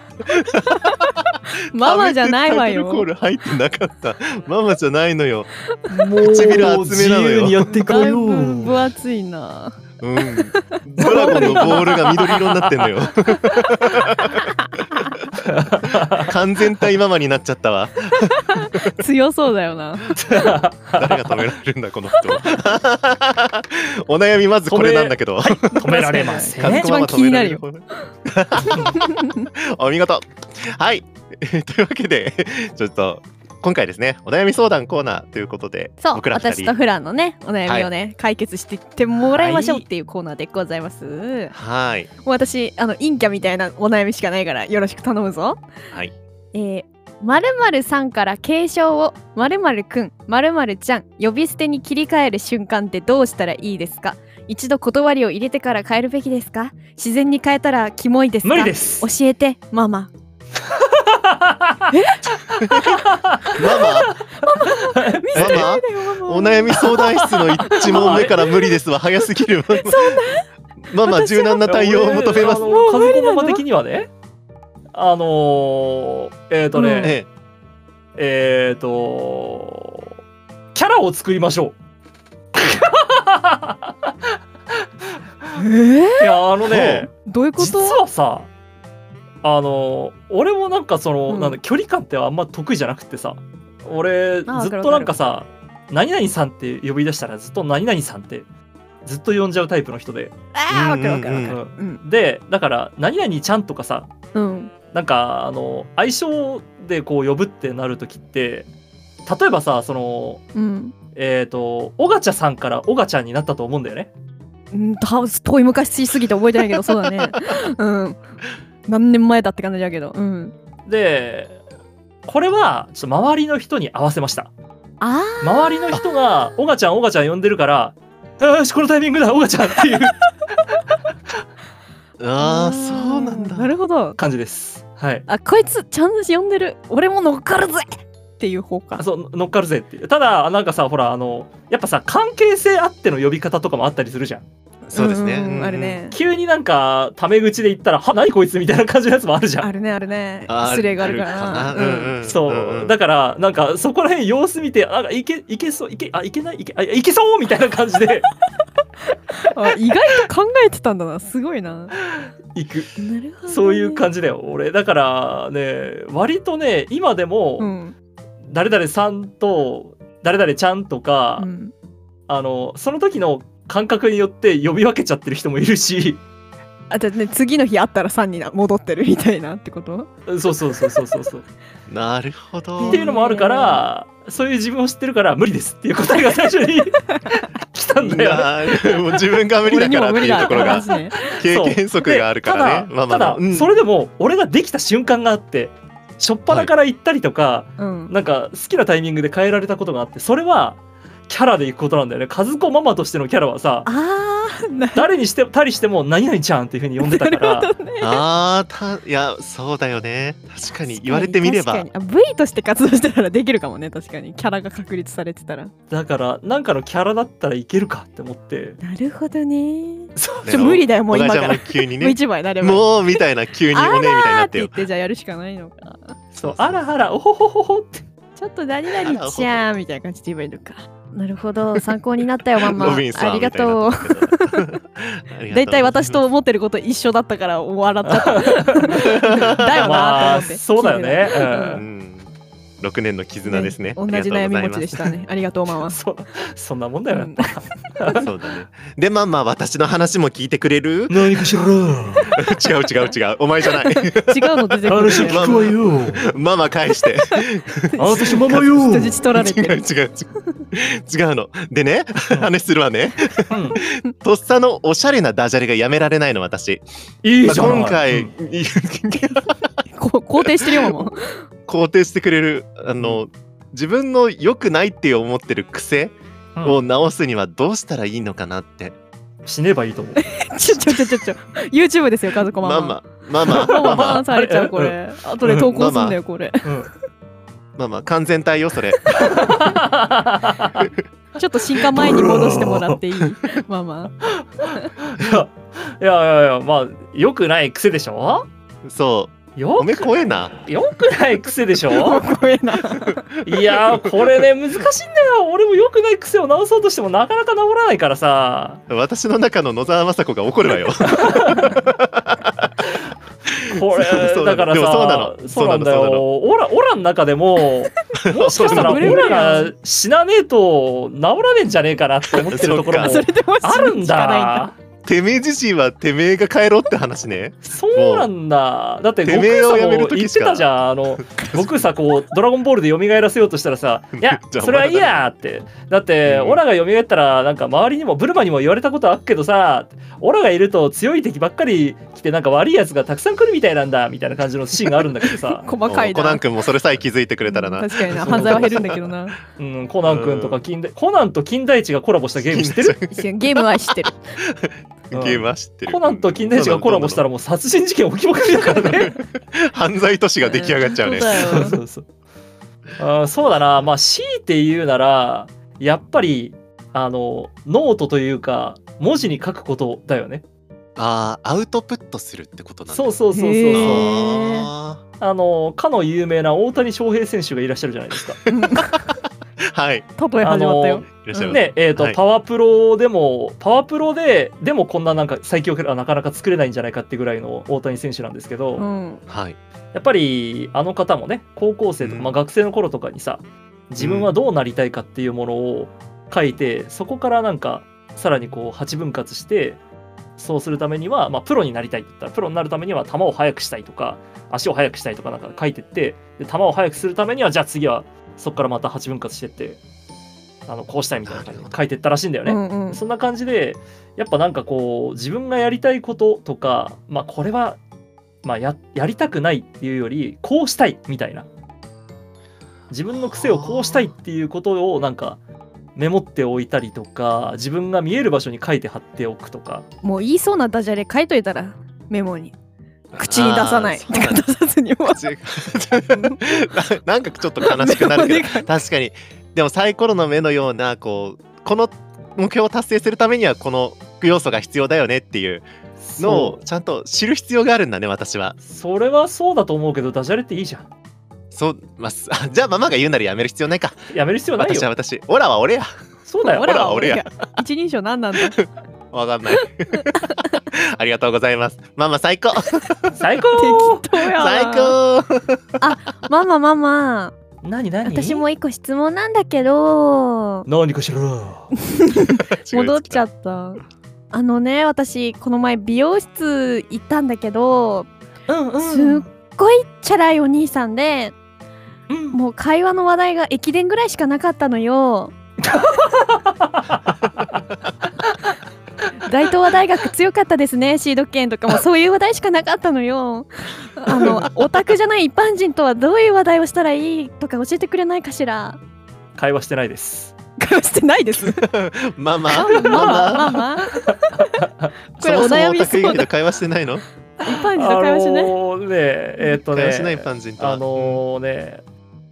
Speaker 1: た
Speaker 2: ママじゃないわ
Speaker 1: アルコー
Speaker 2: よ
Speaker 1: ル入ってなかった。ママじゃないのよ。
Speaker 3: もう
Speaker 1: 唇厚めなのよ
Speaker 3: 自由にやっていこ
Speaker 2: だ
Speaker 3: う
Speaker 2: い
Speaker 3: よ。
Speaker 2: ぶ分厚いな
Speaker 1: うん。ドラゴンのボールが緑色になってんのよ。完全体ママになっちゃったわ
Speaker 2: 強そうだ よな。
Speaker 1: 誰が止められるんだこの人お悩みまずこれなんだけど
Speaker 3: 止められません。
Speaker 2: 確
Speaker 1: 和子マ
Speaker 2: かに一番
Speaker 1: マ
Speaker 2: 気になるよ
Speaker 1: 止められ方お見事はい えーというわけでちょっと今回ですねお悩み相談コーナーということで
Speaker 2: そう、
Speaker 1: 僕ら二
Speaker 2: 私と
Speaker 1: 人
Speaker 2: フランのね、お悩みをね、解決していってもらいましょうっていうコーナーでございます。も
Speaker 1: はい、
Speaker 2: う私、あの陰キャみたいなお悩みしかないから、よろしく頼むぞ。
Speaker 1: はい、
Speaker 4: えー、〇〇さんから継承を〇〇くん〇〇ちゃん呼び捨てに切り替える瞬間ってどうしたらいいですか一度断りを入れてから変えるべきですか自然に変えたらキモいですか
Speaker 3: 無理です。
Speaker 4: 教えてママ
Speaker 1: ママママお悩み相談室の一問目から無理ですわ早すぎるママ柔軟な対応を求めます
Speaker 3: あの家族ママ的にはね、あのー、えっ、ー、とね、
Speaker 1: え
Speaker 3: えっ、ー、とキャラを作りましょ
Speaker 2: えー、
Speaker 3: う。いやあのね、
Speaker 2: どういうこと
Speaker 3: 実はさ、あのー俺もなんかその、
Speaker 2: うん
Speaker 3: なんだ距離感ってあんま得意じゃなくてさ、俺ず
Speaker 2: あ
Speaker 3: っとなんかさ、何々さんって呼び出したらずっと何々さんってずっと呼んじゃうタイプの人で、
Speaker 2: ああ、わかるわかるわかる。
Speaker 3: うんでだから何々ちゃんとかさ、
Speaker 2: うん。
Speaker 3: なんかあの相性でこう呼ぶってなる時って例えばさその
Speaker 2: うん。
Speaker 3: えっ、とオガチャさんからオガちゃんになったと思うんだよね。
Speaker 2: うん、た遠い昔すぎて覚えてないけど、そうだね。 うん。何年前だって感じだけど。うん。
Speaker 3: でこれはちょっと周りの人に合わせました。
Speaker 2: あ
Speaker 3: 周りの人がオガちゃんオガちゃん呼んでるから。よしこのタイミングだオガちゃん っていう
Speaker 1: えああそうなんだ
Speaker 2: なるほど。
Speaker 3: 感じです。はい。
Speaker 2: あ、こいつちゃんと呼んでる。俺も乗っかるぜっていう方か
Speaker 3: あ。そう乗っかるぜっていうただなんかさほらあのやっぱさ関係性あっての呼び方とかもあったりするじゃん
Speaker 1: そうですね
Speaker 2: ん
Speaker 1: うん
Speaker 2: あるね。
Speaker 3: 急になんかタメ口で言ったら「は何こいつ」みたいな感じのやつもあるじゃん
Speaker 2: あるねあるね
Speaker 1: あー
Speaker 2: 失礼があるからな
Speaker 1: あるかなうんうん
Speaker 3: そう、
Speaker 1: んん
Speaker 3: だからなんかそこら辺様子見てあいけいけそういけあいけないいけあいけそうみたいな感じで
Speaker 2: うんあ意外と考えてたんだなすごいなな
Speaker 3: 行く
Speaker 2: るほどね
Speaker 3: そういう感じだよ俺だからね割とね今で
Speaker 2: う
Speaker 3: も
Speaker 2: ん
Speaker 3: 誰々さんと誰々ちゃんとか、
Speaker 2: うん
Speaker 3: あのその時の感覚によって呼び分けちゃってる人もいるし
Speaker 2: あじゃあね次の日会ったら3にな戻ってるみたいなってこと
Speaker 3: そうそうそうそうそうそう
Speaker 1: なるほど
Speaker 3: っていうのもあるからそういう自分を知ってるから無理ですっていう答えが最初に 来たんだよね。
Speaker 1: なるもう自分が無理だからっていうところが
Speaker 2: 俺にも無理だ
Speaker 1: 経験則があるからね
Speaker 3: でただ,、
Speaker 1: ママ
Speaker 3: ただ
Speaker 1: のうん
Speaker 3: それでも俺ができた瞬間があって初っ端から行ったりとか、
Speaker 2: うん
Speaker 3: なんか好きなタイミングで変えられたことがあってそれはキャラで行くことなんだよね和子ママとしてのキャラはさ
Speaker 2: あーな
Speaker 3: 誰にしてたりしても「何々ちゃん」っていうふうに呼んでた
Speaker 2: な
Speaker 3: か
Speaker 2: る
Speaker 3: ら
Speaker 2: ほどね
Speaker 1: あーたいやそうだよね確かに言われてみれば
Speaker 2: 確かにあ V として活動してたらできるかもね確かにキャラが確立されてたら
Speaker 3: だからなんかのキャラだったらいけるかって思って
Speaker 2: なるほどね
Speaker 3: そう
Speaker 1: ね
Speaker 2: ちょ無理だよも
Speaker 1: お
Speaker 2: う今
Speaker 1: 母ち
Speaker 2: か
Speaker 1: ゃん
Speaker 2: ら
Speaker 1: も急に
Speaker 2: もう
Speaker 1: ね
Speaker 2: 一枚なれば
Speaker 1: もうみたいな急におねみたいに
Speaker 2: あー
Speaker 1: な
Speaker 2: っ
Speaker 1: って
Speaker 2: て言
Speaker 1: よ
Speaker 2: ってじゃあやるしかないのか
Speaker 3: そうあらあらおほほほほって
Speaker 2: ちょっと何々ちゃんみたいな感じで言えばいいのか。
Speaker 4: なるほど参考になったよママ
Speaker 1: ロビンさ
Speaker 4: あり
Speaker 1: んみた
Speaker 4: が
Speaker 1: いに
Speaker 4: と
Speaker 1: な
Speaker 4: う
Speaker 1: ってるけどありがう
Speaker 2: 大体私と思ってること一緒だったから笑っちゃった。 だよな
Speaker 3: ま
Speaker 2: ー
Speaker 3: あ
Speaker 2: って思って。
Speaker 3: そうだよね、
Speaker 1: う
Speaker 3: うん
Speaker 1: ん六年の絆ですね
Speaker 2: 同じ悩み持ちで
Speaker 1: し
Speaker 2: したね。ありがとうママ。
Speaker 3: そそんなもんだよ、
Speaker 2: うん
Speaker 3: な
Speaker 1: たそうだねでママ私の話も聞いてくれ る
Speaker 3: 何かしら
Speaker 1: 違う違う違うお前じゃない
Speaker 2: 違うの出てくる
Speaker 1: し
Speaker 2: ね。
Speaker 1: 聞くわ
Speaker 3: よ
Speaker 1: ママ返して
Speaker 3: あなたママよ
Speaker 2: 人質取られて
Speaker 1: 違う違う
Speaker 2: る。
Speaker 1: 違う違うのでね
Speaker 3: うん
Speaker 1: 話するわね
Speaker 3: うん
Speaker 1: とっさのおしゃれなダジャレがやめられないの私
Speaker 3: いい
Speaker 1: まあ
Speaker 3: じゃん、
Speaker 1: 今回
Speaker 3: うん
Speaker 1: い
Speaker 2: こ肯定してるよママ。
Speaker 1: 肯定してくれるあの自分の良くないって思ってる癖を直すにはどうしたらいいのかなって
Speaker 3: 死ねばいいと思う。
Speaker 2: ちょちょちょちょちょ。YouTube ですよ家族ママ。
Speaker 1: ママママ
Speaker 2: ママ
Speaker 1: マ
Speaker 2: バーン
Speaker 1: マ
Speaker 2: されちゃうこれ。後で投稿すんだよこれ。
Speaker 3: うん
Speaker 1: ママ完全体よ それ
Speaker 2: ちょっと進化前に戻しても らっていいママ。
Speaker 3: いやいやいやいやまあ良くない癖でしょ
Speaker 1: そ
Speaker 3: よ
Speaker 1: うおめ怖えな
Speaker 3: 良くない癖で しょ
Speaker 2: ごめんな。
Speaker 3: いやーこれね難しいんだよ俺も良くない癖を直そうとしてもなかなか直らないからさ
Speaker 1: 私の中の野沢雅子が怒るわよ
Speaker 3: これ
Speaker 1: そう
Speaker 3: だから
Speaker 1: でもそうな
Speaker 3: さ
Speaker 1: の
Speaker 3: そうなんだ
Speaker 1: そうなの
Speaker 3: よオラオラの中でももしかしたらオ
Speaker 2: そうなの
Speaker 3: ラが死なねえと治らねえんじゃねえかなって思ってるところも
Speaker 1: う
Speaker 2: それでも
Speaker 3: あるん
Speaker 2: しかないん、
Speaker 3: だ
Speaker 1: てめえ自身はてめえが帰ろうって話ね
Speaker 3: そうなんだだって
Speaker 1: て
Speaker 3: 悟
Speaker 1: めえ
Speaker 3: 空さ
Speaker 1: を
Speaker 3: ん
Speaker 1: やめ
Speaker 3: も
Speaker 1: る時
Speaker 3: 言っ
Speaker 1: してか
Speaker 3: たじゃんあの悟空さこう「ドラゴンボール」で蘇らせようとした らさ「いや
Speaker 1: じゃあ
Speaker 3: それはいいや」ってだって
Speaker 1: うん
Speaker 3: オラが蘇ったらなんか周りにもブルマにも言われたことあっけどさオラがいると強い敵ばっかり来てなんか悪いやつがたくさん来るみたいなんだみたいな感じのシーンがあるんだけどさ
Speaker 2: 細か
Speaker 1: も
Speaker 2: い
Speaker 1: うコナン
Speaker 2: な
Speaker 1: 君もそれさえ気づいてくれたらな
Speaker 2: 確かにな犯罪は減るんだけどな
Speaker 3: うん、コナン君とか金田コナンと金田一がコラボしたゲーム知ってる
Speaker 2: 一緒にゲームは知 ってる
Speaker 3: うん
Speaker 1: ゲームは知ってる
Speaker 3: コナンと金田一がコラボしたらもう殺人事件起きまくりだからね。
Speaker 1: 犯罪都市が出来上がっちゃうね
Speaker 2: そうだよ
Speaker 3: そうそうそう。あーそうだな、まあ、強いて言うなら、やっぱり、あの、ノートというか、文字に書くことだよね。
Speaker 1: ああアウトプットするってことなんだ
Speaker 3: そうそうそうそう
Speaker 2: へ
Speaker 3: そう。
Speaker 2: ー
Speaker 1: あ
Speaker 3: あの、かの有名な大谷翔平選手がいらっしゃるじゃないですか。
Speaker 1: ーはいい
Speaker 2: 例え始まった
Speaker 3: あ
Speaker 2: よ
Speaker 1: らっし
Speaker 3: の
Speaker 1: ゃいます、
Speaker 3: ねえーと
Speaker 1: はい
Speaker 3: パワープロでもパワープロででもこんななんか最強キャラはなかなか作れないんじゃないかってぐらいの大谷選手なんですけど、
Speaker 2: うん
Speaker 1: はい
Speaker 3: やっぱりあの方もね高校生とか、
Speaker 1: うん
Speaker 3: まあ、学生の頃とかにさ自分はどうなりたいかっていうものを書いて、そこからなんかさらにこう8分割してそうするためには、まあ、プロになりたいって言ったらプロになるためには球を速くしたいとか足を速くしたいとかなんか書いてってで球を速くするためにはじゃあ次はそこからまた8分割してってあのこうしたいみたいな感じで書いてったらしいんだよ
Speaker 2: う
Speaker 3: ね。
Speaker 2: んうん
Speaker 3: そんな感じでやっぱなんかこう自分がやりたいこととかまあこれは、まあ、ややりたくないっていうよりこうしたいみたいな自分の癖をこうしたいっていうことをなんかメモっておいたりとか自分が見える場所に書いて貼っておくとか
Speaker 2: もう言いそうなダジャレ書いといたらメモに口に出さな
Speaker 1: あ
Speaker 2: い
Speaker 1: ー
Speaker 2: 出
Speaker 1: そうなんだ
Speaker 2: さずにもう
Speaker 1: 口 ななんかちょっと悲しくなるけど 確かにでもサイコロの目のようなこうこの目標を達成するためにはこの要素が必要だよねっていうのを
Speaker 3: そう
Speaker 1: ちゃんと知る必要があるんだね私は
Speaker 3: それはそうだと思うけどダジャレっていいじゃん
Speaker 1: そうますあじゃあママが言うならやめる必要ないか
Speaker 3: やめる必要ない
Speaker 1: 私は
Speaker 3: よ
Speaker 1: 私オラは俺や
Speaker 3: そうだよ
Speaker 1: 俺らは俺や
Speaker 2: 一人称何な んだ
Speaker 1: わかんない ありがとうございますママ最高
Speaker 3: 最高
Speaker 2: 適当や
Speaker 1: 最
Speaker 2: な
Speaker 1: 高
Speaker 4: ママママ
Speaker 3: 何何
Speaker 4: 私も一個質問なんだけど
Speaker 3: 何かしら
Speaker 2: 戻っちゃ
Speaker 1: う
Speaker 2: った
Speaker 4: あのね私この前美容室行ったんだけど
Speaker 3: うんう
Speaker 4: すっごいチャラいお兄さんで
Speaker 3: うん
Speaker 4: もう会話の話題が駅伝ぐらいしかなかったの よ大東亜大学強かったですねシード権とかもそういう話題しかなかったのよあのオタクじゃない一般人とはどういう話題をしたらいいとか教えてくれないかしら
Speaker 3: 会話してないです
Speaker 2: 会話 してないです
Speaker 1: マ マ
Speaker 4: ママ
Speaker 1: マ
Speaker 4: マ
Speaker 1: マ
Speaker 4: マ
Speaker 1: そもそもオタクい
Speaker 2: これお悩みそうだ
Speaker 1: るけど会話してないの
Speaker 2: 一般人と会話しない、
Speaker 3: あのーねえーっとね
Speaker 1: 会話しない一般人とは
Speaker 3: あのーね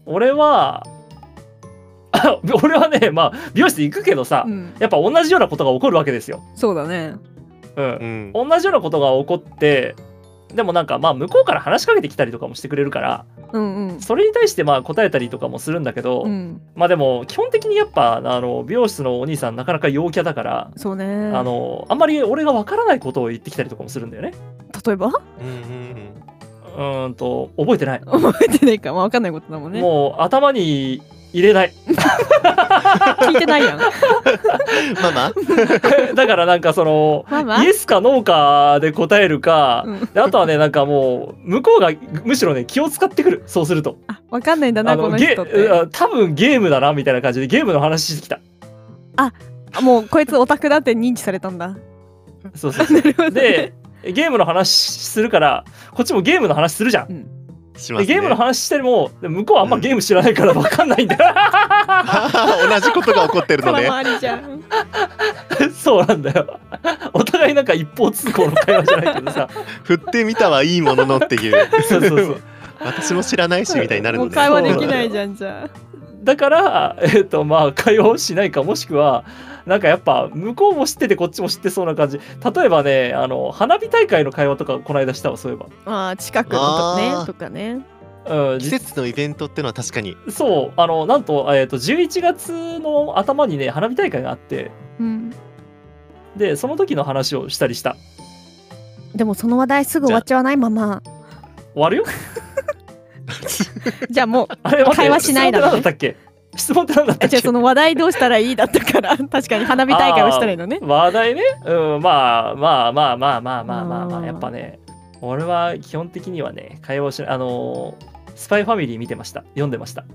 Speaker 3: 俺は あ俺はねまあ美容室行くけどさ、
Speaker 2: うん、
Speaker 3: やっぱ同じようなことが起こるわけですよ、
Speaker 2: そうだね
Speaker 3: うん
Speaker 1: うん
Speaker 3: 同じようなことが起こってでもなんかまあ向こうから話しかけてきたりとかもしてくれるから
Speaker 2: うんうん
Speaker 3: それに対してまあ答えたりとかもするんだけど、
Speaker 2: うん
Speaker 3: まあでも基本的にやっぱあの美容室のお兄さんなかなか陽キャだから、
Speaker 2: そうね
Speaker 3: あのあんまり俺がわからないことを言ってきたりとかもするんだよね
Speaker 2: 例えば
Speaker 1: うんうん
Speaker 3: うーんと覚えてない
Speaker 2: 覚えてないか、まあ、分かんないことだもんね
Speaker 3: もう頭に入 れない
Speaker 2: 聞いてないやん
Speaker 1: うんママ
Speaker 3: だからなんかその
Speaker 2: マ マ
Speaker 3: イエスかノーかで答えるか、
Speaker 2: うん
Speaker 3: であとはねなんかもう向こうがむしろね気を使ってくるそうすると
Speaker 2: あ分かんないんだ
Speaker 3: あ
Speaker 2: な
Speaker 3: の
Speaker 2: この
Speaker 3: ゲ
Speaker 2: 人って
Speaker 3: あ多分ゲームだなみたいな感じでゲームの話してきた
Speaker 2: もうこいつオタクだって認知されたんだ
Speaker 3: そうそう
Speaker 2: なるほどね
Speaker 3: でゲームの話するからこっちもゲームの話するじゃん、
Speaker 1: します
Speaker 3: で
Speaker 1: ね
Speaker 3: ゲームの話してもで向こうはあんまゲーム知らないから分かんないんだよ、
Speaker 1: 同じことが起こってるの
Speaker 2: 空
Speaker 1: ね。
Speaker 2: 回りじゃん
Speaker 3: そうなんだよお互いなんか一方通行の会話じゃないけどさ
Speaker 1: 振ってみたはいいもののっていう。
Speaker 3: そうそうそう
Speaker 1: 私も知らないしみたいになる
Speaker 2: も
Speaker 1: の
Speaker 2: う
Speaker 1: ね。
Speaker 2: 会話できないじゃんじゃあ
Speaker 3: だから、 えっとまあ、会話をしないかもしくはなんかやっぱ向こうも知っててこっちも知ってそうな感じ例えばねあの花火大会の会話とかこの間したわそういえ
Speaker 2: まあ近くのとね
Speaker 1: あー
Speaker 2: とかね
Speaker 3: ば、うん、
Speaker 1: 季
Speaker 3: じ
Speaker 1: 節のイベントってのは確かに。
Speaker 3: そうあのなんと,、えっと11月の頭にね花火大会があって
Speaker 4: うん
Speaker 3: でその時の話をしたりした
Speaker 4: でもその話題すぐ終わっちゃわないまま
Speaker 3: 終わるよ。
Speaker 2: じゃあ もう
Speaker 3: あれ待って
Speaker 2: 会話しないだ
Speaker 3: 質
Speaker 2: ろ
Speaker 3: 問って何だったっけ質問って何だった
Speaker 2: え
Speaker 3: っ
Speaker 2: じゃ
Speaker 3: け
Speaker 2: あその話題どうしたらいいだったから確かに花火大会をしたらいいのね
Speaker 3: 話題ね、うん、まあまあまあまあまあまあまあまあ
Speaker 2: あー
Speaker 3: やっぱね俺は基本的にはね会話をしないあのースパイファミリー見てました読んでました
Speaker 2: ど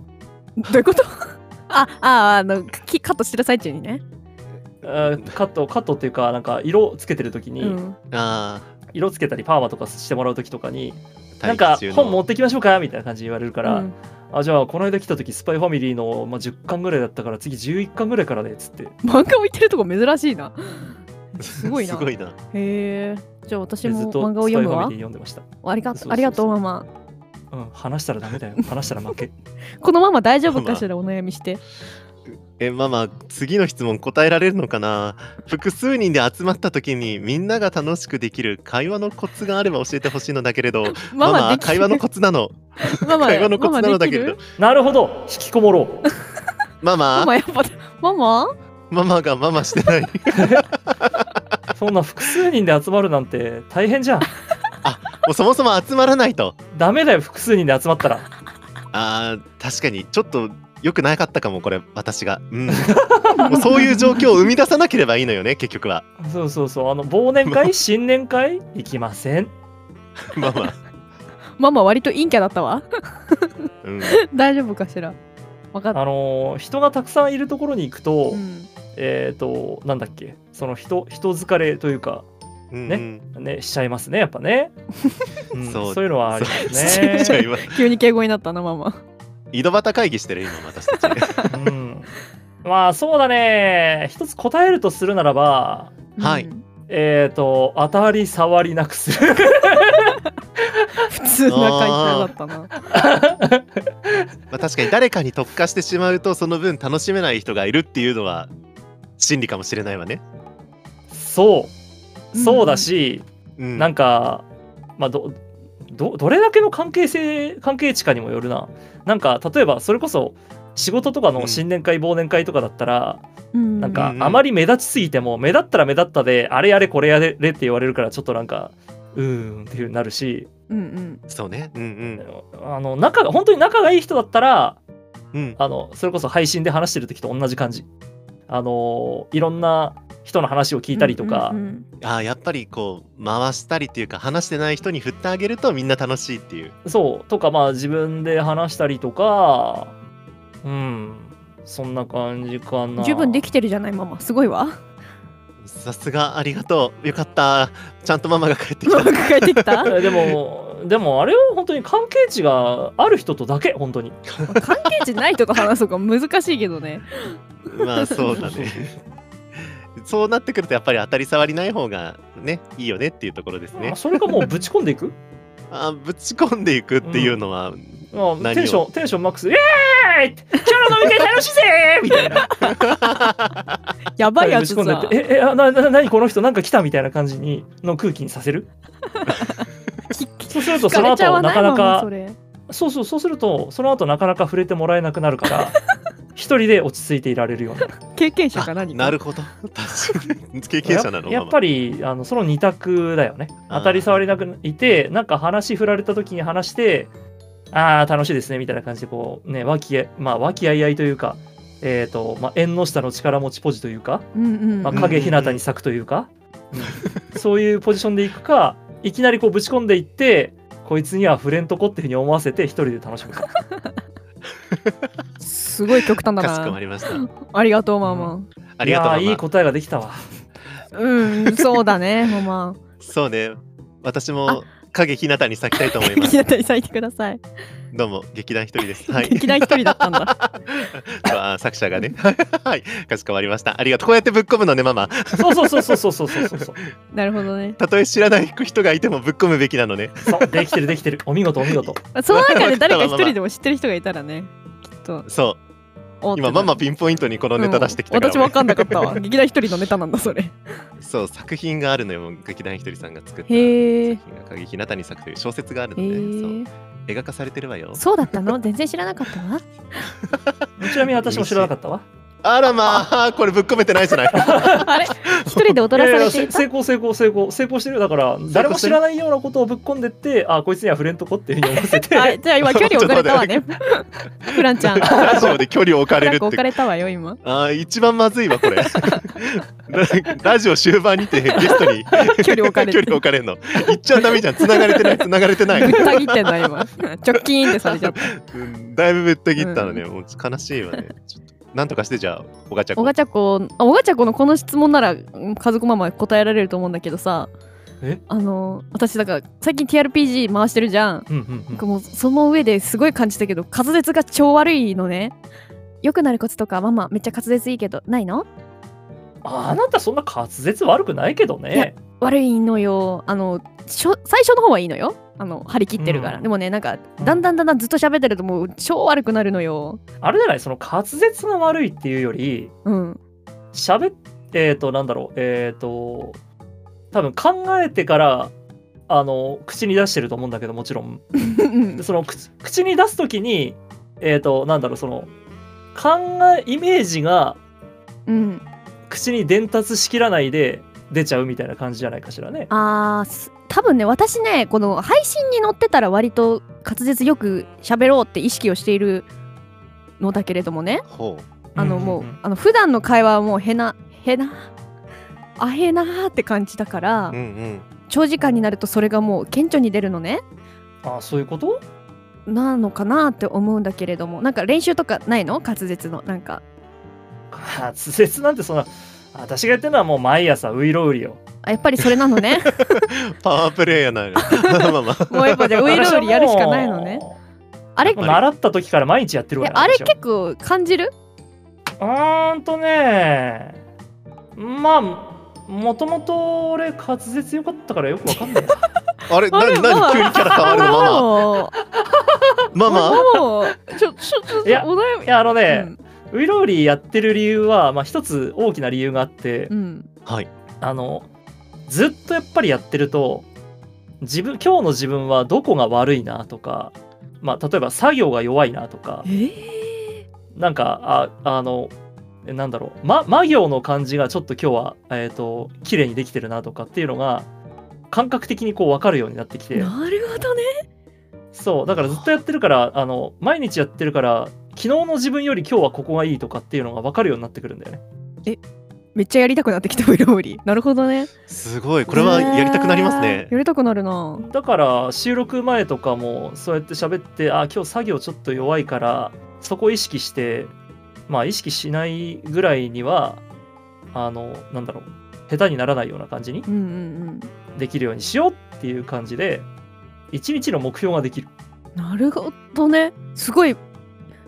Speaker 2: ういうことあああのきカットしてる最中にね、
Speaker 3: あーカットカットっていうかなんか色つけてる時に、
Speaker 2: うん、
Speaker 1: ああ
Speaker 3: 色つけたりパーマとかしてもらう時とかにな
Speaker 1: 待
Speaker 3: んか
Speaker 1: 機中の
Speaker 3: 本持ってきましょうかみたいな感じで言われるから、
Speaker 2: うん
Speaker 3: あじゃあこの間来た時スパイファミリーの、まあ、10巻ぐらいだったから次11巻ぐらいからねっつって
Speaker 2: 漫画置いてるとこ珍しい なすごいな
Speaker 1: すごいな
Speaker 2: へえじゃあ私
Speaker 3: でず
Speaker 2: も
Speaker 3: っ
Speaker 2: 漫
Speaker 3: とス
Speaker 2: 画を
Speaker 3: パイフ
Speaker 2: 読
Speaker 3: ァミ
Speaker 2: むわ
Speaker 3: リー読んでました、
Speaker 2: ありが
Speaker 3: そうそ
Speaker 2: と
Speaker 3: うそうう
Speaker 2: ありがとうママ
Speaker 3: うん、話したらダメだよ話したら負け
Speaker 2: このママ大丈夫かしらお悩みして
Speaker 1: えママ次の質問答えられるのかな複数人で集まった時にみんなが楽しくできる会話のコツがあれば教えてほしいのだけれ どマ
Speaker 2: マ
Speaker 1: マ
Speaker 2: マでき
Speaker 1: 会話のコツなの
Speaker 2: ママ
Speaker 1: 会話のコツなのだけれ
Speaker 2: ママ
Speaker 1: ど
Speaker 2: できる
Speaker 3: なるほど引きこもろう
Speaker 1: マ
Speaker 2: マ
Speaker 1: マ
Speaker 2: マやっぱママ
Speaker 1: ママがママしてない
Speaker 3: そんな複数人で集まるなんて大変じゃん。
Speaker 1: もうそもそも集まらないと
Speaker 3: ダメだよ、複数人で集まったら。
Speaker 1: あー確かにちょっと良くなかったかもこれ私が、 うん、もうそういう状況を生み出さなければいいのよね結局 は
Speaker 3: そうそうそう、あの忘年会、新年会 行きません。
Speaker 1: ママ、
Speaker 2: ママ割と陰キャだったわ
Speaker 1: うん、
Speaker 2: 大丈夫かしらわか
Speaker 3: あ
Speaker 2: った
Speaker 3: のー人がたくさんいるところに行くと、
Speaker 2: うん
Speaker 3: えっ、と、なんだっけ、その人、人疲れというか、
Speaker 1: うん
Speaker 3: ね
Speaker 1: うん
Speaker 3: ね、しちゃいますね、やっぱね。う ん、
Speaker 1: そう
Speaker 3: そういうのはありま
Speaker 1: そ
Speaker 3: す
Speaker 1: うしちゃ
Speaker 3: ね。
Speaker 1: います
Speaker 2: 急に敬語になったなママ
Speaker 1: 井戸端会議してる今私たち
Speaker 3: うん、まあ、そうだね。一つ答えるとするならば、
Speaker 1: はい
Speaker 2: うん
Speaker 3: えっ、と、当たり障りなくする。
Speaker 2: 普通な会社だったな
Speaker 1: まあ確かに誰かに特化してしまうとその分楽しめない人がいるっていうのは真理かもしれないわね、
Speaker 3: そう。そうだし、
Speaker 1: うん、
Speaker 3: なんか、まあ、どどどれだけの関係性関係値かにもよるななんか例えばそれこそ仕事とか
Speaker 1: うん
Speaker 3: の新年会、忘年会とかだったら
Speaker 2: な
Speaker 3: なんか
Speaker 1: うんうん
Speaker 3: あまり目立ちすぎても目立ったら目立ったであれやれこれやれって言われるからちょっとなんかうーんっていう風になるし
Speaker 2: うん
Speaker 1: そうねうん
Speaker 3: あの仲が本当に仲がいい人だったら
Speaker 1: うんうん
Speaker 3: あのそれこそ配信で話してる時と同じ感じあのいろんな人の話を聞いたりとか、
Speaker 2: うんうん
Speaker 1: あーやっぱりこう回したりっていうか話してない人に振ってあげるとみんな楽しいっていう
Speaker 3: そうとかまあ自分で話したりとかうんそんな感じか
Speaker 2: う
Speaker 3: なん
Speaker 2: 十分できてるじゃないママすごいわ
Speaker 1: さすがありがとうよかったちゃんとママが帰ってき
Speaker 2: マ
Speaker 1: た
Speaker 2: マが帰ってき た
Speaker 3: でもでもあれは本当に関係値がある人とだけ本当に
Speaker 2: 関係値ない人と話すとか難しいけどね
Speaker 1: まあそうだねそうなってくるとやっぱり当たり障りない方がねいいよねっていうところですね
Speaker 3: それがもうぶち込んでいく
Speaker 1: あーぶち込んでいくっていうのは、何
Speaker 3: ま
Speaker 1: を
Speaker 3: あテンションテンションマックス「イエーイ今日の飲み会楽し いぜ!」みたいな
Speaker 2: やばいやつ
Speaker 3: ぶち込ん
Speaker 2: さ
Speaker 3: でって「ええあなな何この人なんか来た」みたいな感じにの空気にさ せるそうするとその
Speaker 2: 疲れちゃ
Speaker 3: 後
Speaker 2: わ
Speaker 3: なかなか
Speaker 2: それ
Speaker 3: そうそうそうするとその後なかなか触れてもらえなくなるから 一人で落ち着いていられるようになる
Speaker 2: 経験者
Speaker 1: あ
Speaker 2: か何か
Speaker 1: なるほど確かに経験者なの
Speaker 3: やっやっぱりあのその二択だよね
Speaker 1: あー
Speaker 3: 当たり障りなくいてなんか話振られた時に話してああ楽しいですねみたいな感じでこうね和気あまあ和気あいあいというかえっ、と、まあ、縁の下の力持ちポジというか、
Speaker 2: うんうん
Speaker 3: まあ、影日向に咲くというか、そういうポジションでいくかいきなりこうぶち込んでいってこいつには触れんとこっていうふうに思わせて一人で楽しむか
Speaker 2: すごい極端だ
Speaker 1: かしこま
Speaker 2: な
Speaker 1: りました
Speaker 2: ありがとうママ
Speaker 1: ありがとうマ
Speaker 3: いやー
Speaker 1: マ
Speaker 3: いい答えができたわ
Speaker 2: うんそうだねママ
Speaker 1: そうね私も影日向に咲きたいと思いま
Speaker 2: 劇
Speaker 1: す
Speaker 2: 団に咲 いてください
Speaker 1: どうも劇団一人ですはい
Speaker 2: 劇団一人だったんだ
Speaker 1: あー作者がね はいかしこまりましたありがとうこうやってぶっ込むのねママ
Speaker 3: そうそうそうそうそうそうそうそう
Speaker 2: なるほどね
Speaker 1: たとえ知らない人がいてもぶっ込むべきなのね
Speaker 3: そうできてるできてるお見事お見事
Speaker 2: その中で誰か一人でも知ってる人がいたらねきっと
Speaker 1: そ
Speaker 2: おーっ
Speaker 1: う
Speaker 2: て
Speaker 1: 今ママピンポイントにこのネタ出してきたから、
Speaker 2: うん私分かんなか ったわ劇団一人のネタなんだそれ
Speaker 1: そう作品があるのよ劇団ひとりさんが作った作
Speaker 2: へ
Speaker 1: 品
Speaker 2: え
Speaker 1: が影日向に咲くという小説があるの
Speaker 2: へ
Speaker 1: で、そう
Speaker 2: ー
Speaker 1: 映画化されてるわよ
Speaker 4: そうだったの全然知らなかったわ
Speaker 3: ちなみに私も知らなかったわ
Speaker 1: あらまあ、これぶっ込めてないじゃない。
Speaker 2: あれ一人で踊らされてい
Speaker 3: やや成功成功成功成功してるよだから誰も知らないようなことをぶっ込んでってあこいつには触れんとこっていうふうに思わ せて
Speaker 2: たあじゃあ今距離置かれたわねフランち ゃんフ
Speaker 1: ラジオで距離を置かれ
Speaker 2: ラ
Speaker 1: る
Speaker 2: ンク
Speaker 1: っ
Speaker 2: 置か
Speaker 1: て。
Speaker 2: れたわよ今
Speaker 1: あー一番まずいわ、これ。ラ ラジオ終盤にてゲストに
Speaker 2: 距離置かれ
Speaker 1: 距
Speaker 2: る
Speaker 1: 離置かれんの。言っちゃダメじゃん。繋がれてない、繋がれてな
Speaker 2: ぶっ
Speaker 1: い。
Speaker 2: た切ってん だ今直近ってされちゃっ
Speaker 1: う
Speaker 2: た
Speaker 1: んだいぶぶった切ったのね。もう悲しいわね。ちょっとなんとかして、じゃあ、おがちゃ
Speaker 2: お
Speaker 1: こ
Speaker 2: が。ちゃこあおがちゃこのこの質問ならうん家族ママ答えられると思うんだけどさ
Speaker 3: え
Speaker 2: あの私だから最近 TRPG 回してるじゃん
Speaker 3: うんうんうん
Speaker 2: 僕もうその上ですごい感じたけど滑舌が超悪いのね良くなるコツとかママめっちゃ滑舌いいけどないの
Speaker 3: ああなたそんな滑舌悪くないけどね
Speaker 2: 悪いのよあのしょ最初の方はいいのよあの張り切ってるから、
Speaker 3: うん
Speaker 2: でもねなんかだんだんだんだんずっと喋ってるともう超悪くなるのよ
Speaker 3: あれじゃないその滑舌が悪いっていうより
Speaker 2: うん
Speaker 3: 喋ってえっ、となんだろうえっ、と多分考えてからあの口に出してると思うんだけどもちろんでその口口に出す時にえっ、となんだろうその考えイメージが
Speaker 2: うん
Speaker 3: 口に伝達しきらないで出ちゃうみたいな感じじゃないかしらね。
Speaker 2: あーす多分ね私ねこの配信に載ってたら割と滑舌よく喋ろうって意識をしているのだけれどもね
Speaker 1: ほう。
Speaker 2: あの
Speaker 3: うん
Speaker 2: もう,、
Speaker 3: うんうん
Speaker 2: あの普段の会話はもうへなへなあへなーって感じだから
Speaker 1: うんうん。
Speaker 2: 長時間になるとそれがもう顕著に出るのね
Speaker 3: あーそういうこと
Speaker 2: なのかなって思うんだけれどもなんか練習とかないの滑舌のなんか
Speaker 3: 滑舌なんてそんな私がやってるのはもう毎朝ういろうりよ。
Speaker 2: あやっぱりそれなのね
Speaker 1: パワープレイヤーな の。まあまあ。
Speaker 2: もうやっぱじゃあウイロウリやるしかないのね
Speaker 3: 私はも
Speaker 2: あれ
Speaker 3: う。もう習った時から毎日やってるわ
Speaker 2: え
Speaker 3: よ。
Speaker 2: あれ
Speaker 3: 私は
Speaker 2: 結構感じる
Speaker 3: うーんとねまあもともと俺滑舌良かったからよくわか んない。
Speaker 1: あれ、な
Speaker 2: あれ
Speaker 1: にな
Speaker 2: ま
Speaker 1: に
Speaker 2: あ
Speaker 1: 急にキャラ変わるのママ。
Speaker 2: も
Speaker 1: ママ
Speaker 2: もうちょちょちょっ
Speaker 3: いや
Speaker 2: とお悩み
Speaker 3: いやあの
Speaker 2: う
Speaker 3: ね、
Speaker 2: ん
Speaker 3: ういろうりやってる理由は、まあ、一つ大きな理由があって、
Speaker 2: うん
Speaker 1: はい。
Speaker 3: あのずっとやっぱりやってると自分今日の自分はどこが悪いなとか、まあ、例えば作業が弱いなとか
Speaker 2: え
Speaker 3: なんかああのえなんだろう、ま、魔行の感じがちょっと今日は、えー、と綺麗にできてるなとかっていうのが感覚的にこう分かるようになってき
Speaker 2: ー、
Speaker 3: て
Speaker 2: なるほどね
Speaker 3: そうだからずっとやってるからあの毎日やってるから昨日の自分より今日はここがいいとかっていうのが分かるようになってくるんだよね。
Speaker 2: めっちゃやりたくなってきたウイロウリなるほどね
Speaker 1: すごい。これはやりたくなりますね
Speaker 2: や。りたくなるな
Speaker 3: だから収録前とかもそうやって喋ってあ今日作業ちょっと弱いからそこ意識してまあ意識しないぐらいにはあのなんだろう下手にならないような感じに
Speaker 2: うんうん
Speaker 3: できるようにしようっていう感じで一日の目標ができる
Speaker 2: うんなるほどねすごい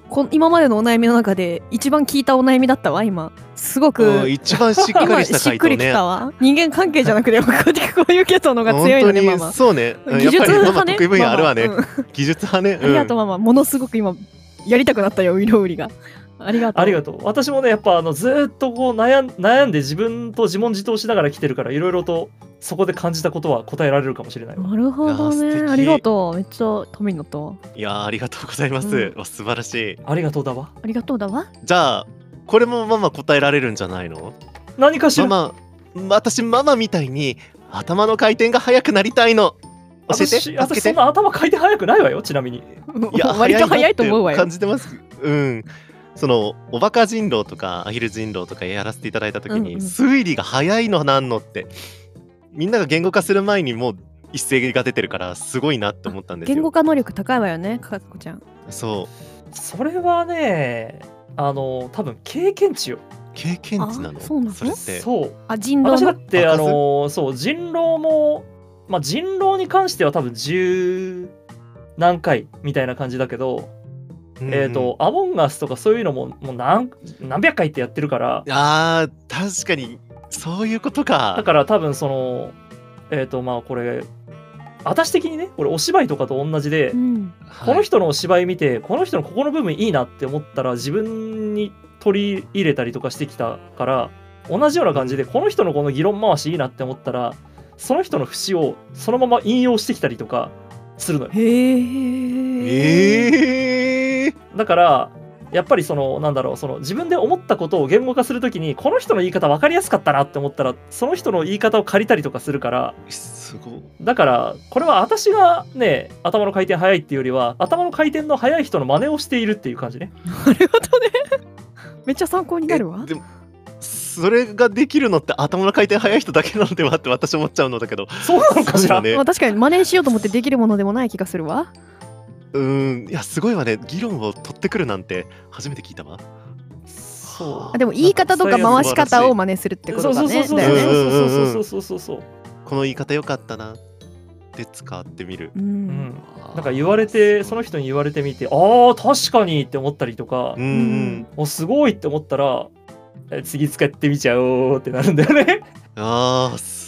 Speaker 2: こん今までのお悩みの中で一番聞いたお悩みだったわ今すご
Speaker 1: うん
Speaker 2: く
Speaker 1: 一番しっか
Speaker 2: 今
Speaker 1: り した
Speaker 2: しっ
Speaker 1: 回
Speaker 2: く
Speaker 1: 答
Speaker 2: りき
Speaker 1: ね。
Speaker 2: たわ人間関係じ ゃなくてこういうこういう系統の方が強いのねマ
Speaker 1: 本当
Speaker 2: マ
Speaker 1: にそうね。うんや
Speaker 2: 技
Speaker 1: っぱりマ
Speaker 2: 術
Speaker 1: マ
Speaker 2: 派ね
Speaker 1: 得意分野あるわね
Speaker 2: マ。マうん
Speaker 1: 技術派ね。
Speaker 2: ありがとうママものすごく今やりたくなったよウイロウリがありがとう
Speaker 3: ありがとう私もねやっぱあのずーっとこう悩ん悩んで自分と自問自答しながら来てるからいろいろとそこで感じたことは答えられるかもしれないわ
Speaker 2: なるほど
Speaker 1: いや素
Speaker 2: ね
Speaker 1: 敵
Speaker 2: ありがとうめっちゃためになった
Speaker 1: う
Speaker 2: わ
Speaker 1: んいやーありがとうございます。
Speaker 2: う
Speaker 1: わ素晴らしい。
Speaker 3: ありがとうだわ
Speaker 2: ありがとうだわ
Speaker 1: じゃあこれもママ答えられるんじゃないの？
Speaker 3: 何かしら
Speaker 1: ママ私ママみたいに頭の回転が速くなりたいの。教えて。
Speaker 3: 私
Speaker 1: 助
Speaker 3: 私
Speaker 1: け
Speaker 3: そん
Speaker 1: て。
Speaker 3: な頭回転早くないわよちなみに
Speaker 1: いや
Speaker 2: 割と早いと
Speaker 1: なって
Speaker 2: 思うわよ
Speaker 1: 感じてます。うん。そのおバカ人狼とかアヒル人狼とかやらせていただいた時に、
Speaker 2: うんうん
Speaker 1: 推理が早いのなんのってみんなが言語化する前にもう一斉が出てるからすごいなって思ったんですよ。
Speaker 2: 言語化能力高いわよねかずこちゃん
Speaker 1: そう
Speaker 3: それはねあの多分経験値よ
Speaker 1: 経験値なの
Speaker 2: あそうなの
Speaker 1: れって
Speaker 3: そう
Speaker 2: あ人狼
Speaker 3: 私
Speaker 2: の
Speaker 3: だって
Speaker 1: あ
Speaker 3: あのそう人狼もまあ人狼に関しては多分十何回みたいな感じだけど、
Speaker 1: うん
Speaker 3: えっ、とアモンガスとかそういうのももう何何百回ってやってるから
Speaker 1: あー確かにそういうことか
Speaker 3: だから多分そのえっ、とまあこれ私的にねこれお芝居とかと同じで、
Speaker 2: うん
Speaker 1: はい
Speaker 3: この人のお芝居見てこの人のここの部分いいなって思ったら自分に取り入れたりとかしてきたから同じような感じでこの人のこの議論回しいいなって思ったらその人の節をそのまま引用してきたりとかするのよ
Speaker 2: へえ
Speaker 1: えー、
Speaker 3: だからやっぱりそのなんだろうその自分で思ったことを言語化するときにこの人の言い方分かりやすかったなって思ったらその人の言い方を借りたりとかするから
Speaker 1: すごい
Speaker 3: だからこれは私がね頭の回転早いっていうよりは頭の回転の早い人の真似をしているっていう感じね
Speaker 2: ありがとうね。めっちゃ参考になるわ
Speaker 1: え。でもそれができるのって頭の回転早い人だけなのではって私思っちゃうのだけど
Speaker 3: そうなのか
Speaker 1: そ
Speaker 3: し
Speaker 1: う
Speaker 3: ら
Speaker 1: だね
Speaker 2: まあ確かに真似しようと思ってできるものでもない気がするわ。
Speaker 1: うーんいやすごいわね議論を取ってくるなんて初めて聞いたわ
Speaker 3: そ
Speaker 2: あでも言い方とか回し方を真似するって
Speaker 3: う
Speaker 2: こ
Speaker 3: そ
Speaker 2: とだ
Speaker 3: うそうそう
Speaker 2: ね。
Speaker 3: そう
Speaker 2: だよね。
Speaker 3: そうそうそうそうそう
Speaker 1: この言い方良かったなって使ってみる
Speaker 2: う。
Speaker 3: うんんなんか言われてその人に言われてみてああ確かにって思ったりとか
Speaker 1: うんうん
Speaker 3: おすごいって思ったらえ次使ってみちゃおうってなるんだよね
Speaker 1: あーすごい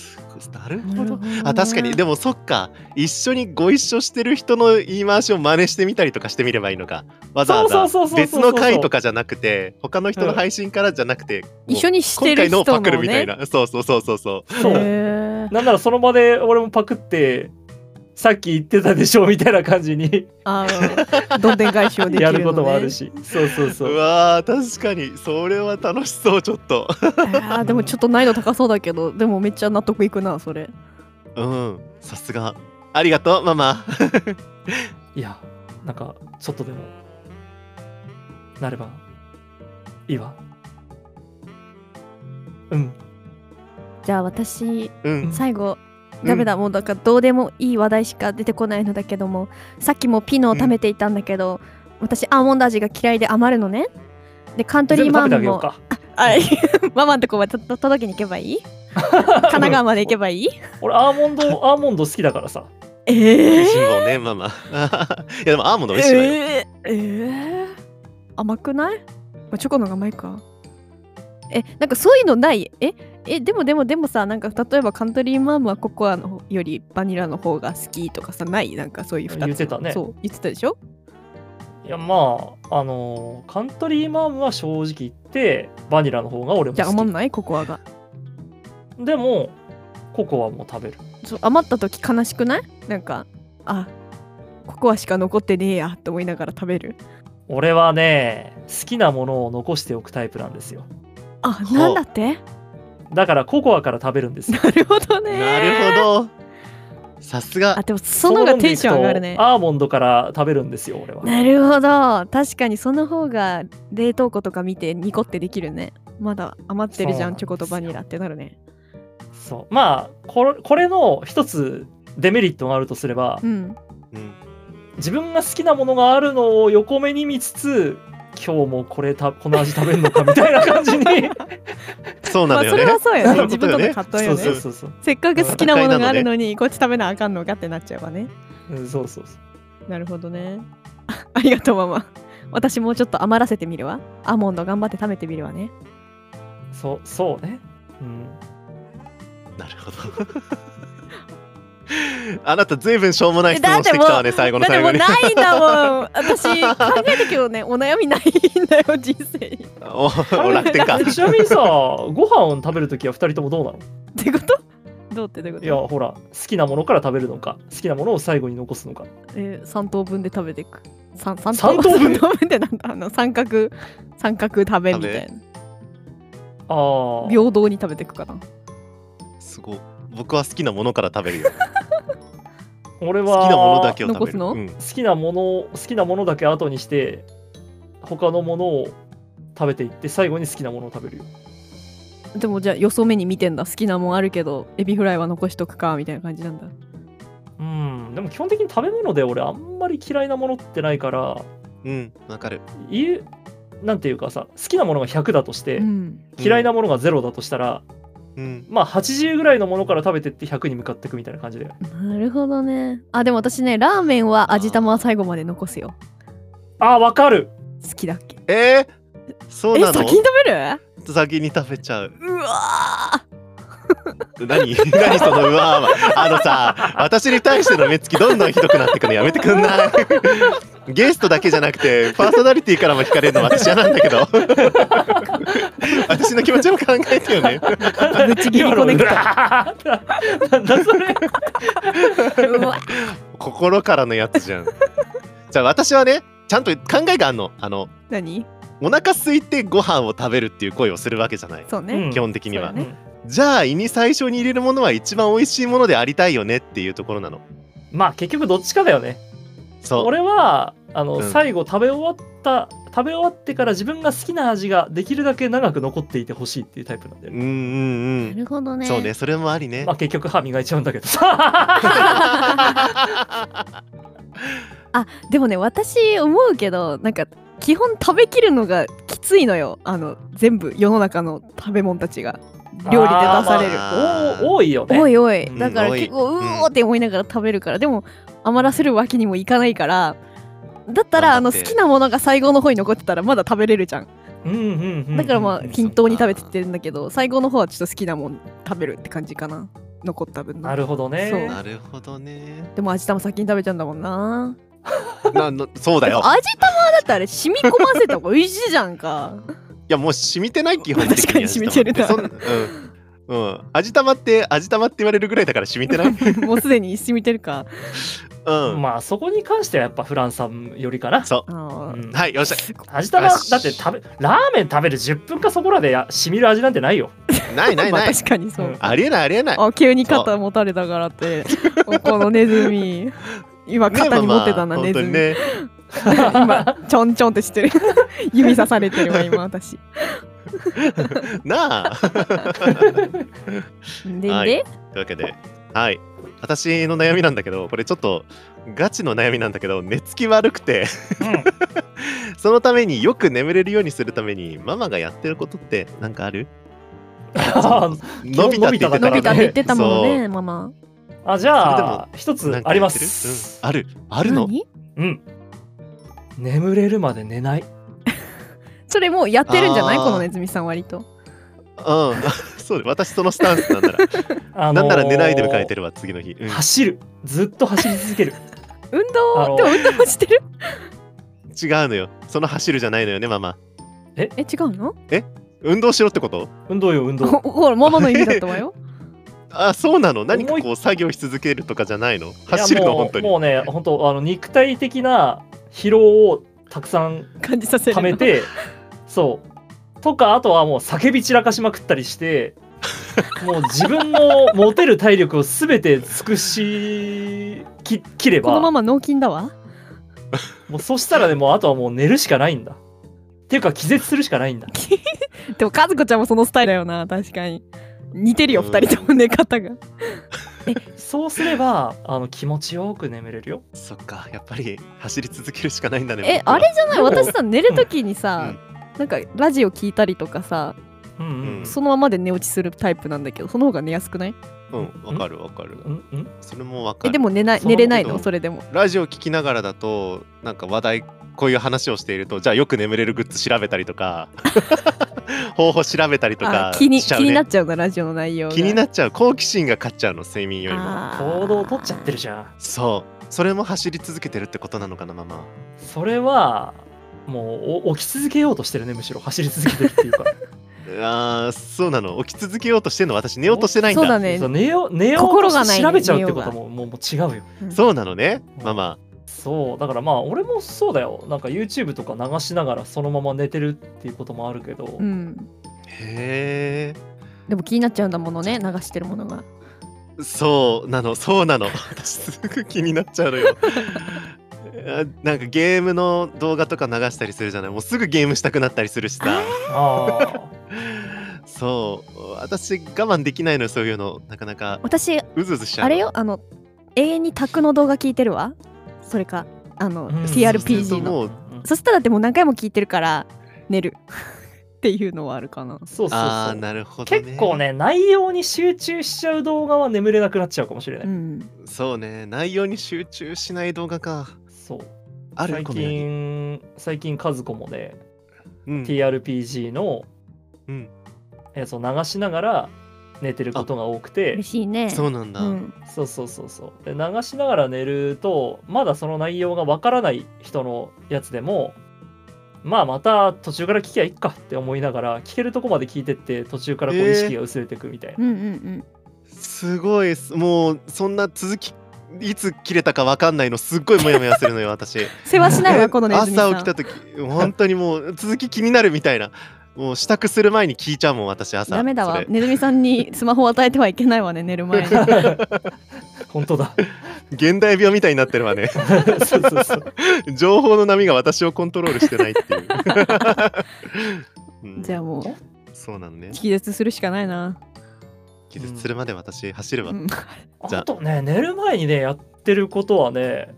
Speaker 1: なるほ
Speaker 2: な
Speaker 1: ど
Speaker 2: るほどね
Speaker 1: あ確かにでもそっか一緒にご一緒してる人の言い回しを真似してみたりとかしてみればいいのかわざわ
Speaker 3: そうそうそうそうそう
Speaker 1: ざ
Speaker 3: そ
Speaker 1: 別の
Speaker 3: う
Speaker 1: 回とかじゃなくて他の人の配信からじゃなくて、
Speaker 2: 一緒
Speaker 1: に
Speaker 2: にしてる
Speaker 1: 今
Speaker 2: 人
Speaker 1: 回のを
Speaker 2: も
Speaker 1: パクるみたい
Speaker 2: ね。
Speaker 1: なそうそうそうそうそう
Speaker 3: そう
Speaker 2: へー
Speaker 3: なんならその場で俺もパクってさっき言ってたでしょみたいな感じに
Speaker 2: あーどんでん返しをできる
Speaker 3: や
Speaker 2: のね。
Speaker 3: ることもあるしそうそう
Speaker 1: う
Speaker 3: そう
Speaker 1: わー確かにそれは楽しそうちょっと
Speaker 2: あーでもちょっと難易度高そうだけどでもめっちゃ納得いくなそれ
Speaker 1: うんさすがありがとうママ
Speaker 3: いやなんかちょっとでもなればいいわうん
Speaker 2: じゃあ私
Speaker 1: うん
Speaker 2: 最後
Speaker 1: うん
Speaker 2: ダメだもうだからどうでもいい話題しか出てこないのだけどもさっきもピノを食べていたんだけど、私アーモンド味が嫌いで余るのねでカントリ
Speaker 3: 全
Speaker 2: ー
Speaker 3: 部
Speaker 2: マ
Speaker 3: 食べ
Speaker 2: ーム
Speaker 3: てあげよう
Speaker 2: も
Speaker 3: か
Speaker 2: あいママのとこまで届けに行けば いい神奈川まで行けばいい
Speaker 3: 俺アーモ ンドアーモンド好きだからさ
Speaker 2: え
Speaker 1: 美
Speaker 2: え
Speaker 1: 味しいもんねマ マいやでもアーモンド美味しいわよ、
Speaker 2: えー、えー甘くないまあチョコの方が甘いかえなんかそういうのないええでもでもでもさなんか例えばカントリーマームはココアのよりバニラの方が好きとかさないなんかそういう2つ
Speaker 3: 言ってたね
Speaker 2: そう言ってたでしょ
Speaker 3: いやまああのーカントリーマームは正直言ってバニラの方が俺も
Speaker 2: じゃあ余ん
Speaker 3: 好
Speaker 2: ないココアが
Speaker 3: きでもココアも食べる
Speaker 2: そう余った時悲しくないなんかあココアしか残ってねえやと思いながら食べる
Speaker 3: 俺はね好きなものを残しておくタイプなんですよ
Speaker 2: あ
Speaker 1: ほう
Speaker 2: なんだって
Speaker 3: だからココアから食べるんですよ
Speaker 2: なるほどね
Speaker 1: なるほどさすが
Speaker 2: あでも その方がテンション上がるね
Speaker 3: そのアーモンドから食べるんですよ俺は
Speaker 2: なるほど確かにその方が冷凍庫とか見てニコってできるねまだ余ってるじゃんチョ
Speaker 3: そう
Speaker 2: コ
Speaker 3: な
Speaker 2: と
Speaker 3: んですよ
Speaker 2: バニラってなるね
Speaker 3: そうまあこれこれの一つデメリットがあるとすれば、
Speaker 2: うん
Speaker 1: うん
Speaker 3: 自分が好きなものがあるのを横目に見つつ今日もこれたこの味食べるのかみたいな感 じに
Speaker 1: そうな
Speaker 2: ま
Speaker 1: のよ
Speaker 2: あそ
Speaker 1: ね
Speaker 2: れはそうよね
Speaker 1: そういう
Speaker 2: 自
Speaker 1: こと
Speaker 2: 分と
Speaker 1: よね
Speaker 2: の葛藤よ
Speaker 3: そう
Speaker 2: ね
Speaker 3: そうそう
Speaker 2: せっかく好きなものがあるのにこっち食べなあかんのかってなっちゃうわね
Speaker 3: うんそうそうそう
Speaker 2: なるほどね あありがとうママ私もうちょっと余らせてみるわアーモンド頑張って食べてみるわね
Speaker 3: そうそうね、うん、
Speaker 1: なるほど。 あなたずいぶんしょうもない質
Speaker 2: だっ
Speaker 1: 問しててきたわね最後の
Speaker 2: だって
Speaker 1: 最
Speaker 2: も
Speaker 1: 後
Speaker 2: う
Speaker 1: に
Speaker 2: ないんだもん私考えたけどねお悩みないんだよ人生に
Speaker 1: おお楽天 か
Speaker 3: えちなみにさご飯を食べるときは2人ともどうな
Speaker 2: っ
Speaker 3: の
Speaker 2: てことどうってどういうこ
Speaker 3: い
Speaker 2: と
Speaker 3: やほら好きなものから食べるのか好きなものを最後に残すのか
Speaker 2: えー、3等分で食べていく 3, 三
Speaker 3: 三等分
Speaker 2: 三等分ってなんだあの三角三角食べみたいな
Speaker 3: ああ
Speaker 2: 平等に食べていくかな
Speaker 1: すごい僕は好きなものから食べるよ
Speaker 3: 俺は
Speaker 1: 好きなものだけを食べる
Speaker 2: 残すの
Speaker 1: うん
Speaker 3: 好きなもの好きなものだけ後にして他のものを食べていって最後に好きなものを食べるよ
Speaker 2: でもじゃあよそ目に見てんだ好きなもんあるけどエビフライは残しとくかみたいな感じなんだ
Speaker 3: うんでも基本的に食べ物で俺あんまり嫌いなものってないから
Speaker 1: うんわかる
Speaker 3: 言うなんていうかさ好きなものが100だとして、
Speaker 2: うん
Speaker 3: 嫌いなものが0だとしたら
Speaker 1: うん
Speaker 3: まあ80ぐらいのものから食べてって100に向かっていくみたいな感じで
Speaker 2: なるほどねあでも私ねラーメンは味玉は最後まで残すよ
Speaker 3: あーわかる
Speaker 2: 好きだっけ
Speaker 1: えーそう
Speaker 2: え
Speaker 1: なの
Speaker 2: 先に食べる
Speaker 1: 先に食べちゃう
Speaker 2: うわ
Speaker 1: 何 何そのうわーはあのさ私に対しての目つきどんどんひどくなってくのやめてくんない ゲストだけじゃなくてパーソナリティからも惹かれるの私嫌なんだけど 私の気持ちも考えてよね
Speaker 2: ぶち切りコネクト
Speaker 3: 今のうわーなんだそれ
Speaker 2: ーうわ
Speaker 1: 心からのやつじゃん。じゃあ私はねちゃんと考えがあんのあの
Speaker 2: 何
Speaker 1: お腹空いてご飯を食べるっていう声をするわけじゃない
Speaker 2: そうね、
Speaker 3: うん
Speaker 1: 基本的には、
Speaker 2: そうだね
Speaker 1: じゃあ胃に最初に入れるものは一番美味しいものでありたいよねっていうところなの
Speaker 3: まあ結局どっちかだよね
Speaker 1: そう
Speaker 3: 俺はあの、
Speaker 1: うん
Speaker 3: 最後食べ終わった食べ終わってから自分が好きな味ができるだけ長く残っていてほしいっていうタイプなんだよ
Speaker 1: うん
Speaker 3: ね、
Speaker 1: うん
Speaker 4: な
Speaker 1: うん
Speaker 4: るほどね
Speaker 1: そうねそれもありね
Speaker 3: まあ結局歯磨いちゃうんだけどさ
Speaker 2: あでもね私思うけどなんか基本食べきるのがきついのよあの全部世の中の食べ物たちが 料理で出され る、
Speaker 1: あ
Speaker 3: お多いよね
Speaker 2: おいおい
Speaker 1: うん
Speaker 2: だから
Speaker 1: 多い
Speaker 2: 結構う
Speaker 1: うん
Speaker 2: おーって思いながら食べるから、でも余らせるわけにもいかないからだったらあ
Speaker 1: 頑張
Speaker 2: の
Speaker 1: って
Speaker 2: 好きなものが最後の方に残ってたらまだ食べれるじゃん
Speaker 3: うんうんうんうん
Speaker 2: だからまあ均
Speaker 1: っ
Speaker 2: 等に食べてってるんだけど最後の方はちょっと好きなもん食べるって感じかな残った分の
Speaker 3: なるほど
Speaker 2: そう
Speaker 1: な
Speaker 3: ね
Speaker 1: るほど ね
Speaker 2: でも味玉先に食べちゃうんだもんな
Speaker 1: なのそうだ
Speaker 2: 味
Speaker 1: よ
Speaker 2: 玉だったらあれ染み込ませた方が美味しいじゃんか
Speaker 1: いやもう染みてない基本的に
Speaker 2: 確かに染みてるな
Speaker 1: 味玉ってそんうん、うん、味玉って味玉って言われるぐらいだから染み てないうん
Speaker 2: もうすでに染みてるか
Speaker 3: まあそこに関してはやっぱフランさんよりかな
Speaker 1: そう
Speaker 2: あの
Speaker 3: うん
Speaker 1: はいよっし
Speaker 3: 味玉だって食べラーメン食べる10分かそこらでや染みる味なんてな いよ
Speaker 1: ゃないない
Speaker 2: まあ
Speaker 1: ない
Speaker 2: 確かにそう、
Speaker 3: うん
Speaker 1: ありえないありえない
Speaker 2: あ急に肩持たれたからって このネズミ今肩に持ってたな、
Speaker 1: ね
Speaker 2: ネ
Speaker 1: まあまあ本当にね
Speaker 2: ズミ、今ちょんちょんってしてる 指刺さ れてるわ今私
Speaker 1: なあ
Speaker 4: でで、
Speaker 1: はいというわけではい私の悩みなんだけどこれちょっとガチの悩みなんだけど寝つき悪くてそのためによく眠れるようにするためにママがやってることってなんかあ る伸びたって言って
Speaker 3: だ
Speaker 1: た
Speaker 2: 伸
Speaker 3: からね
Speaker 2: びたって言ってたもん
Speaker 1: そ
Speaker 2: ねママ
Speaker 3: あじゃあ一つあります
Speaker 1: なんかやってるうん、あるあるの
Speaker 2: 何
Speaker 3: うん眠れるまで寝ない
Speaker 2: それもうやってるんじゃない
Speaker 1: あー
Speaker 2: このネズミさん割と
Speaker 1: うん そうだ私そのスタンスなん なら、
Speaker 3: あ
Speaker 1: なん
Speaker 3: のー
Speaker 1: なら寝ないで迎えてるわ次の日、うん
Speaker 3: 走るずっと走り続ける
Speaker 2: 運
Speaker 3: あ
Speaker 2: 動
Speaker 3: の
Speaker 2: でも運動してる
Speaker 1: 違うのよその走るじゃないのよねママ
Speaker 2: え違うの
Speaker 1: 運動しろってこと
Speaker 3: 運動よ運動
Speaker 2: ほほらママの意味だったわよ
Speaker 1: あそうなの何か
Speaker 3: 思
Speaker 1: こう作業し続けるとかじゃないの走る
Speaker 3: いや
Speaker 1: の
Speaker 3: もう
Speaker 1: 本当に
Speaker 3: もうね本当あの肉体的な疲労をたくさん
Speaker 2: 感じさせる
Speaker 3: 貯
Speaker 2: の
Speaker 3: めてそうとかあとはもう叫び散らかしまくったりしてもう自分の持てる体力を全て尽くしき切れ
Speaker 2: この
Speaker 3: ば
Speaker 2: まま脳筋だわ
Speaker 3: もうそしたらねもうあとはもう寝るしかないんだっていうか気絶するしかないんだ
Speaker 2: でも和子ちゃんもそのスタイルだよな確かに似てるよ
Speaker 1: うん
Speaker 2: 二人と も寝方が
Speaker 3: そうすればあの気持ちよく眠れるよ
Speaker 1: そっかやっぱり走り続けるしかないんだね
Speaker 2: え
Speaker 1: 僕は
Speaker 2: あれじゃな い
Speaker 3: でも
Speaker 2: 私さ寝るときにさ、なんかラジオ聞いたりとかさ
Speaker 3: うんうん
Speaker 1: うん
Speaker 2: そのままで寝落ちするタイプなんだけどその方が寝やすくない
Speaker 1: うんわかるわかる
Speaker 3: うんうん
Speaker 1: それもわか
Speaker 2: え
Speaker 1: る
Speaker 2: でも寝ない
Speaker 3: そうな
Speaker 2: 寝
Speaker 3: んだけ
Speaker 2: れ
Speaker 3: ど
Speaker 2: ないのそれでも
Speaker 1: ラジオ聞きながらだとなんか話題こういう話をしているとじゃあよく眠れるグッズ調べたりと か方法調べたりと
Speaker 2: あ
Speaker 1: か
Speaker 2: 気に
Speaker 1: しちゃう
Speaker 2: 気にな
Speaker 1: ね
Speaker 2: っちゃうなラジオの内容が
Speaker 1: 気になっちゃう好奇心が勝っちゃうの睡眠よりも
Speaker 2: あー
Speaker 3: 行動を取っちゃってるじゃん
Speaker 1: そうそれも走り続けてるってことなのかなママは
Speaker 3: それはもうお起き続けようとしてるねむしろ走り続けてるっていうか
Speaker 1: あーそうなの起き続けようとしてんの私寝ようとしてないんだ
Speaker 2: そうだ ね
Speaker 3: そう寝よう寝よう
Speaker 2: 心
Speaker 3: と
Speaker 2: が
Speaker 3: し
Speaker 2: ない
Speaker 3: て
Speaker 2: ね
Speaker 3: 調べちゃうってこ
Speaker 2: 寝よ
Speaker 3: と
Speaker 2: う
Speaker 3: ももうもう違うよ
Speaker 1: そうなのね
Speaker 3: うん
Speaker 1: ママ
Speaker 3: そうだからまあ俺もそうだよなんか YouTube とか流しながらそのまま寝てるっていうこともあるけど、
Speaker 2: うん
Speaker 1: へえ
Speaker 2: でも気になっちゃうんだものね流してるものが
Speaker 1: そうなのそうなの私すぐ気になっちゃうの よあなんかゲームの動画とか流したりするじゃないもうすぐゲームしたくなったりするしさ
Speaker 3: あ
Speaker 1: そう私我慢できないのよそういうのなかなか
Speaker 2: 私
Speaker 1: うずうずしちゃう
Speaker 2: あれよあの永遠に卓の動画聞いてるわそれかあの、
Speaker 3: うん
Speaker 2: TRPG の
Speaker 1: もう
Speaker 3: ーうん
Speaker 2: そしたらでも何回も聞いてるから寝る っていうのはあるかな
Speaker 3: そうそう
Speaker 1: あ
Speaker 3: そ
Speaker 1: ー
Speaker 3: う
Speaker 1: なるほど、ね、
Speaker 3: 結構ね内容に集中しちゃう動画は眠れなくなっちゃうかもしれない、
Speaker 2: うん
Speaker 1: そうね内容に集中しない動画か
Speaker 3: そう
Speaker 1: ある
Speaker 3: 最
Speaker 1: この世に
Speaker 3: 近最近和子もね、
Speaker 1: うん
Speaker 3: TRPG の
Speaker 1: うん
Speaker 3: やつを流しながら寝てることが多くて
Speaker 4: 嬉しいね
Speaker 1: そうなんだ、
Speaker 2: うん
Speaker 3: そうそうそうそうで流しながら寝るとまだその内容がわからない人のやつでもまあまた途中から聞きゃいいかって思いながら聞けるとこまで聞いてって途中からこ
Speaker 1: え
Speaker 3: う
Speaker 1: ー
Speaker 3: 意識が薄れていくみたいな、
Speaker 2: うんうんうん
Speaker 1: すごいっすもうそんな続きいつ切れたかわかんないのすっごいモヤモヤするのよ私
Speaker 2: 世話しな いわこのネズミさ
Speaker 1: 朝
Speaker 2: ん
Speaker 1: 起きた時本当にもう続き気になるみたいなもう支度する前に聞いちゃうもん私朝
Speaker 2: ダメだ
Speaker 1: そ
Speaker 2: わ
Speaker 1: れ
Speaker 2: ネズミさんにスマホを与えてはいけないわね寝 る前に
Speaker 3: 本当だ。
Speaker 1: 現代病みたいになってるわね
Speaker 3: そうそうそう。
Speaker 1: 情報の波が私をコントロールしてないっていう、うん
Speaker 2: じゃあもう
Speaker 1: そうなのね
Speaker 2: 気絶するしかないな、
Speaker 1: 気絶するまで私走るわ
Speaker 2: う
Speaker 1: うん、
Speaker 2: ん、
Speaker 1: じゃあ
Speaker 3: あとね、寝る前にね、やってることはね、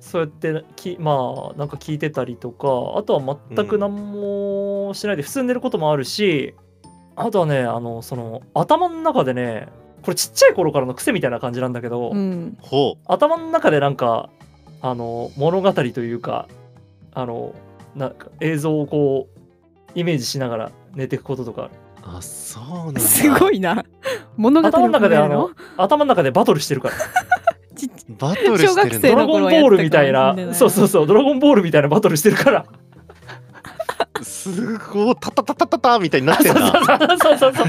Speaker 3: そうやってき、まあ、なんか聞いてたりとか、あとは全く何もしないで、普通に寝ることもあるし、あとはね、あの、その、頭の中でね、これちっちゃい頃からの癖みたいな感じなんだけど、
Speaker 2: うん、
Speaker 1: ほ
Speaker 3: 頭の中でなんかあの物語というかあのなんか映像をこうイメージしながら寝ていくこととかある
Speaker 1: うあそうなんだ
Speaker 2: すごいな物語
Speaker 3: 頭の中であ
Speaker 2: 見える
Speaker 3: の頭の中でバトルしてるから
Speaker 2: ちっ
Speaker 1: バトルしてるん
Speaker 2: 小学生
Speaker 3: ド
Speaker 1: だ
Speaker 2: の
Speaker 3: ラゴンボールみたい
Speaker 2: やってたかもしれな
Speaker 3: ないそうそうそうドラゴンボールみたいなバトルしてるから
Speaker 1: すごいタタタタタタみたいになってんだ
Speaker 3: そうそうそう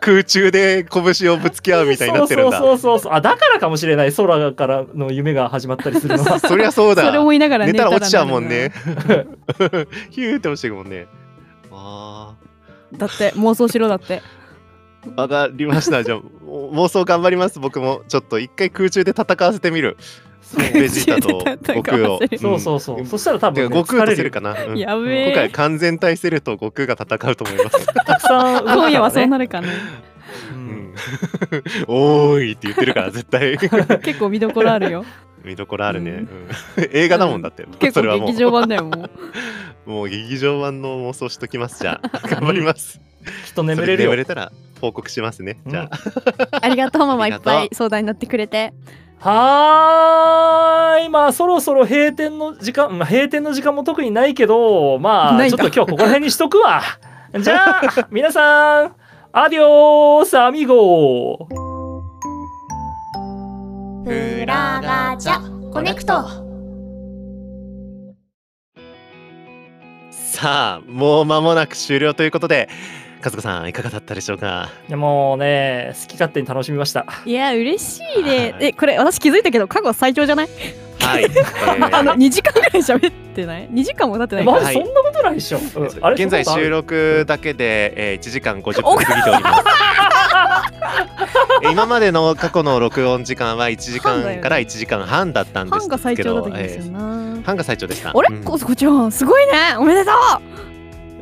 Speaker 1: 空中で拳をぶつけ合うみたいになってるんだ
Speaker 3: そうそうそうそうあだからかもしれない空からの夢が始まったりするの は
Speaker 1: そりゃそうだ
Speaker 2: それ思いながら
Speaker 1: 寝たら落ちちゃう
Speaker 2: な
Speaker 1: も
Speaker 2: るなん
Speaker 1: ね ヒューって落ちてくもんねあ
Speaker 2: だって妄想しろだって
Speaker 1: ーわかりましたじゃあも妄想頑張ります僕もちょっと一回空中で戦わせてみるベジータと悟空を
Speaker 2: 空中で
Speaker 3: そうそうそう、そしたら多
Speaker 1: て
Speaker 3: 分、
Speaker 1: か
Speaker 3: ね、
Speaker 1: 悟空
Speaker 3: 疲
Speaker 1: と
Speaker 3: れ
Speaker 1: セ
Speaker 3: る
Speaker 1: ルかな、うん
Speaker 2: やべえ
Speaker 1: 今回完全体セルと悟空が戦うと思います、
Speaker 3: たくさん動くからね、
Speaker 2: 今夜はそうなるかね
Speaker 3: う
Speaker 1: うんん、おーいって言ってるから絶対
Speaker 2: 結構見どころあるよ
Speaker 1: 見どころあるね、
Speaker 3: う
Speaker 1: うん映画だもんだって、
Speaker 2: 結
Speaker 1: それは
Speaker 2: 構
Speaker 1: もう
Speaker 2: 劇場版だよもう
Speaker 1: もう劇場版の妄想しときますじゃあ頑張ります
Speaker 3: きっと眠れる
Speaker 1: そ
Speaker 3: よ
Speaker 1: 眠れたら報告しますねじゃあ、
Speaker 3: うん
Speaker 2: ありがとうママ
Speaker 1: あ
Speaker 2: い
Speaker 1: り
Speaker 2: っ
Speaker 1: がとう
Speaker 2: ぱい相談に乗ってくれて
Speaker 3: はーい、まあそろそろ閉店の時間、まあ、閉店の時間も特にないけど、ま
Speaker 2: な
Speaker 3: あ
Speaker 2: いん
Speaker 3: ちょ
Speaker 2: だ
Speaker 3: っと今日ここら辺にしとくわ。 じゃあ、皆さん、アディオース、アミゴ
Speaker 4: フラガチャコネクト
Speaker 1: さあもう間もなく終了ということで和子さんいかがだったでしょうか
Speaker 3: いやもうね、好き勝手に楽しみました。
Speaker 2: いや嬉しいね
Speaker 1: はい
Speaker 2: えこれ私気づいたけど過去最長じゃない
Speaker 1: はい、 えー
Speaker 2: あの2時間ぐらい喋ってない2時間も経ってない
Speaker 3: ま
Speaker 1: マ
Speaker 3: ず
Speaker 1: はい
Speaker 3: そんなことないでしょ。うんあれ
Speaker 1: 現在
Speaker 3: そんなことある
Speaker 1: 収録だけで、えー、1時間50分過ぎております えー今までの過去の録音時間は1時間から1時間半だったんで
Speaker 2: 半
Speaker 1: す
Speaker 2: が最
Speaker 1: け
Speaker 2: 長だっ
Speaker 1: ど
Speaker 2: た気がする
Speaker 1: え
Speaker 2: な
Speaker 1: ー半が最長でした
Speaker 2: あれ、
Speaker 1: うん
Speaker 2: こそこちゃんすごいねおめでとう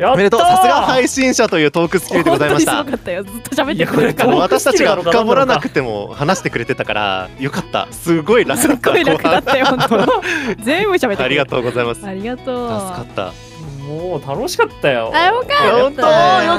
Speaker 3: や
Speaker 1: おめでとうさすが
Speaker 3: い。
Speaker 1: 配信者というトークスキルでございまし
Speaker 2: 本
Speaker 1: た
Speaker 2: 当にすごかったよずっと喋ってく
Speaker 3: い
Speaker 2: れ
Speaker 3: や
Speaker 2: る
Speaker 3: こ
Speaker 2: か
Speaker 1: あの
Speaker 3: れ
Speaker 2: ら
Speaker 1: 私たちが深掘らなくても話してくれてたからよかったすごい楽
Speaker 2: す
Speaker 1: だ
Speaker 2: っ
Speaker 1: った
Speaker 2: ごい楽だったよ本当全部喋ってくれる
Speaker 1: ありがとうございます助
Speaker 2: ありがとう
Speaker 1: かった
Speaker 3: もう楽しかったよ。
Speaker 2: あよかった
Speaker 1: 本当よ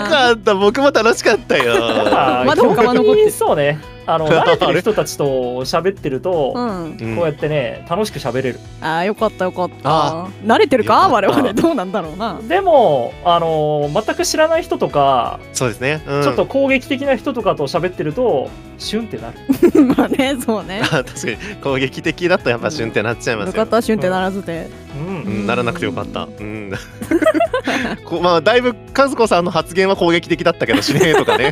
Speaker 1: かった僕も楽しかった よ
Speaker 3: あー
Speaker 2: まだ他は残ってる
Speaker 3: 基本的にそうね。あ の慣れてる人たちと喋ってると、
Speaker 2: う
Speaker 1: う
Speaker 2: ん
Speaker 1: ん
Speaker 3: こうやってね楽しく喋れる
Speaker 2: あーよかったよかった
Speaker 1: あ
Speaker 2: 慣れてるか
Speaker 1: よかった
Speaker 2: 我々どうなんだろうな
Speaker 3: でもあの全く知らない人とか、
Speaker 1: そうですねうん
Speaker 3: ちょっと攻撃的な人とかと喋ってるとシュンってなる
Speaker 2: まあねそうね
Speaker 1: あ確かに攻撃的だとやっぱ旬ってなっちゃいま
Speaker 2: よ
Speaker 1: す
Speaker 2: か
Speaker 1: よ
Speaker 2: っ、たシュンってならずで
Speaker 3: うん、
Speaker 1: うんならなくてよかったうん こまあだいぶ和子さんの発言は攻撃的だったけどしねえとかね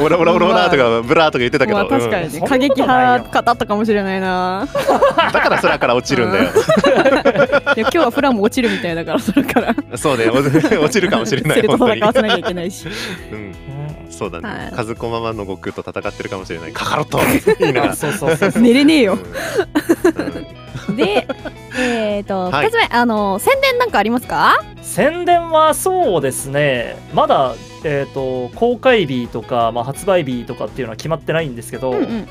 Speaker 1: オラオラオラオラとかブラーとか言ってたけど、
Speaker 2: まあ確か
Speaker 1: うん
Speaker 2: に
Speaker 3: そ
Speaker 2: ね
Speaker 3: んなこと
Speaker 2: 過
Speaker 3: ないよ
Speaker 2: 激派かだったかもしれないな
Speaker 1: だから空から落ちるんだよ、
Speaker 2: いや今日はフランも落ちるみたいだからそれから
Speaker 1: そうね 落ちるかもしれな
Speaker 2: セ
Speaker 1: い
Speaker 2: ルと
Speaker 1: 本当
Speaker 2: 戦
Speaker 1: に
Speaker 2: わせなきゃい けないし
Speaker 1: うん
Speaker 3: うん
Speaker 1: そうだね、
Speaker 2: はい
Speaker 1: 和子ママの悟空と戦ってるかもしれないカカロットいいな
Speaker 3: あそうそうそう そう
Speaker 2: 寝れねえよ
Speaker 1: うんうん
Speaker 2: で、えっ、と、
Speaker 1: はい
Speaker 2: 二つ目、あの、宣伝なんかありますか。
Speaker 3: 宣伝はそうですねまだ、えー、と公開日とか、まあ、発売日とかっていうのは決まってないんですけど、
Speaker 2: ん、
Speaker 1: うん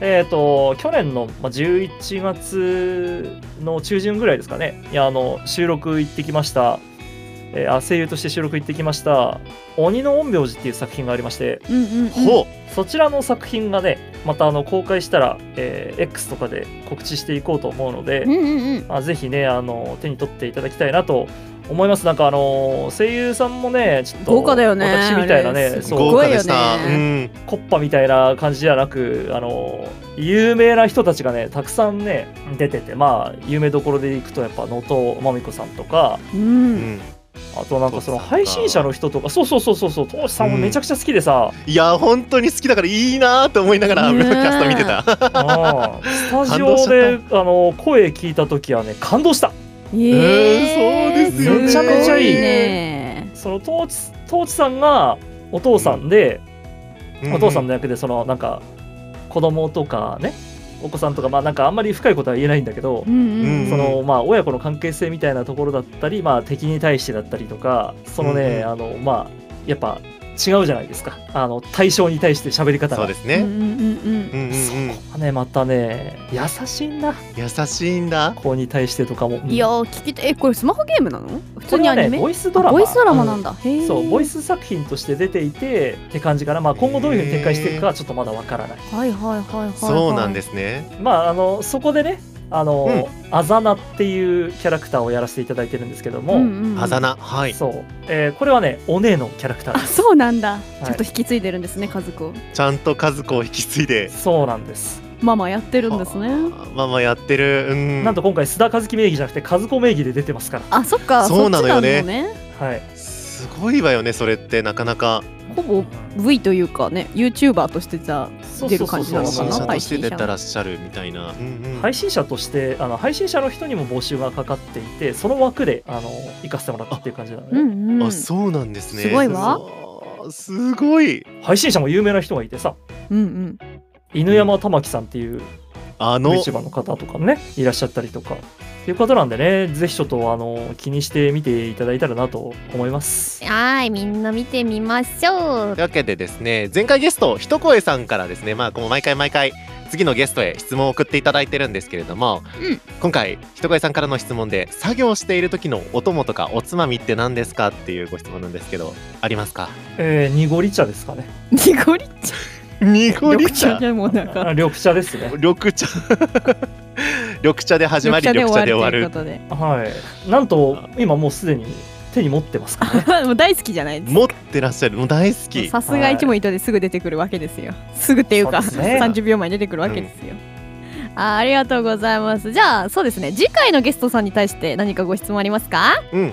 Speaker 3: えー、と去年の、まあ、11月の中旬ぐらいですかねいやあの収録行ってきました、えーあ声優として収録行ってきました「鬼の陰陽師」っていう作品がありまして
Speaker 2: うん、うん、
Speaker 1: ほう
Speaker 3: そちらの作品がねまたあの公開したら、えー X とかで告知していこうと思うので
Speaker 2: う、ん、うん、うん、
Speaker 3: まあ、ぜひねあの手に取っていただきたいなと思いますなんかあの声優さんもねちょっと
Speaker 2: 豪華だよね
Speaker 3: 私みたいな
Speaker 2: あれ
Speaker 3: ね
Speaker 2: す
Speaker 3: そう
Speaker 1: 豪華でした、
Speaker 2: す
Speaker 1: う
Speaker 2: ごいよ
Speaker 1: ん、
Speaker 3: コッパみたいな感じじゃなくあの有名な人たちがねたくさんね出ててまあ有名どころでいくとやっぱ能登まみこさんとか、
Speaker 2: う、
Speaker 1: うんん、
Speaker 3: あとなんかそ
Speaker 1: トシさん
Speaker 3: の
Speaker 1: が
Speaker 3: 配信者の人とかそうそうそうそうそうトシさんもめちゃくちゃ好き でさ、
Speaker 1: いや本当に好きだからいいなと思いながらキ
Speaker 2: ねえ
Speaker 1: ャスト見てた
Speaker 3: あースタジ
Speaker 1: 感動
Speaker 3: オ
Speaker 1: し
Speaker 3: で
Speaker 1: ち
Speaker 3: あの声聞いた時はね感動した
Speaker 1: えーそうですよ
Speaker 3: ねめちゃめちゃいい
Speaker 2: ね
Speaker 3: そのトーチトーチさんがお父さんで、お父さんの
Speaker 1: だ
Speaker 3: 役でそのなんか子供とかねお子さんとかまあなんかあんまり深いことは言えないんだけど
Speaker 2: う、んうん
Speaker 3: そのまあ親子の関係性みたいなところだったり、まあ、敵に対してだったりとかそのね、
Speaker 1: うん
Speaker 3: あのまあやっぱ違うじゃないですかあの対象に対して喋り方が
Speaker 1: そうです
Speaker 2: うんう
Speaker 1: ね、
Speaker 2: んうん
Speaker 1: うんうんうん
Speaker 3: そこはねまたね優しいんだ
Speaker 1: 優しいんだ
Speaker 3: 子に対してとかも
Speaker 2: うんいやー聞きたいえこれスマホゲームなの普通にア
Speaker 3: これは
Speaker 2: ニメ
Speaker 3: ねボイスドラ
Speaker 2: あ
Speaker 3: マ
Speaker 2: ボイスドラマなんだ、へー
Speaker 3: そうボイス作品として出ていてって感じかな、まあ、今後どういうふうに展開していくかはちょっとまだわからない、
Speaker 2: はいはいはいはい、はい、
Speaker 1: そうなんですすね
Speaker 3: まあ、あのそこでねあの、アザナっていうキャラクターをやらせていただいてるんですけども、
Speaker 1: あざなはい
Speaker 3: そう、えーこれはねお姉のキャラクター
Speaker 2: あ
Speaker 3: です
Speaker 2: そうなんだ、
Speaker 3: い
Speaker 2: ちょっと引き継いでるんですね和子
Speaker 1: ちゃんと和子を引き継いで
Speaker 3: そうなんです、
Speaker 2: ママやってるんですね
Speaker 1: あママやってるうん
Speaker 3: なんと今回須田和樹名義じゃなくて和子名義で出てますか
Speaker 2: あそっか
Speaker 1: そうなのよね
Speaker 2: そっちなのね
Speaker 3: らはい
Speaker 1: すごいわよねそれってなかなか
Speaker 2: ほぼ V というかね YouTuber としてじゃあ
Speaker 3: そう
Speaker 2: 出
Speaker 3: そ
Speaker 2: る感
Speaker 3: うそう
Speaker 2: じな
Speaker 3: そう
Speaker 2: のか
Speaker 1: 配
Speaker 2: な
Speaker 1: 信者として
Speaker 2: 配信者
Speaker 1: 出てらっしゃるみたいな、うんうん
Speaker 3: 配信者としてあの配信者の人にも募集がかかっていてその枠であの行かせてもらったっていう感じなの
Speaker 2: う
Speaker 3: で、
Speaker 2: んうん
Speaker 1: あそうなんですね
Speaker 2: すごいわ
Speaker 1: そうすごい
Speaker 3: 配信者も有名な人がいてさ
Speaker 2: うんうん
Speaker 3: 犬山玉木さんっていう
Speaker 1: あの
Speaker 3: VTuber の方とかもねいらっしゃったりとかっていう方なんでねぜひちょっとあの気にして見ていただいたらなと思います
Speaker 4: はいみんな見てみましょう
Speaker 1: というわけでですね前回ゲストひとこえさんからですねまあこう毎回毎回次のゲストへ質問を送っていただいてるんですけれども、
Speaker 4: うん
Speaker 1: 今回ひとこえさんからの質問で作業している時のお供とかおつまみって何ですかっていうご質問なんですけどありますか
Speaker 3: えー、濁り茶ですかね
Speaker 2: 濁り茶
Speaker 1: 濁
Speaker 2: 緑茶じゃもうなん
Speaker 3: あ
Speaker 2: か
Speaker 3: 緑茶ですね
Speaker 1: 緑茶緑茶で始まり
Speaker 2: 緑
Speaker 1: 緑
Speaker 2: 茶
Speaker 1: 茶
Speaker 2: で
Speaker 1: で終わ
Speaker 2: 終わる
Speaker 1: る
Speaker 2: というこ
Speaker 3: はいなんと今もうすでに手に持ってますからね
Speaker 2: とでもう大好きじゃないです
Speaker 1: 持ってらっしゃるもう大好き
Speaker 2: さすが一問一答ですぐ出てくるわけですよすぐっていうか
Speaker 3: そうですね
Speaker 2: 30秒前に出てくるわけですよ、あーありがとうございますじゃあそうですね次回のゲストさんに対して何かご質問ありますか
Speaker 1: うん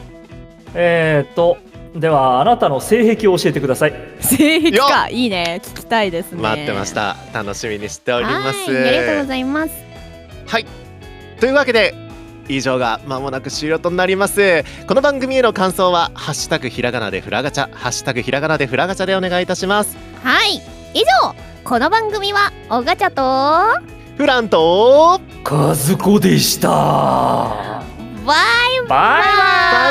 Speaker 3: えー、っとではあなたの性癖を教えてください
Speaker 2: 性癖かいいね聞きたいですね
Speaker 1: 待ってました楽しみにしております
Speaker 4: はいありがとうございます
Speaker 1: はい。というわけで、以上が間もなく終了となります。この番組への感想は、ハッシュタグひらがなでフラガチャ、ハッシュタグひらがなでフラガチャでお願いいたします。
Speaker 4: はい以上この番組はおガチャと
Speaker 1: フランと、
Speaker 3: 和子でした
Speaker 4: バイ
Speaker 3: バイバイ
Speaker 1: バイ